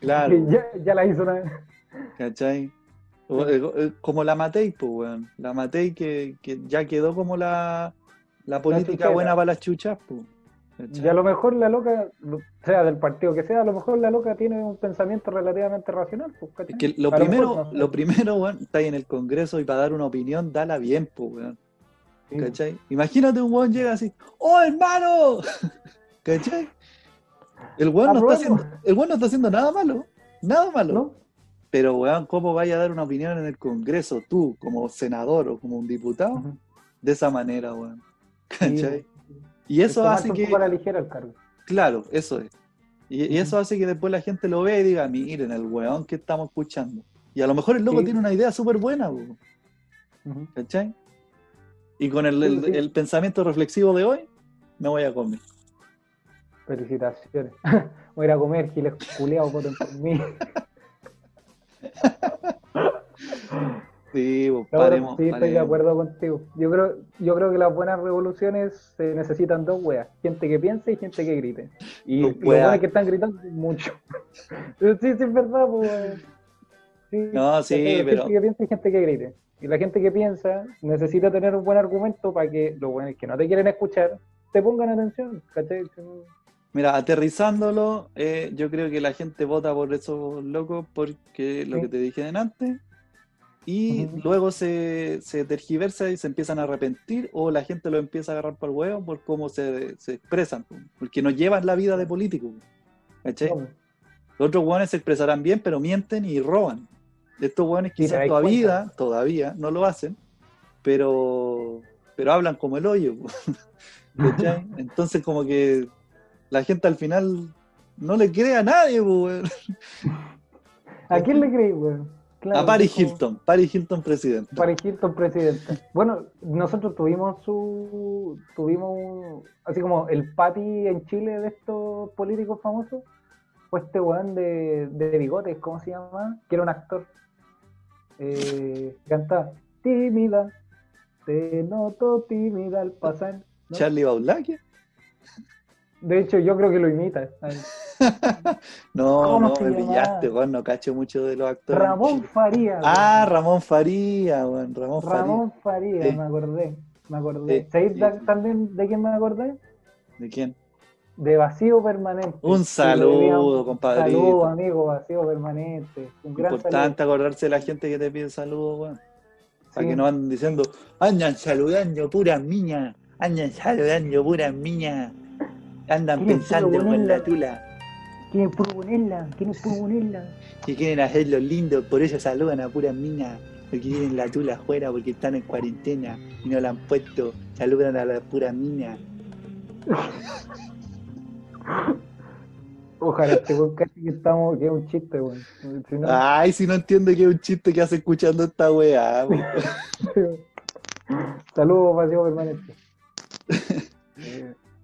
Speaker 4: Claro.
Speaker 3: que ya, ya la hizo una vez.
Speaker 4: ¿Cachai? O- eh, eh, Como la Matei, pues, weón. La Matei que, que ya quedó como la, la política
Speaker 3: chuchera.
Speaker 4: buena para las chuchas, pues. ¿Cachai?
Speaker 3: Y a lo mejor la loca, sea del partido que sea, a lo mejor la loca tiene un pensamiento relativamente racional. Pues, ¿cachai?
Speaker 4: Es que
Speaker 3: A
Speaker 4: lo
Speaker 3: mejor
Speaker 4: primero,
Speaker 3: no sé.
Speaker 4: lo primero, weón, está ahí en el Congreso y para dar una opinión, dala bien, pues, weón.
Speaker 3: Sí.
Speaker 4: ¿Cachai? Imagínate un weón llega así, ¡Oh, hermano! ¿Cachai? El weón, no está
Speaker 3: Aprobemos.
Speaker 4: haciendo, el weón no está haciendo nada malo, nada malo.
Speaker 3: ¿No?
Speaker 4: Pero, weón, ¿cómo vaya a dar una opinión en el Congreso tú, como senador o como un diputado?
Speaker 3: Ujú.
Speaker 4: de esa manera, weón.
Speaker 3: Sí,
Speaker 4: ¿Cachai?
Speaker 3: sí.
Speaker 4: Y eso
Speaker 3: Tomarte
Speaker 4: hace
Speaker 3: un
Speaker 4: que,
Speaker 3: poco a la ligera el cargo.
Speaker 4: claro, eso es. Y, y eso hace que después la gente lo vea y diga, miren el weón que estamos escuchando. Y a lo mejor el loco
Speaker 3: Sí.
Speaker 4: tiene una idea súper buena, weón,
Speaker 3: Ujú.
Speaker 4: ¿cachai? Y con el,
Speaker 3: Sí, pues
Speaker 4: el-
Speaker 3: sí.
Speaker 4: el pensamiento reflexivo de hoy, me voy a comer.
Speaker 3: Felicitaciones. Voy a ir a comer, giles culeados, voten por mí.
Speaker 4: Sí, pues,
Speaker 3: No,
Speaker 4: paremos,
Speaker 3: sí, estoy de
Speaker 4: paremos.
Speaker 3: acuerdo contigo. Yo creo, yo creo que las buenas revoluciones se necesitan dos weas, gente que piense y gente que grite. Y
Speaker 4: Dos
Speaker 3: los
Speaker 4: weas.
Speaker 3: weones que están gritando son mucho. Pero sí, sí, es verdad, pues. weón. Sí,
Speaker 4: No, sí, pero-
Speaker 3: Gente que piense y gente que grite. Y la gente que piensa necesita tener un buen argumento para que los buenos que no te quieren escuchar te pongan atención, ¿cachai?
Speaker 4: Mira, aterrizándolo, eh, yo creo que la gente vota por esos locos porque lo
Speaker 3: Sí.
Speaker 4: que te dije delante. Y
Speaker 3: Ujú.
Speaker 4: luego se, se tergiversa y se empiezan a arrepentir o la gente lo empieza a agarrar por el huevo por cómo se, se expresan, po, porque no llevan la vida de político. po, ¿Cachai?
Speaker 3: No,
Speaker 4: Los otros hueones se expresarán bien, pero mienten y roban. Estos hueones
Speaker 3: te
Speaker 4: quizás
Speaker 3: dais
Speaker 4: todavía, todavía no lo hacen, pero, pero hablan como el hoyo. po. ¿Cachai? Entonces como que la gente al final no le cree a nadie. po, weón.
Speaker 3: ¿A quién le creí, weón? Claro,
Speaker 4: a Paris
Speaker 3: dijo-
Speaker 4: Hilton, Paris Hilton presidente.
Speaker 3: Paris Hilton, presidenta. Bueno, nosotros tuvimos su. Tuvimos. un- Así como el pati en Chile de estos políticos famosos. Fue este weón de, de bigotes, ¿cómo se llama? Que era un actor. Eh, cantaba. Tímida. Te noto tímida al pasar. ¿no?
Speaker 4: Charlie Baulaque.
Speaker 3: De hecho, yo creo que lo imita. a él.
Speaker 4: No,
Speaker 3: ¿Cómo
Speaker 4: no,
Speaker 3: se
Speaker 4: me
Speaker 3: llamaba?
Speaker 4: pillaste, weón, no cacho mucho de los actores.
Speaker 3: Ramón Faría.
Speaker 4: Ah,
Speaker 3: weón.
Speaker 4: Ramón Faría, weón, Ramón,
Speaker 3: Ramón Faría,
Speaker 4: Sí.
Speaker 3: me acordé. Me acordé.
Speaker 4: Sí,
Speaker 3: ¿Sabéis
Speaker 4: sí,
Speaker 3: da-
Speaker 4: sí.
Speaker 3: también de quién me acordé?
Speaker 4: Faría. ¿De quién?
Speaker 3: de vacío permanente.
Speaker 4: Un
Speaker 3: Que le digan,
Speaker 4: saludo, compadrito.
Speaker 3: Saludo, amigo, vacío permanente. Un gran
Speaker 4: Importante acordarse de la gente que te pide saludos, weón.
Speaker 3: saludo.
Speaker 4: Para
Speaker 3: Sí.
Speaker 4: que no anden diciendo, andan saludando puras miñas, andan saludando puras miñas, andan
Speaker 3: Sí,
Speaker 4: pensando
Speaker 3: pero
Speaker 4: en la
Speaker 3: bueno.
Speaker 4: tula
Speaker 3: ¿Quién es Purbonella? ¿Quién es Purbonella?
Speaker 4: que quieren hacerlo lindo, por eso saludan a puras minas, porque tienen la tula afuera, porque están en cuarentena y no la han puesto, saludan a las puras minas.
Speaker 3: Ojalá este weón cache que estamos, que es un chiste, weón. Si no,
Speaker 4: Ay, si no entiende que es un chiste que hace escuchando esta weá. weón.
Speaker 3: Saludos, vacío permanente.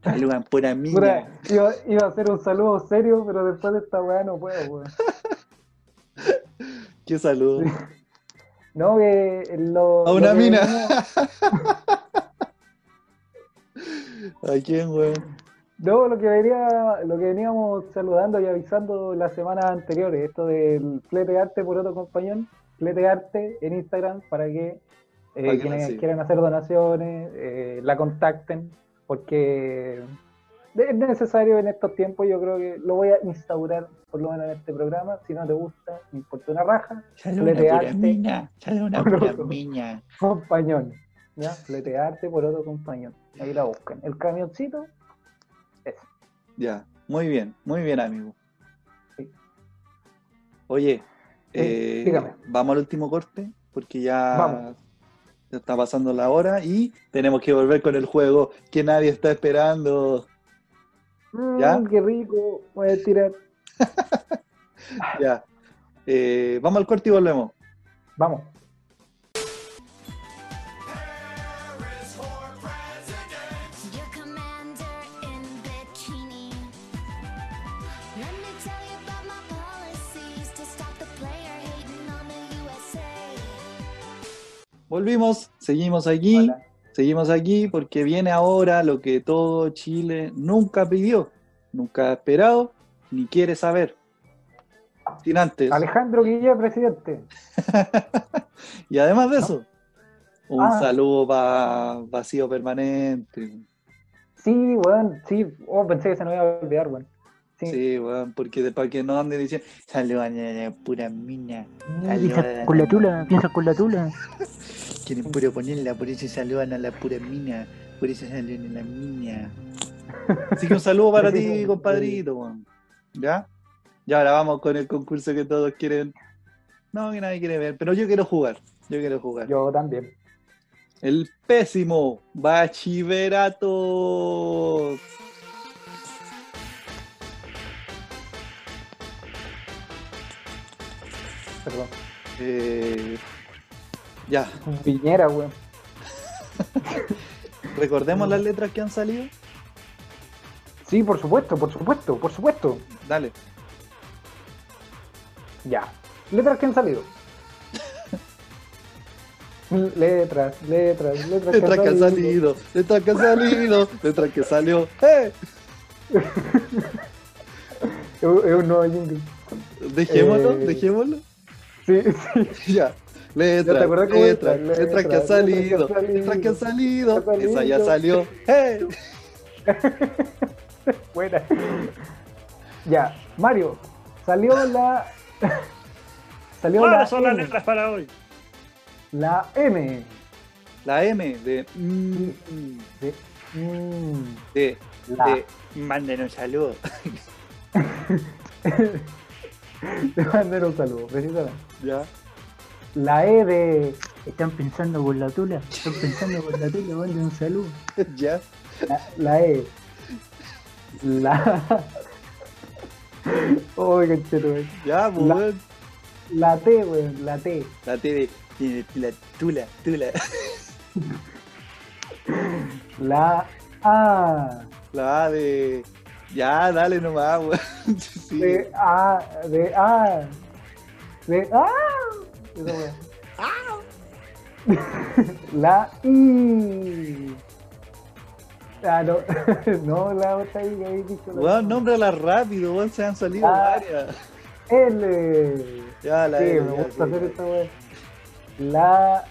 Speaker 4: Saludan puras minas.
Speaker 3: Puta, iba, iba a hacer un saludo serio, pero después de esta weá no puedo, weón.
Speaker 4: Qué saludo.
Speaker 3: No, que lo,
Speaker 4: A una
Speaker 3: lo que
Speaker 4: mina.
Speaker 3: venimos-
Speaker 4: ¿A quién, weón?
Speaker 3: No, lo que venía, lo que veníamos saludando y avisando las semanas anteriores, esto del flete arte por otro compañero, flete arte en Instagram para que eh,
Speaker 4: Para que
Speaker 3: quienes
Speaker 4: la sigan.
Speaker 3: quieran hacer donaciones eh, la contacten, porque es necesario en estos tiempos, yo creo que lo voy a instaurar por lo menos en este programa, si no te gusta, no importa una raja,
Speaker 4: Sale
Speaker 3: Le
Speaker 4: una pura
Speaker 3: pegaste.
Speaker 4: mina, sale una pura
Speaker 3: Puro.
Speaker 4: miña.
Speaker 3: compañón, ¿ya? Flete arte por otro compañón, ahí la buscan, el camioncito,
Speaker 4: Ya, muy bien, muy bien, amigo.
Speaker 3: Sí.
Speaker 4: Oye,
Speaker 3: Sí,
Speaker 4: eh,
Speaker 3: dígame.
Speaker 4: vamos al último corte, porque ya,
Speaker 3: Vamos.
Speaker 4: ya está pasando la hora y tenemos que volver con el juego que nadie está esperando. ¿Ya?
Speaker 3: Mm, qué rico, voy a tirar,
Speaker 4: Ya. Eh, vamos al corte y volvemos.
Speaker 3: vamos.
Speaker 6: Your commander in bikini. Let me tell you about my policies to stop the player hating on the USA.
Speaker 4: Volvimos, seguimos aquí,
Speaker 3: Hola.
Speaker 4: seguimos aquí porque viene ahora lo que todo Chile nunca pidió, nunca ha esperado, ni quiere saber. Sin antes.
Speaker 3: Alejandro Guille, presidente.
Speaker 4: y además de eso, un
Speaker 3: Ah.
Speaker 4: saludo para Vacío Permanente.
Speaker 3: Sí, weón, sí. Oh, pensé que se nos iba a olvidar, weón. Sí.
Speaker 4: Sí, weón, porque después que no anden diciendo, saludos a la pura mina,
Speaker 7: Piensa con la tula, piensa con la tula.
Speaker 4: quieren puro ponerla, por eso saludan a la pura mina, por eso saludan a la mina. Así que un saludo para ti, compadrito, weón. ¿Ya? Y ahora vamos con el concurso que todos quieren. No, que nadie quiere ver, pero yo quiero jugar. Yo quiero jugar.
Speaker 3: Yo también.
Speaker 4: El pésimo bachillerato.
Speaker 3: Perdón.
Speaker 4: Eh, ya,
Speaker 3: Piñera, weón.
Speaker 4: recordemos las letras que han salido.
Speaker 3: Sí, por supuesto, por supuesto, por supuesto.
Speaker 4: Dale.
Speaker 3: Ya. Letras que han salido. Letras, letras, letras,
Speaker 4: Letras que han salido, letras que han salido, letras que salió. ¡Eh!
Speaker 3: Es un- es un nuevo jingle.
Speaker 4: Dejémoslo,
Speaker 3: Eh.
Speaker 4: dejémoslo.
Speaker 3: Sí, sí.
Speaker 4: Ya. Letras,
Speaker 3: ¿Te acuerdas cómo
Speaker 4: letras,
Speaker 3: era?
Speaker 4: letras que han
Speaker 3: Letras,
Speaker 4: salido,
Speaker 3: letras que han
Speaker 4: letras que han salido,
Speaker 3: salido.
Speaker 4: esa ya salió. ¡Eh!
Speaker 3: Buena. Ya. Mario, salió la. salió la.
Speaker 8: ¿Cuáles son las
Speaker 3: M.
Speaker 8: letras para hoy?
Speaker 3: La M.
Speaker 4: La M de. mm,
Speaker 3: De- mm,
Speaker 4: de.
Speaker 3: la.
Speaker 4: de. Mándenos saludos.
Speaker 3: Te mandan un saludo, precisamente.
Speaker 4: Ya.
Speaker 3: La E de.
Speaker 7: Están pensando con la tula, están pensando con la tula, manden un saludo.
Speaker 4: Ya.
Speaker 3: La, la E. La. Uy, conchetumare.
Speaker 4: Ya, pues,
Speaker 3: La-
Speaker 4: weón.
Speaker 3: La T, weón, la T.
Speaker 4: La T de. tiene La tula, tula.
Speaker 3: La A.
Speaker 4: La A de. Ya, dale nomás, weón. Sí.
Speaker 3: De A. De A. De A. Esa weón. La I. Ah, no. no, la otra I que habéis dicho. la-
Speaker 4: Weón, nómbrala rápido, weón, se han salido
Speaker 3: Ah.
Speaker 4: varias.
Speaker 3: L.
Speaker 4: Ya, la
Speaker 3: Sí,
Speaker 4: L,
Speaker 3: me
Speaker 4: ya,
Speaker 3: gusta
Speaker 4: sí,
Speaker 3: hacer
Speaker 4: ya.
Speaker 3: esta weá. La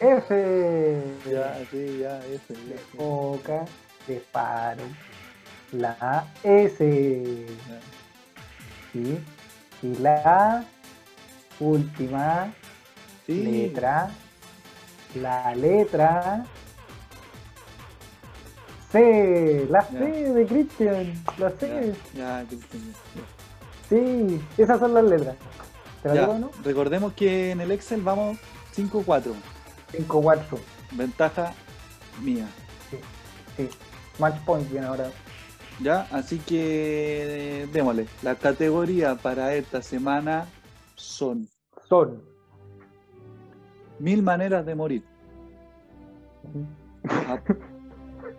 Speaker 3: F.
Speaker 4: Ya, sí, ya, eso, ya,
Speaker 3: De
Speaker 4: sí.
Speaker 3: foca, de faro. La S.
Speaker 4: Ya.
Speaker 3: ¿sí? Y la última
Speaker 4: Sí.
Speaker 3: letra. La letra. C. La C de Christian. La
Speaker 4: Ya,
Speaker 3: C.
Speaker 4: ya, que entendí, ya.
Speaker 3: Sí, esas son las letras. ¿Te las
Speaker 4: Ya,
Speaker 3: digo, no?
Speaker 4: Recordemos que en el Excel vamos 5-4.
Speaker 3: 5 4
Speaker 4: Ventaja mía.
Speaker 3: Sí. Match point bien ahora.
Speaker 4: Ya, así que eh, démosle. La categoría para esta semana son
Speaker 3: Son.
Speaker 4: Mil maneras de morir.
Speaker 3: Mm.
Speaker 4: Ah,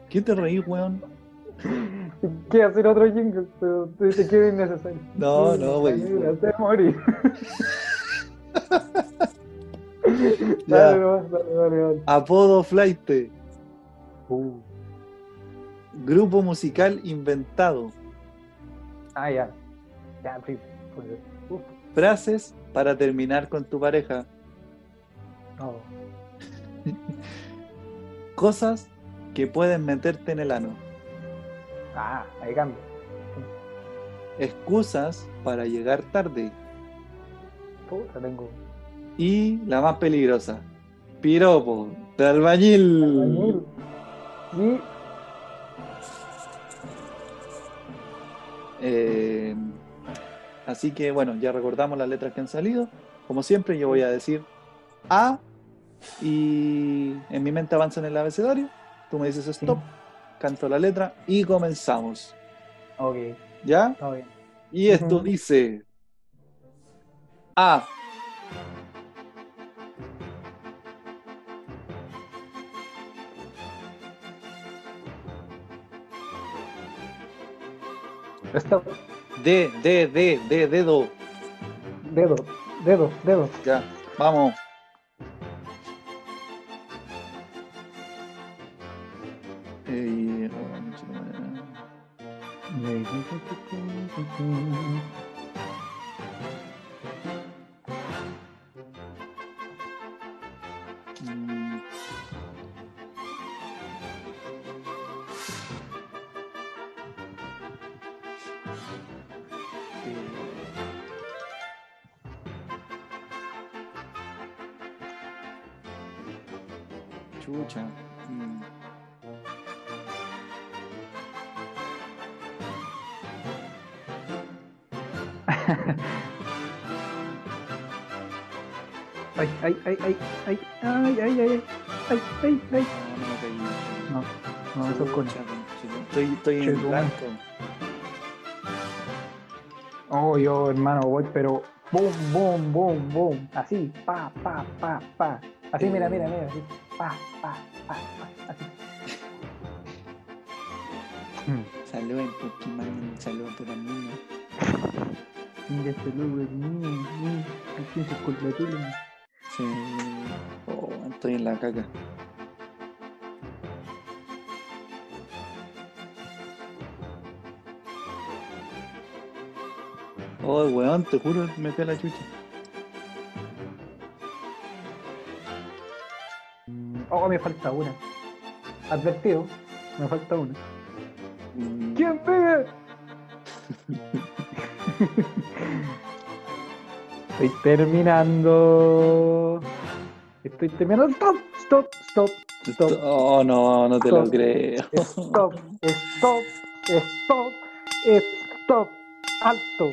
Speaker 4: ¿Qué te reí, weón?
Speaker 3: ¿Qué hacer otro jingle? Pero te, te queda innecesario.
Speaker 4: No, no, güey.
Speaker 3: Me hace morir.
Speaker 4: Ya.
Speaker 3: Dale, nomás, dale, dale, dale.
Speaker 4: Uh. Apodo Flight. Grupo musical inventado.
Speaker 3: Ah, ya. Ya, sí, pues, uf,
Speaker 4: Frases para terminar con tu pareja.
Speaker 3: no.
Speaker 4: Cosas que pueden meterte en el ano.
Speaker 3: Ah, ahí cambia.
Speaker 4: Excusas para llegar tarde.
Speaker 3: Puta, tengo.
Speaker 4: Y la más peligrosa. Piropo. De albañil.
Speaker 3: Albañil. Y
Speaker 4: Eh, así que bueno, ya recordamos las letras que han salido. Como siempre, yo voy a decir A y en mi mente avanza en el abecedario. Tú me dices stop, canto la letra y comenzamos.
Speaker 3: Ok,
Speaker 4: ¿Ya?
Speaker 3: está bien.
Speaker 4: Y esto
Speaker 3: Ujú.
Speaker 4: dice "Ah, A.
Speaker 3: Stop.
Speaker 4: D, D, D, D, dedo.
Speaker 3: Dedo, dedo, dedo.
Speaker 4: Ya, vamos. Eh, Mm. Eh. Chucha. Mm.
Speaker 3: Ay, ay, ay, ay, ay, ay, ay, ay, ay, ay, ay.
Speaker 4: No, no me caí.
Speaker 7: No, no, eso es con
Speaker 4: Chucha, conchito. Estoy, estoy en
Speaker 3: Chucha.
Speaker 4: blanco.
Speaker 3: Oh, yo, hermano, voy, pero boom, boom, boom, boom. Así, pa, pa, pa, pa. Así, mira, mira, mira, así. Pa, pa, pa, pa. Así.
Speaker 4: Saluden porque manden saludos por el niño.
Speaker 7: Mira, saludos, niño, niño. Aquí se escucha la tula.
Speaker 4: Sí. Oh, estoy en la caca. Oh, weón, te juro, me fui a la chucha.
Speaker 3: Oh, me falta una. Advertido, me falta una.
Speaker 4: Mm,
Speaker 3: ¿Quién pega? Estoy terminando. Estoy terminando. Stop, stop, stop,
Speaker 4: esto- Oh, no, no te lo
Speaker 3: Stop.
Speaker 4: creo.
Speaker 3: stop, stop, stop, stop. Alto.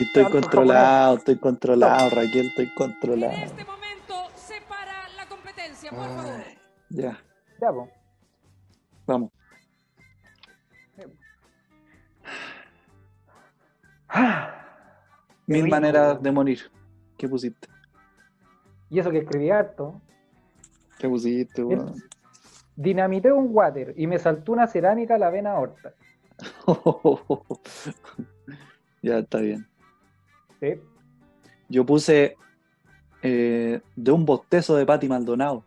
Speaker 4: Estoy
Speaker 3: Tanto
Speaker 4: controlado, estoy controlado, Raquel, estoy
Speaker 5: En
Speaker 4: controlado.
Speaker 5: este momento se para la competencia, por favor.
Speaker 4: Ay, ya,
Speaker 3: Ya, po.
Speaker 4: vamos. Mil
Speaker 3: rico.
Speaker 4: maneras de morir. ¿Qué pusiste?
Speaker 3: Y eso que escribí harto.
Speaker 4: ¿Qué
Speaker 3: ¿Eh?
Speaker 4: pusiste, weón?
Speaker 3: Dinamité un water y me saltó una cerámica a la vena aorta.
Speaker 4: ya está bien.
Speaker 3: ¿Sí?
Speaker 4: Yo puse eh, de un bostezo de Pati Maldonado.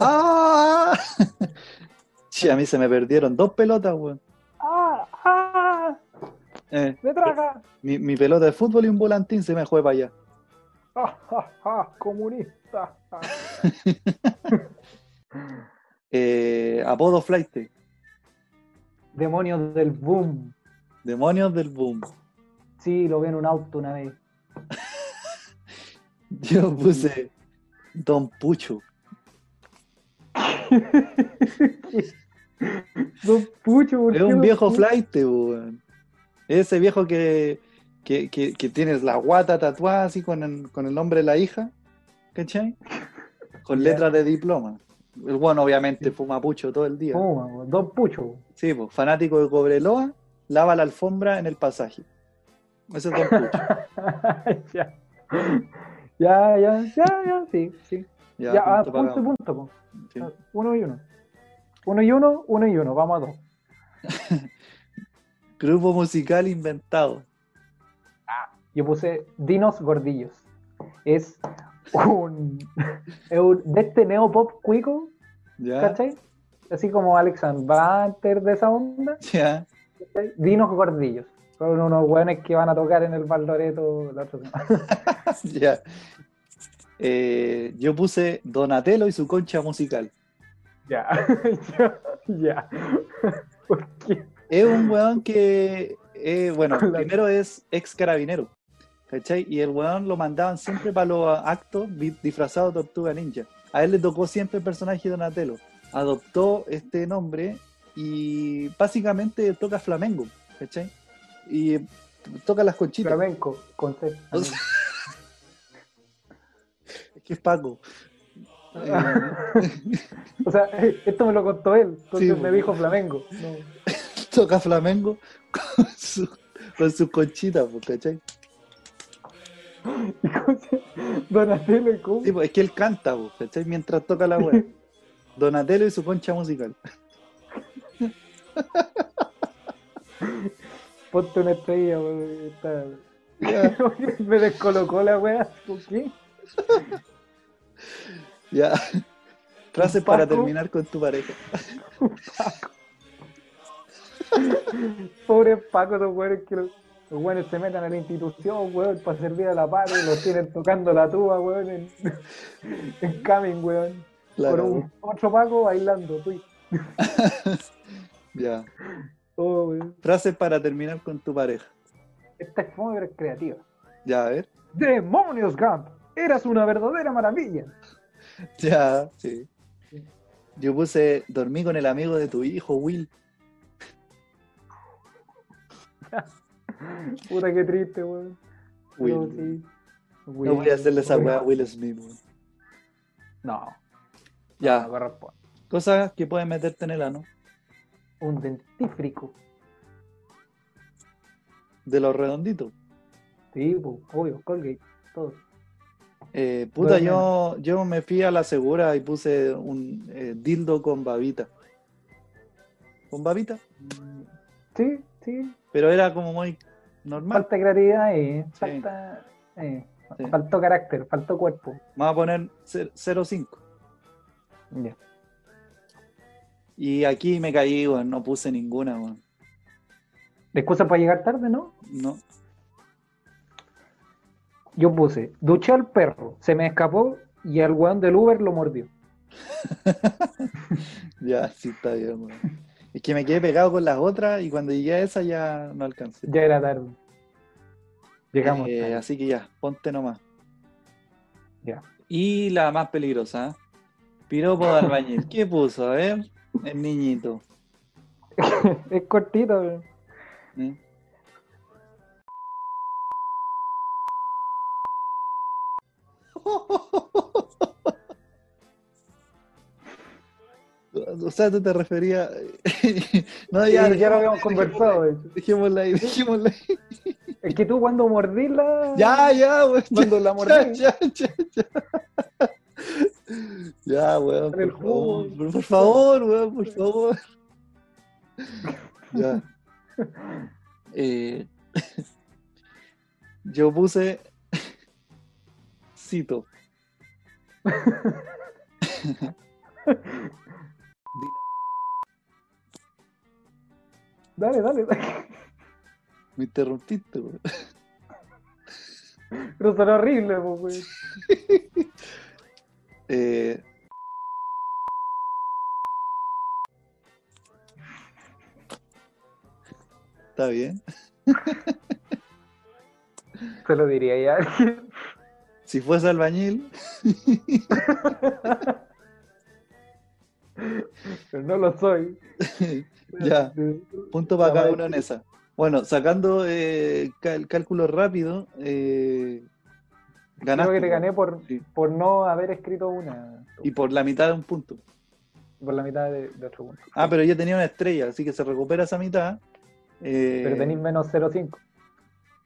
Speaker 4: ¡Ah! Sí, a mí se me perdieron dos pelotas, weón.
Speaker 3: ¡Ah! ¡Ah!
Speaker 4: Eh,
Speaker 3: ¡Me traga!
Speaker 4: mi, mi pelota de fútbol y un volantín se me fue para allá.
Speaker 3: ¡Ah, ah, ah! ¡Comunista! Ah.
Speaker 4: Eh, apodo Flight,
Speaker 3: Demonios del boom.
Speaker 4: demonios del boom.
Speaker 3: Sí, lo vi en un auto una vez.
Speaker 4: Yo puse Don Pucho.
Speaker 3: Don Pucho, ¿por
Speaker 4: Es
Speaker 3: qué
Speaker 4: un
Speaker 3: Don
Speaker 4: viejo
Speaker 3: Pucho?
Speaker 4: flight, weón. Ese viejo que, que, que, que tienes la guata tatuada así con el, con el nombre de la hija, ¿cachai? Con
Speaker 3: Ya.
Speaker 4: letras de diploma. El bueno, obviamente, fuma pucho todo el día.
Speaker 3: Fuma, po. Don Pucho.
Speaker 4: Sí, pues, fanático de Cobreloa, lava la alfombra en el pasaje. Ese es Don Pucho.
Speaker 3: ya. ya, ya, ya, ya, sí, sí.
Speaker 4: Ya,
Speaker 3: Ya, ah,
Speaker 4: punto
Speaker 3: punto, y
Speaker 4: pagado.
Speaker 3: punto. po.
Speaker 4: Sí.
Speaker 3: Ah, Uno y uno. Uno y uno, uno y uno. Vamos a dos.
Speaker 4: Grupo musical inventado.
Speaker 3: Yo puse Dinos Gordillos. Es un, es un- de este neopop cuico,
Speaker 4: ¿Ya?
Speaker 3: ¿cachai? Así como Alex and Banter de esa onda,
Speaker 4: ¿Ya?
Speaker 3: ¿cachai? Dinos Gordillos. Son unos hueones que van a tocar en el Baldoreto la otra semana.
Speaker 4: Ya. Eh, yo puse Donatello y su concha musical.
Speaker 3: Ya, ya, ya. ¿Por qué?
Speaker 4: Es un weón que, eh, bueno,
Speaker 3: Con la-
Speaker 4: primero es ex carabinero, ¿cachai? Y el weón lo mandaban siempre para los actos vi- disfrazado de tortuga ninja. A él le tocó siempre el personaje Donatello. Adoptó este nombre y básicamente toca flamengo, ¿cachai? Y toca las conchitas.
Speaker 3: Flamenco, con C.
Speaker 4: O sea, es que Pues, es Paco. Eh,
Speaker 3: O sea, esto me lo contó él, entonces
Speaker 4: Sí,
Speaker 3: me
Speaker 4: po.
Speaker 3: dijo Flamengo. No.
Speaker 4: toca flamengo con su, con su conchita, pues, ¿cachai?
Speaker 3: ¿Y cómo se- Donatello y cómo?
Speaker 4: Sí, pues, es que él canta, pues, ¿cachai? Mientras toca la wea. Donatello y su concha musical.
Speaker 3: Ponte una estrella, weón, está-
Speaker 4: Ya,
Speaker 3: Me descolocó la wea. ¿Por qué?
Speaker 4: ya. Frases para
Speaker 3: Paco.
Speaker 4: terminar con tu pareja.
Speaker 3: Pobres Paco, esos weones que los, los weones se metan a la institución, weón, para servir a la paz y los tienen tocando la tuba, weón, en, en Camin, weón.
Speaker 4: La
Speaker 3: Con un,
Speaker 4: cagó.
Speaker 3: otro Paco bailando, tú.
Speaker 4: Ya.
Speaker 3: Oh, weón.
Speaker 4: Frases para terminar con tu pareja.
Speaker 3: Esta es fome, pero es creativa.
Speaker 4: Ya, a ver.
Speaker 3: ¡Demonios, Gump! Eras una verdadera maravilla.
Speaker 4: Ya, sí. Yo puse dormí con el amigo de tu hijo, Will.
Speaker 3: Puta, qué triste, weón.
Speaker 4: Will.
Speaker 3: No, sí. Will.
Speaker 4: No voy a hacerle esa
Speaker 3: Will.
Speaker 4: wea a Will Smith. weón.
Speaker 3: No,
Speaker 4: Ya.
Speaker 3: no corresponde.
Speaker 4: Cosas que puedes meterte en el ano.
Speaker 3: Un dentífrico.
Speaker 4: De los redonditos.
Speaker 3: Sí, po, obvio, Colgate, todo.
Speaker 4: Eh, puta,
Speaker 3: Duerme.
Speaker 4: yo, yo me fui a la segura y puse un eh, dildo con babita. Con babita.
Speaker 3: Sí, sí,
Speaker 4: Pero era como muy normal.
Speaker 3: falta creatividad ahí,
Speaker 4: Sí.
Speaker 3: falta, eh,
Speaker 4: Sí.
Speaker 3: faltó carácter, faltó cuerpo.
Speaker 4: Me voy a poner cer- 0.5.
Speaker 3: Ya.
Speaker 4: Y aquí me caí, weón, no puse ninguna, weón.
Speaker 3: De excusa para llegar tarde, ¿no?
Speaker 4: No.
Speaker 3: Yo puse, duché al perro, se me escapó y al weón del Uber lo mordió.
Speaker 4: Ya, sí está bien, weón. Es que me quedé pegado con las otras y cuando llegué a esa ya no alcancé.
Speaker 3: Ya era tarde. Llegamos
Speaker 4: Eh,
Speaker 3: tarde.
Speaker 4: así que ya, ponte nomás.
Speaker 3: Ya.
Speaker 4: Y la más peligrosa, ¿eh? Piropo de albañil. ¿Qué puso? A ver, el niñito.
Speaker 3: Es cortito. weón.
Speaker 4: ¿eh? O sea, tú te referías. eh, no,
Speaker 3: Sí,
Speaker 4: ya,
Speaker 3: ya lo habíamos conversado. de hecho.
Speaker 4: Dejémosla ahí, dejémosla ahí.
Speaker 3: Es que tú cuando mordís la...
Speaker 4: Ya, ya, weón.
Speaker 3: Cuando la mordí.
Speaker 4: Ya, ya, ya. Ya, weón.
Speaker 3: Dale el
Speaker 4: Por
Speaker 3: jugo.
Speaker 4: favor, por- por favor, weón, por favor. Ya. Eh, yo puse. Cito.
Speaker 3: Dale, dale, dale.
Speaker 4: Me interrumpiste, weón.
Speaker 3: Pero pues, son horribles, po, weón.
Speaker 4: Eh, Está bien.
Speaker 3: Se lo diría ya a alguien.
Speaker 4: Si fuese albañil,
Speaker 3: Pero no lo soy.
Speaker 4: Ya. punto para cada
Speaker 3: Capaz-
Speaker 4: uno en esa. Bueno, sacando eh, cal- cálculo rápido, eh,
Speaker 3: Creo
Speaker 4: ganaste.
Speaker 3: que te gané por,
Speaker 4: Sí.
Speaker 3: por no haber escrito una.
Speaker 4: Y por la mitad de un punto.
Speaker 3: Por la mitad de, de otro punto.
Speaker 4: Ah, pero yo tenía una estrella, así que se recupera esa mitad. Eh,
Speaker 3: Pero tenéis menos 0,5.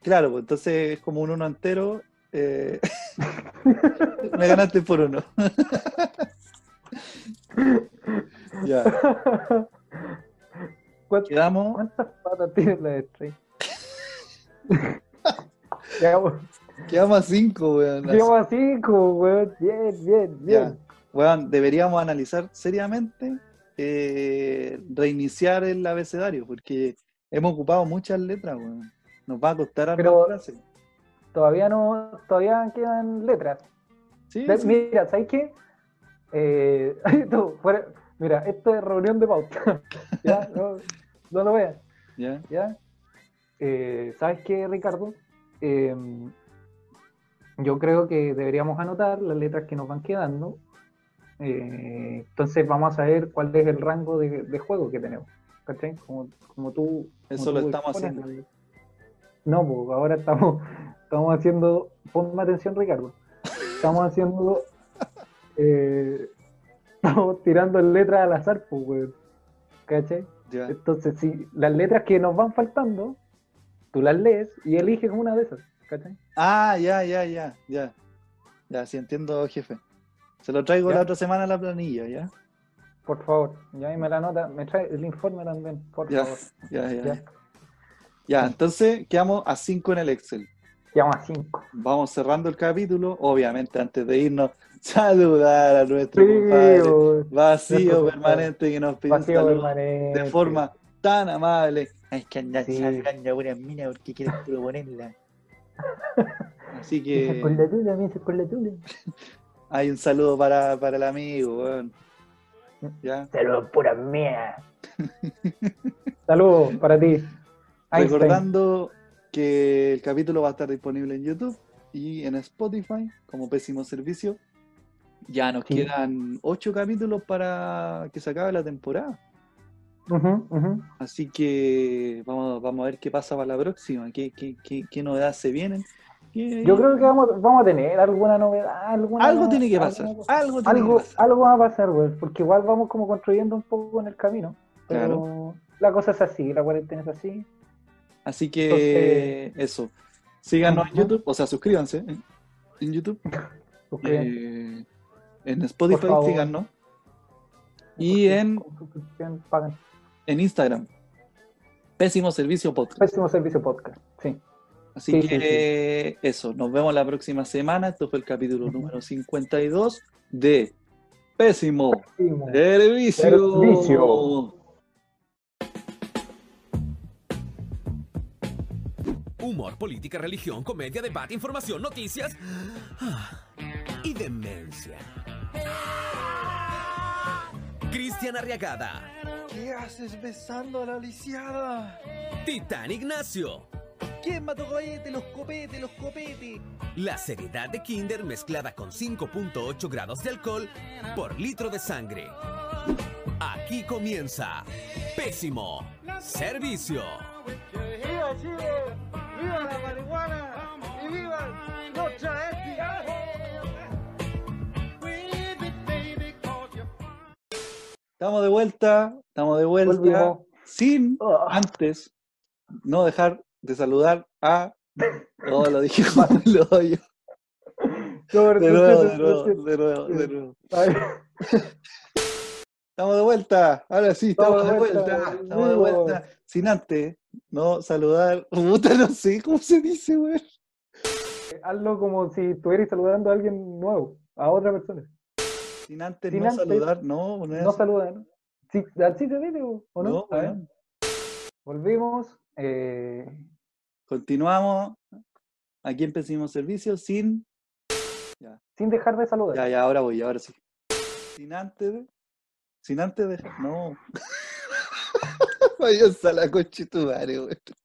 Speaker 4: Claro, pues entonces es como un uno entero. eh, me ganaste por uno. ya,
Speaker 3: ¿Cuántas,
Speaker 4: quedamos,
Speaker 3: cuántas patas tiene la estrella? Llegamos,
Speaker 4: Llevamos a cinco, weón. Así-
Speaker 3: Llevo a cinco, weón. Bien, bien,
Speaker 4: Ya.
Speaker 3: bien.
Speaker 4: Weón, deberíamos analizar seriamente eh, reiniciar el abecedario, porque hemos ocupado muchas letras, weón. Nos va a costar armar
Speaker 3: Pero-
Speaker 4: frases.
Speaker 3: Todavía no, todavía quedan letras.
Speaker 4: Sí,
Speaker 3: De-
Speaker 4: sí.
Speaker 3: Mira, ¿sabes qué? Eh, tú, fuera- mira, esto es reunión de pauta. ya, no, no lo veas.
Speaker 4: Ya.
Speaker 3: ¿ya? Eh, ¿Sabes qué, Ricardo? Eh, yo creo que deberíamos anotar las letras que nos van quedando. Eh, entonces vamos a saber cuál es el rango de, de juego que tenemos. ¿Cachai? Como, como tú. como
Speaker 4: Eso lo
Speaker 3: tú
Speaker 4: estamos
Speaker 3: expones la- No, pues ahora estamos, estamos haciendo. Ponme atención, Ricardo. Estamos haciendo. eh, estamos tirando letras al azar, pues, weón. ¿Cachai?
Speaker 4: ya.
Speaker 3: Entonces, si las letras que nos van faltando, tú las lees y eliges una de esas, ¿cachai?
Speaker 4: Ah, ya, ya, ya, ya. Ya, sí entiendo, jefe. Se lo traigo
Speaker 3: Ya.
Speaker 4: la otra semana a la planilla, ¿ya?
Speaker 3: Por favor, ya ahí me la nota, me trae el informe también, por
Speaker 4: Ya,
Speaker 3: favor.
Speaker 4: ya, ya.
Speaker 3: Ya.
Speaker 4: Ya, entonces quedamos a cinco en el Excel.
Speaker 3: Llama a cinco.
Speaker 4: Vamos cerrando el capítulo, obviamente antes de irnos, saludar a nuestro compadre
Speaker 3: Frío, Nuestro
Speaker 4: vacío
Speaker 3: compadre.
Speaker 4: permanente que nos pidió un
Speaker 3: pues, vacío
Speaker 4: saludo
Speaker 3: permanente.
Speaker 4: de forma tan amable.
Speaker 7: Es que andan
Speaker 3: Sí.
Speaker 7: sacando buenas minas porque quieren proponerla.
Speaker 4: Así
Speaker 3: Empieza
Speaker 4: que
Speaker 3: con la tula, empieza con la tula.
Speaker 4: hay un saludo para, para el amigo, weón. ¿Ya?
Speaker 7: Saludos puras mías.
Speaker 3: Saludos para ti. Einstein.
Speaker 4: Recordando que el capítulo va a estar disponible en YouTube y en Spotify como pésimo servicio. Ya nos
Speaker 3: Sí.
Speaker 4: quedan ocho capítulos para que se acabe la temporada.
Speaker 3: Ujú, ujú.
Speaker 4: Así que vamos, vamos a ver qué pasa para la próxima, qué, qué, qué, qué novedades se vienen. ¿Qué-
Speaker 3: Yo creo que vamos, vamos a tener alguna novedad. Alguna,
Speaker 4: algo tiene que
Speaker 3: alguna
Speaker 4: pasar.
Speaker 3: cosa.
Speaker 4: Algo tiene
Speaker 3: Algo,
Speaker 4: que pasar.
Speaker 3: algo va a pasar, güey, porque igual vamos como construyendo un poco en el camino. Pero la cosa es así, la cuarentena es así.
Speaker 4: Así que eso. Síganos en
Speaker 3: Ajá.
Speaker 4: YouTube, o sea, suscríbanse en, en YouTube.
Speaker 3: Suscríbanse.
Speaker 4: eh, en Spotify,
Speaker 3: Por favor.
Speaker 4: síganos. Y en
Speaker 3: Con suscripción pagan.
Speaker 4: en Instagram. Pésimo servicio podcast.
Speaker 3: Pésimo servicio podcast. Sí.
Speaker 4: Así
Speaker 3: sí,
Speaker 4: que eso, nos vemos la próxima semana. Esto fue el capítulo número 52 de Pésimo
Speaker 3: Pésimo.
Speaker 4: Servicio.
Speaker 3: Servicio.
Speaker 1: Humor, política, religión, comedia, debate, información, noticias ah, y demencia. Cristian Arriagada,
Speaker 2: ¿Qué haces besando a la lisiada?
Speaker 1: Titán Ignacio.
Speaker 2: ¿Quién mató cohete? Los copete, los copete.
Speaker 1: La seriedad de Kinder mezclada con 5.8 grados de alcohol por litro de sangre. Aquí comienza Pésimo Servicio.
Speaker 2: ¡Viva Chile! ¡Viva la marihuana! ¡Y viva nuestra ética!
Speaker 4: Estamos de vuelta, estamos de vuelta.
Speaker 3: Volvimos.
Speaker 4: Sin
Speaker 3: Ah,
Speaker 4: antes no dejar de saludar a. No, lo dije mal, lo odio.
Speaker 3: sobre
Speaker 4: De
Speaker 3: tu-
Speaker 4: nuevo,
Speaker 3: tu-
Speaker 4: de nuevo,
Speaker 3: tu-
Speaker 4: de nuevo, de nuevo.
Speaker 3: Ay,
Speaker 4: Estamos de vuelta, ahora sí, estamos, de vuelta, estamos de
Speaker 3: amigos.
Speaker 4: vuelta. Sin antes, no saludar, puta, no sé cómo se dice, güey.
Speaker 3: Hazlo como si estuvieras saludando a alguien nuevo, a otra persona.
Speaker 4: Sin antes
Speaker 3: Sin
Speaker 4: no
Speaker 3: antes,
Speaker 4: saludar, no, no es
Speaker 3: No saludan. Sí, así se dice, ¿o no?
Speaker 4: no,
Speaker 3: A ver,
Speaker 4: weón.
Speaker 3: Volvimos. eh,
Speaker 4: Continuamos, aquí empecemos servicio sin,
Speaker 3: sin dejar de saludar.
Speaker 4: ya, ya, ahora voy, ahora sí. Sin antes, de- sin antes de, no. Vaya a la concha de tu madre, güey.